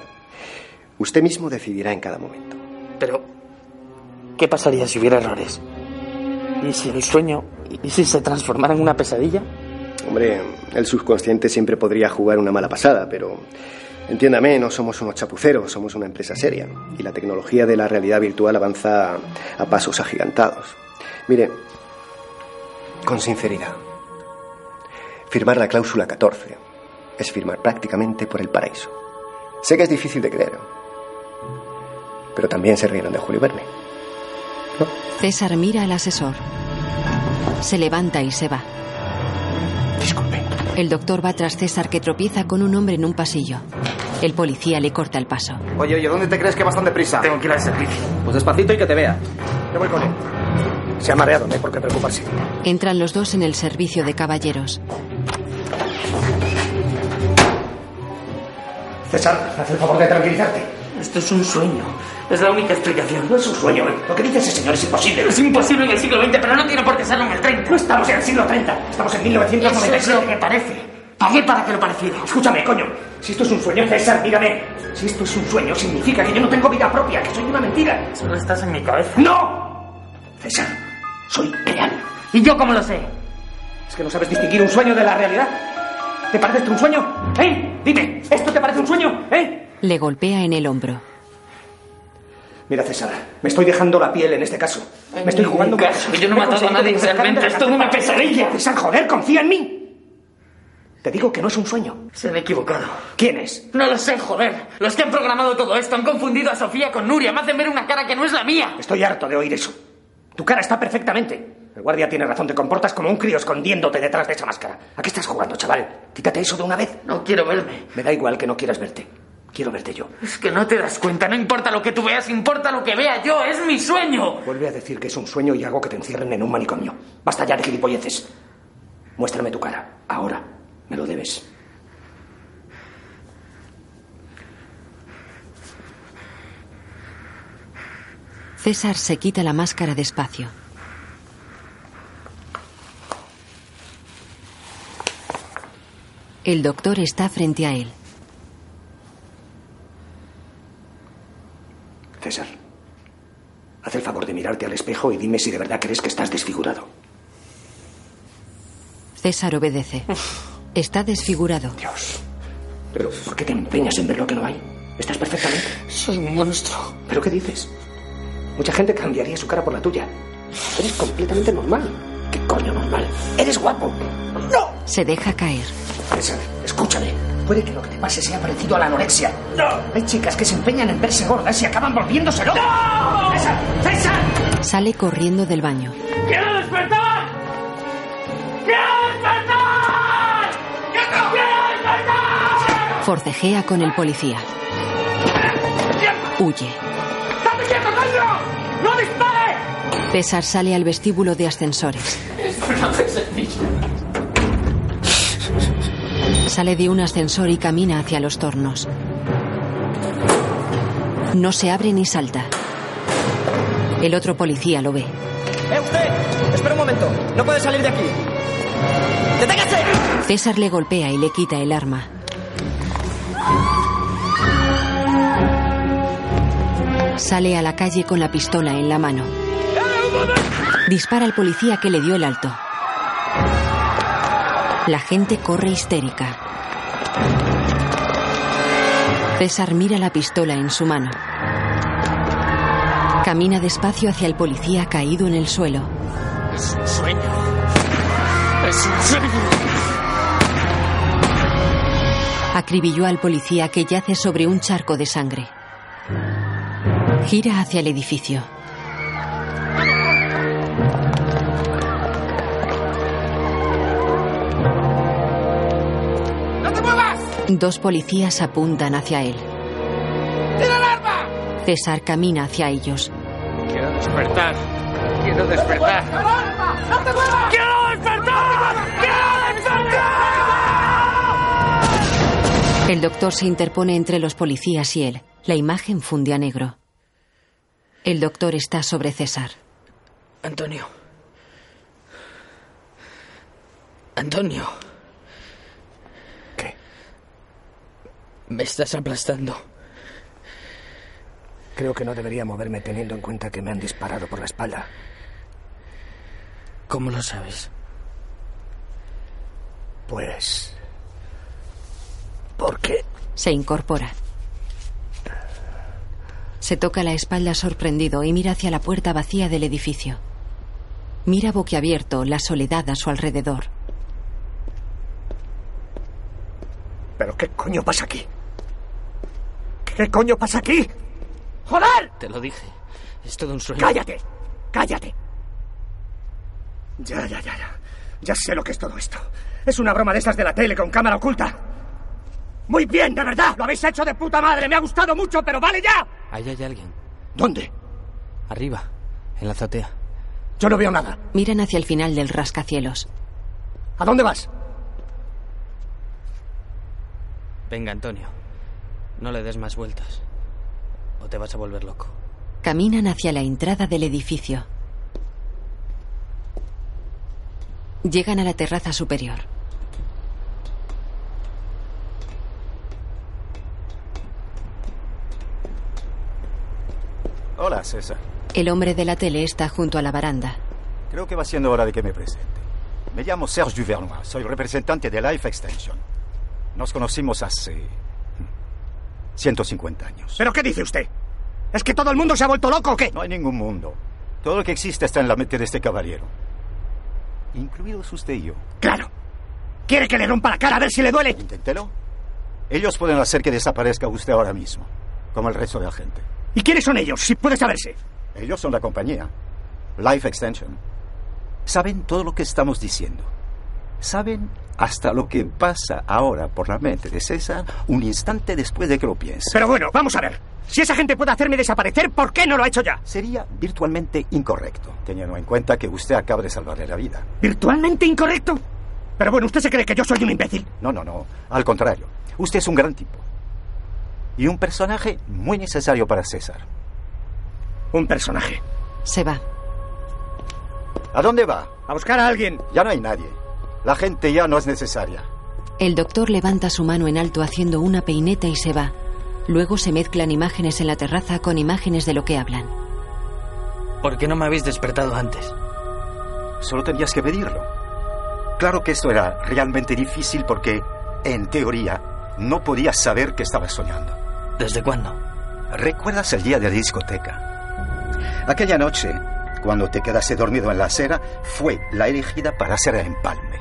[SPEAKER 15] Usted mismo decidirá en cada momento.
[SPEAKER 8] Pero, ¿qué pasaría si hubiera errores? ¿Y si el sueño, y si se transformara en una pesadilla?
[SPEAKER 15] Hombre, el subconsciente siempre podría jugar una mala pasada, pero entiéndame, no somos unos chapuceros, somos una empresa seria. Y la tecnología de la realidad virtual avanza a pasos agigantados. Mire, con sinceridad, firmar la cláusula 14 es firmar prácticamente por el paraíso. Sé que es difícil de creer, pero también se rieron de Julio Verne.
[SPEAKER 2] César mira al asesor. Se levanta y se va. Disculpe. El doctor va tras César que tropieza con un hombre en un pasillo. El policía le corta el paso.
[SPEAKER 12] Oye, oye, ¿dónde te crees que vas tan deprisa? Tengo que ir al servicio. Pues despacito y que te vea. Yo voy con él.
[SPEAKER 15] Se ha mareado, no hay por qué preocuparse.
[SPEAKER 2] Entran los dos en el servicio de caballeros.
[SPEAKER 15] César, haz el favor de tranquilizarte.
[SPEAKER 8] Esto es un sueño. Es la única explicación. No es un
[SPEAKER 15] Sueño, ¿eh? Lo que dice ese señor es imposible.
[SPEAKER 8] Es imposible en el siglo XX, pero no tiene por qué serlo en el 30. No
[SPEAKER 15] estamos en el siglo 30. Estamos en 1997.
[SPEAKER 8] Eso es lo que parece. Pagué para que lo pareciera.
[SPEAKER 15] Escúchame, coño. Si esto es un sueño, César, mírame. Si esto es un sueño, significa que yo no tengo vida propia, que soy una mentira.
[SPEAKER 8] Solo estás en mi cabeza.
[SPEAKER 15] ¡No! César, soy real.
[SPEAKER 8] ¿Y yo cómo lo sé?
[SPEAKER 15] ¿Es que no sabes distinguir un sueño de la realidad? ¿Te parece esto un sueño? ¡Eh! Dime, ¿esto te parece un sueño? ¿Eh?
[SPEAKER 2] Le golpea en el hombro.
[SPEAKER 15] Mira, César, me estoy dejando la piel en este caso. Me estoy jugando.
[SPEAKER 8] ningún caso. Yo no he matado a nadie, realmente. Es toda una pesadilla.
[SPEAKER 15] César, joder, confía en mí. Te digo que no es un sueño.
[SPEAKER 8] Se han equivocado.
[SPEAKER 15] ¿Quién es?
[SPEAKER 8] No lo sé, joder. Los que han programado todo esto han confundido a Sofía con Nuria. Me hacen ver una cara que no es la mía.
[SPEAKER 15] Estoy harto de oír eso. Tu cara está perfectamente. El guardia tiene razón, te comportas como un crío escondiéndote detrás de esa máscara. ¿A qué estás jugando, chaval? Quítate eso de una vez.
[SPEAKER 8] No quiero verme.
[SPEAKER 15] Me da igual que no quieras verte. Quiero verte yo.
[SPEAKER 8] Es que no te das cuenta. No importa lo que tú veas, importa lo que vea yo. Es mi sueño.
[SPEAKER 15] Vuelve a decir que es un sueño y hago que te encierren en un manicomio. Basta ya de gilipolleces. Muéstrame tu cara. Ahora. Me lo debes.
[SPEAKER 2] César se quita la máscara despacio. El doctor está frente a él.
[SPEAKER 15] César. Haz el favor de mirarte al espejo y dime si de verdad crees que estás desfigurado.
[SPEAKER 2] César obedece. Está desfigurado.
[SPEAKER 15] Pero, ¿por qué te empeñas en ver lo que no hay? Estás perfectamente.
[SPEAKER 8] Soy un monstruo.
[SPEAKER 15] ¿Pero qué dices? Mucha gente cambiaría su cara por la tuya. Eres completamente normal. ¿Qué coño normal? Eres guapo.
[SPEAKER 2] Se deja caer.
[SPEAKER 15] César, escúchame. Puede que lo que te pase sea parecido a la anorexia. ¡No! Hay chicas que se empeñan en verse gordas y acaban volviéndose locas. ¡No! ¡César! ¡César!
[SPEAKER 2] Sale corriendo del baño.
[SPEAKER 8] ¡Quiero despertar! ¡Quiero despertar! ¡Quiero despertar!
[SPEAKER 2] Forcejea con el policía. Huye.
[SPEAKER 8] ¡Date quieto, coño! ¡No dispares!
[SPEAKER 2] César sale al vestíbulo de ascensores.
[SPEAKER 8] Esto no es sencillo.
[SPEAKER 2] sale de un ascensor y camina hacia los tornos. No se abre ni salta. El otro policía lo ve.
[SPEAKER 30] ¡Eh, usted! Espera un momento. No puede salir de aquí. ¡Deténgase!
[SPEAKER 2] César le golpea y le quita el arma. Sale a la calle con la pistola en la mano. Dispara al policía que le dio el alto. La gente corre histérica. César mira la pistola en su mano. Camina despacio hacia el policía caído en el suelo.
[SPEAKER 31] Es un sueño. Es un sueño.
[SPEAKER 2] Acribilló al policía que yace sobre un charco de sangre. Gira hacia el edificio.
[SPEAKER 31] ¡No te muevas!
[SPEAKER 2] Dos policías apuntan hacia él.
[SPEAKER 31] ¡Tira el arma!
[SPEAKER 2] César camina hacia ellos.
[SPEAKER 31] Quiero despertar. Quiero despertar. ¡No te muevas! ¡Quiero despertar! ¡Quiero despertar!
[SPEAKER 2] El doctor se interpone entre los policías y él. La imagen funde a negro. El doctor está sobre César.
[SPEAKER 31] Antonio. Antonio.
[SPEAKER 32] ¿Qué?
[SPEAKER 31] Me estás aplastando.
[SPEAKER 32] Creo que no debería moverme teniendo en cuenta que me han disparado por la espalda.
[SPEAKER 31] ¿Cómo lo sabes?
[SPEAKER 32] Pues... Porque
[SPEAKER 2] Se incorpora. Se toca la espalda sorprendido y mira hacia la puerta vacía del edificio. Mira boquiabierto la soledad a su alrededor.
[SPEAKER 32] ¿Pero qué coño pasa aquí? ¿Qué coño pasa aquí?
[SPEAKER 31] ¡Joder! Te lo dije. Es todo un sueño.
[SPEAKER 32] ¡Cállate! ¡Cállate! Ya, ya, ya, ya. Ya sé lo que es todo esto. Es una broma de esas de la tele con cámara oculta. Muy bien, de verdad. Lo habéis hecho de puta madre. Me ha gustado mucho, pero vale ya.
[SPEAKER 31] Ahí hay alguien.
[SPEAKER 32] ¿Dónde?
[SPEAKER 31] Arriba, en la azotea.
[SPEAKER 32] Yo no veo nada.
[SPEAKER 2] Miran hacia el final del rascacielos.
[SPEAKER 32] ¿A dónde vas?
[SPEAKER 31] Venga, Antonio. No le des más vueltas. O te vas a volver loco.
[SPEAKER 2] Caminan hacia la entrada del edificio. Llegan a la terraza superior.
[SPEAKER 9] Hola, César.
[SPEAKER 2] El hombre de la tele está junto a la baranda.
[SPEAKER 9] Creo que va siendo hora de que me presente. Me llamo Serge Duvernois, soy representante de Life Extension. Nos conocimos hace mm, 150 años.
[SPEAKER 32] ¿Pero qué dice usted? ¿Es que todo el mundo se ha vuelto loco o qué?
[SPEAKER 9] No hay ningún mundo. Todo lo que existe está en la mente de este caballero. Incluidos usted y yo.
[SPEAKER 32] Claro. ¿Quiere que le rompa la cara a ver si le duele?
[SPEAKER 9] Inténtelo. Ellos pueden hacer que desaparezca usted ahora mismo, como el resto de la gente.
[SPEAKER 32] ¿Y quiénes son ellos, si puede saberse?
[SPEAKER 9] Ellos son la compañía. Life Extension. Saben todo lo que estamos diciendo. Saben hasta lo que pasa ahora por la mente de César un instante después de que lo piense.
[SPEAKER 32] Pero bueno, vamos a ver. Si esa gente puede hacerme desaparecer, ¿por qué no lo ha hecho ya?
[SPEAKER 9] Sería virtualmente incorrecto, teniendo en cuenta que usted acaba de salvarle la vida.
[SPEAKER 32] ¿Virtualmente incorrecto? Pero bueno, usted se cree que yo soy un imbécil.
[SPEAKER 9] No, no, no. Al contrario. Usted es un gran tipo. Y un personaje muy necesario para César.
[SPEAKER 32] Un personaje.
[SPEAKER 2] Se va.
[SPEAKER 9] ¿A dónde va?
[SPEAKER 32] A buscar a alguien.
[SPEAKER 9] Ya no hay nadie. La gente ya no es necesaria.
[SPEAKER 2] El doctor levanta su mano en alto haciendo una peineta y se va. Luego se mezclan imágenes en la terraza con imágenes de lo que hablan.
[SPEAKER 31] ¿Por qué no me habéis despertado antes?
[SPEAKER 9] Solo tenías que pedirlo. Claro que esto era realmente difícil porque, en teoría, no podías saber que estabas soñando.
[SPEAKER 31] ¿Desde cuándo?
[SPEAKER 9] ¿Recuerdas el día de la discoteca? Aquella noche, cuando te quedaste dormido en la acera, fue la elegida para hacer el empalme.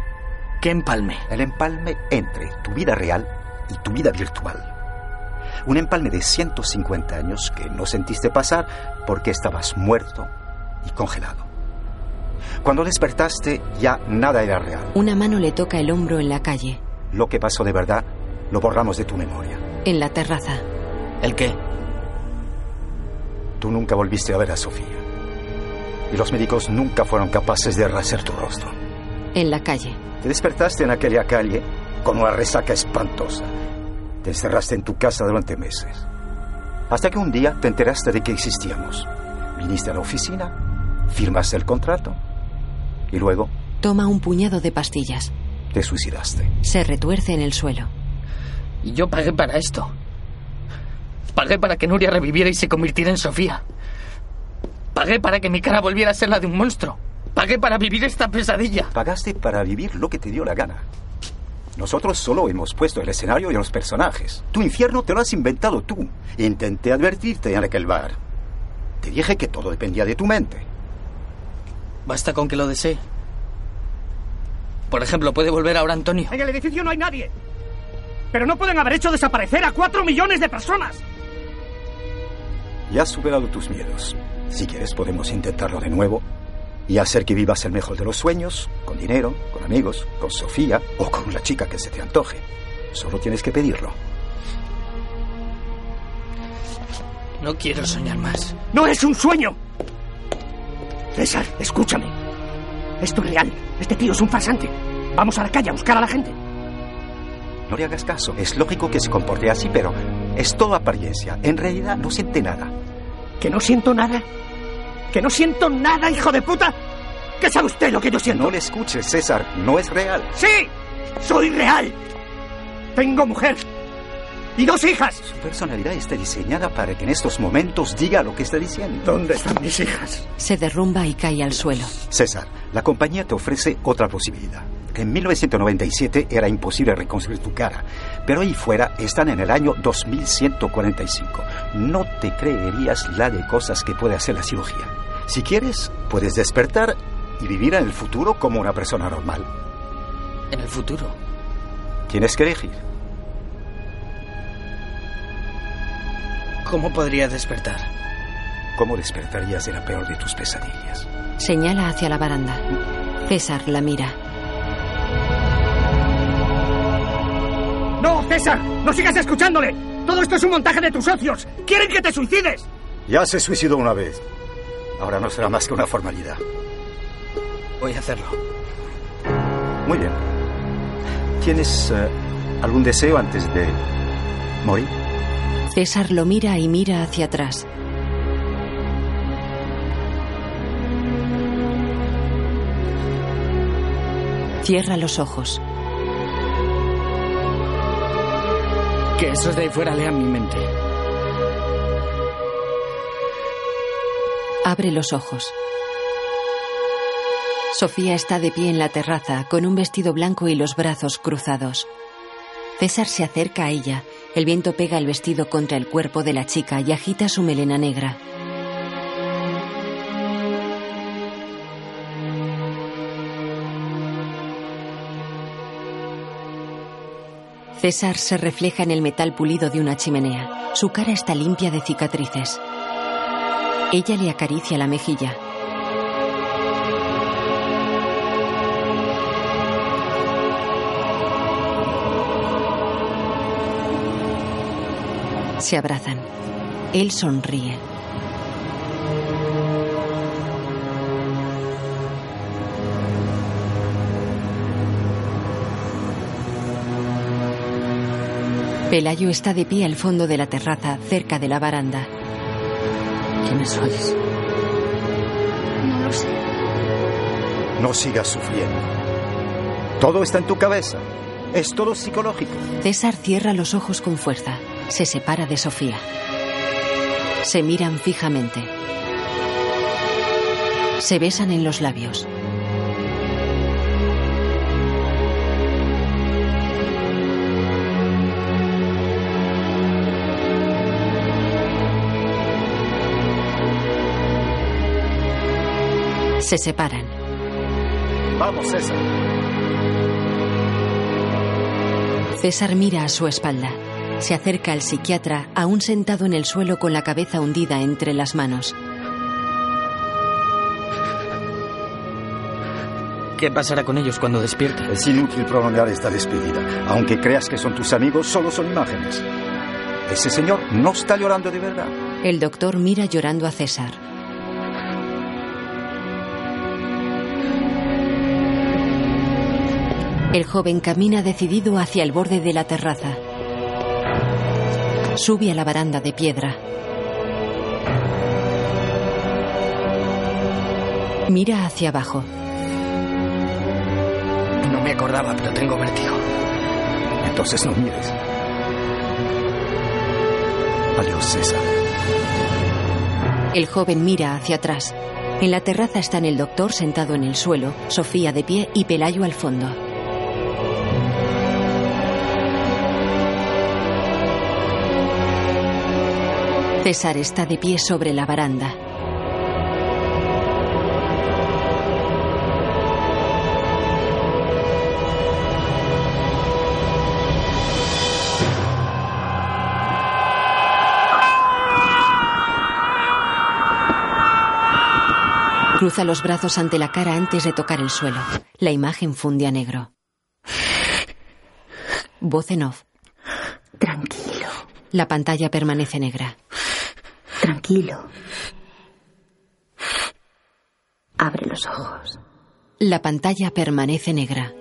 [SPEAKER 31] ¿Qué empalme?
[SPEAKER 9] El empalme entre tu vida real y tu vida virtual. Un empalme de 150 años que no sentiste pasar porque estabas muerto y congelado. Cuando despertaste ya nada era real.
[SPEAKER 2] Una mano le toca el hombro en la calle,
[SPEAKER 9] Lo que pasó de verdad lo borramos de tu memoria.
[SPEAKER 2] en la terraza.
[SPEAKER 31] ¿El qué?
[SPEAKER 9] Tú nunca volviste a ver a Sofía. Y los médicos nunca fueron capaces de rehacer tu rostro.
[SPEAKER 2] En la calle.
[SPEAKER 9] Te despertaste en aquella calle con una resaca espantosa. Te encerraste en tu casa durante meses. Hasta que un día te enteraste de que existíamos. Viniste a la oficina, firmaste el contrato y luego
[SPEAKER 2] Toma un puñado de pastillas.
[SPEAKER 9] te suicidaste.
[SPEAKER 2] Se retuerce en el suelo.
[SPEAKER 12] Y yo pagué para esto. Pagué para que Nuria reviviera y se convirtiera en Sofía. Pagué para que mi cara volviera a ser la de un monstruo. Pagué para vivir esta pesadilla.
[SPEAKER 9] Pagaste para vivir lo que te dio la gana. Nosotros solo hemos puesto el escenario y los personajes. Tu infierno te lo has inventado tú. Intenté advertirte en aquel bar. Te dije que todo dependía de tu mente.
[SPEAKER 12] Basta con que lo desee. Por ejemplo, puede volver ahora Antonio.
[SPEAKER 32] En el edificio no hay nadie. Pero no pueden haber hecho desaparecer a cuatro millones de personas.
[SPEAKER 9] Ya has superado tus miedos. Si quieres podemos intentarlo de nuevo y hacer que vivas el mejor de los sueños, con dinero, con amigos, con Sofía o con la chica que se te antoje. Solo tienes que pedirlo.
[SPEAKER 12] No quiero soñar más.
[SPEAKER 32] No es un sueño. César, escúchame. Esto es real. Este tío es un farsante. Vamos a la calle a buscar a la gente.
[SPEAKER 9] No le hagas caso. Es lógico que se comporte así, pero es todo apariencia. En realidad no siente nada.
[SPEAKER 32] ¿Que no siento nada? ¿Que no siento nada, hijo de puta? ¿Qué sabe usted lo que yo siento?
[SPEAKER 9] No le escuches, César. No es real.
[SPEAKER 32] ¡Sí! ¡Soy real! Tengo mujer y dos hijas.
[SPEAKER 9] Su personalidad está diseñada para que en estos momentos diga lo que está diciendo.
[SPEAKER 32] ¿Dónde están mis hijas?
[SPEAKER 2] Se derrumba y cae al suelo.
[SPEAKER 9] César, la compañía te ofrece otra posibilidad. En 1997 era imposible reconstruir tu cara, pero ahí fuera están en el año 2145. No te creerías la de cosas que puede hacer la cirugía. Si quieres, puedes despertar y vivir en el futuro como una persona normal.
[SPEAKER 12] En el futuro.
[SPEAKER 9] Tienes que elegir.
[SPEAKER 12] ¿Cómo podría despertar?
[SPEAKER 9] ¿Cómo despertarías de la peor de tus pesadillas?
[SPEAKER 2] Señala hacia la baranda. César la mira.
[SPEAKER 32] ¡No, César! ¡No sigas escuchándole! Todo esto es un montaje de tus socios. ¡Quieren que te suicides!
[SPEAKER 9] Ya se suicidó una vez. Ahora no será más que una formalidad.
[SPEAKER 12] Voy a hacerlo.
[SPEAKER 9] Muy bien. ¿Tienes eh, algún deseo antes de morir?
[SPEAKER 2] César lo mira y mira hacia atrás. Cierra los ojos.
[SPEAKER 12] Que esos de ahí fuera lean mi mente.
[SPEAKER 2] Abre los ojos. Sofía está de pie en la terraza con un vestido blanco y los brazos cruzados. César se acerca a ella. El viento pega el vestido contra el cuerpo de la chica y agita su melena negra. César se refleja en el metal pulido de una chimenea. Su cara está limpia de cicatrices. Ella le acaricia la mejilla. Se abrazan. Él sonríe. Pelayo está de pie al fondo de la terraza, cerca de la baranda.
[SPEAKER 12] ¿Quiénes sois?
[SPEAKER 3] No lo sé.
[SPEAKER 9] No sigas sufriendo. Todo está en tu cabeza. Es todo psicológico.
[SPEAKER 2] César cierra los ojos con fuerza. Se separa de Sofía. Se miran fijamente. Se besan en los labios. Se separan.
[SPEAKER 9] Vamos, César.
[SPEAKER 2] César mira a su espalda. Se acerca al psiquiatra, aún sentado en el suelo con la cabeza hundida entre las manos.
[SPEAKER 12] ¿Qué pasará con ellos cuando despierten?
[SPEAKER 9] Es inútil prolongar esta despedida. Aunque creas que son tus amigos, solo son imágenes. Ese señor no está llorando de verdad.
[SPEAKER 2] El doctor mira llorando a César. El joven camina decidido hacia el borde de la terraza. Sube a la baranda de piedra. Mira hacia abajo.
[SPEAKER 6] No me acordaba, pero tengo vértigo.
[SPEAKER 9] Entonces no mires. Adiós, César.
[SPEAKER 2] El joven mira hacia atrás. En la terraza están el doctor sentado en el suelo, Sofía de pie y Pelayo al fondo. César está de pie sobre la baranda. Cruza los brazos ante la cara antes de tocar el suelo. La imagen funde a negro. Voz en off.
[SPEAKER 33] Tranquilo,
[SPEAKER 2] La pantalla permanece negra.
[SPEAKER 33] tranquilo. Abre los ojos.
[SPEAKER 2] La pantalla permanece negra.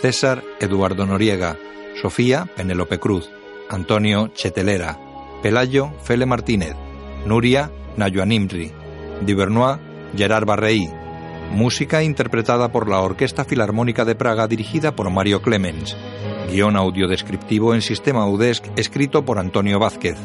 [SPEAKER 1] César Eduardo Noriega, Sofía Penélope Cruz, Antonio Chetelera, Pelayo Fele Martínez, Nuria Nayuanimri, Divernois Gerard Barreí. Música interpretada por la Orquesta Filarmónica de Praga dirigida por Mario Clemens. Guión audiodescriptivo en sistema UDESC escrito por Antonio Vázquez.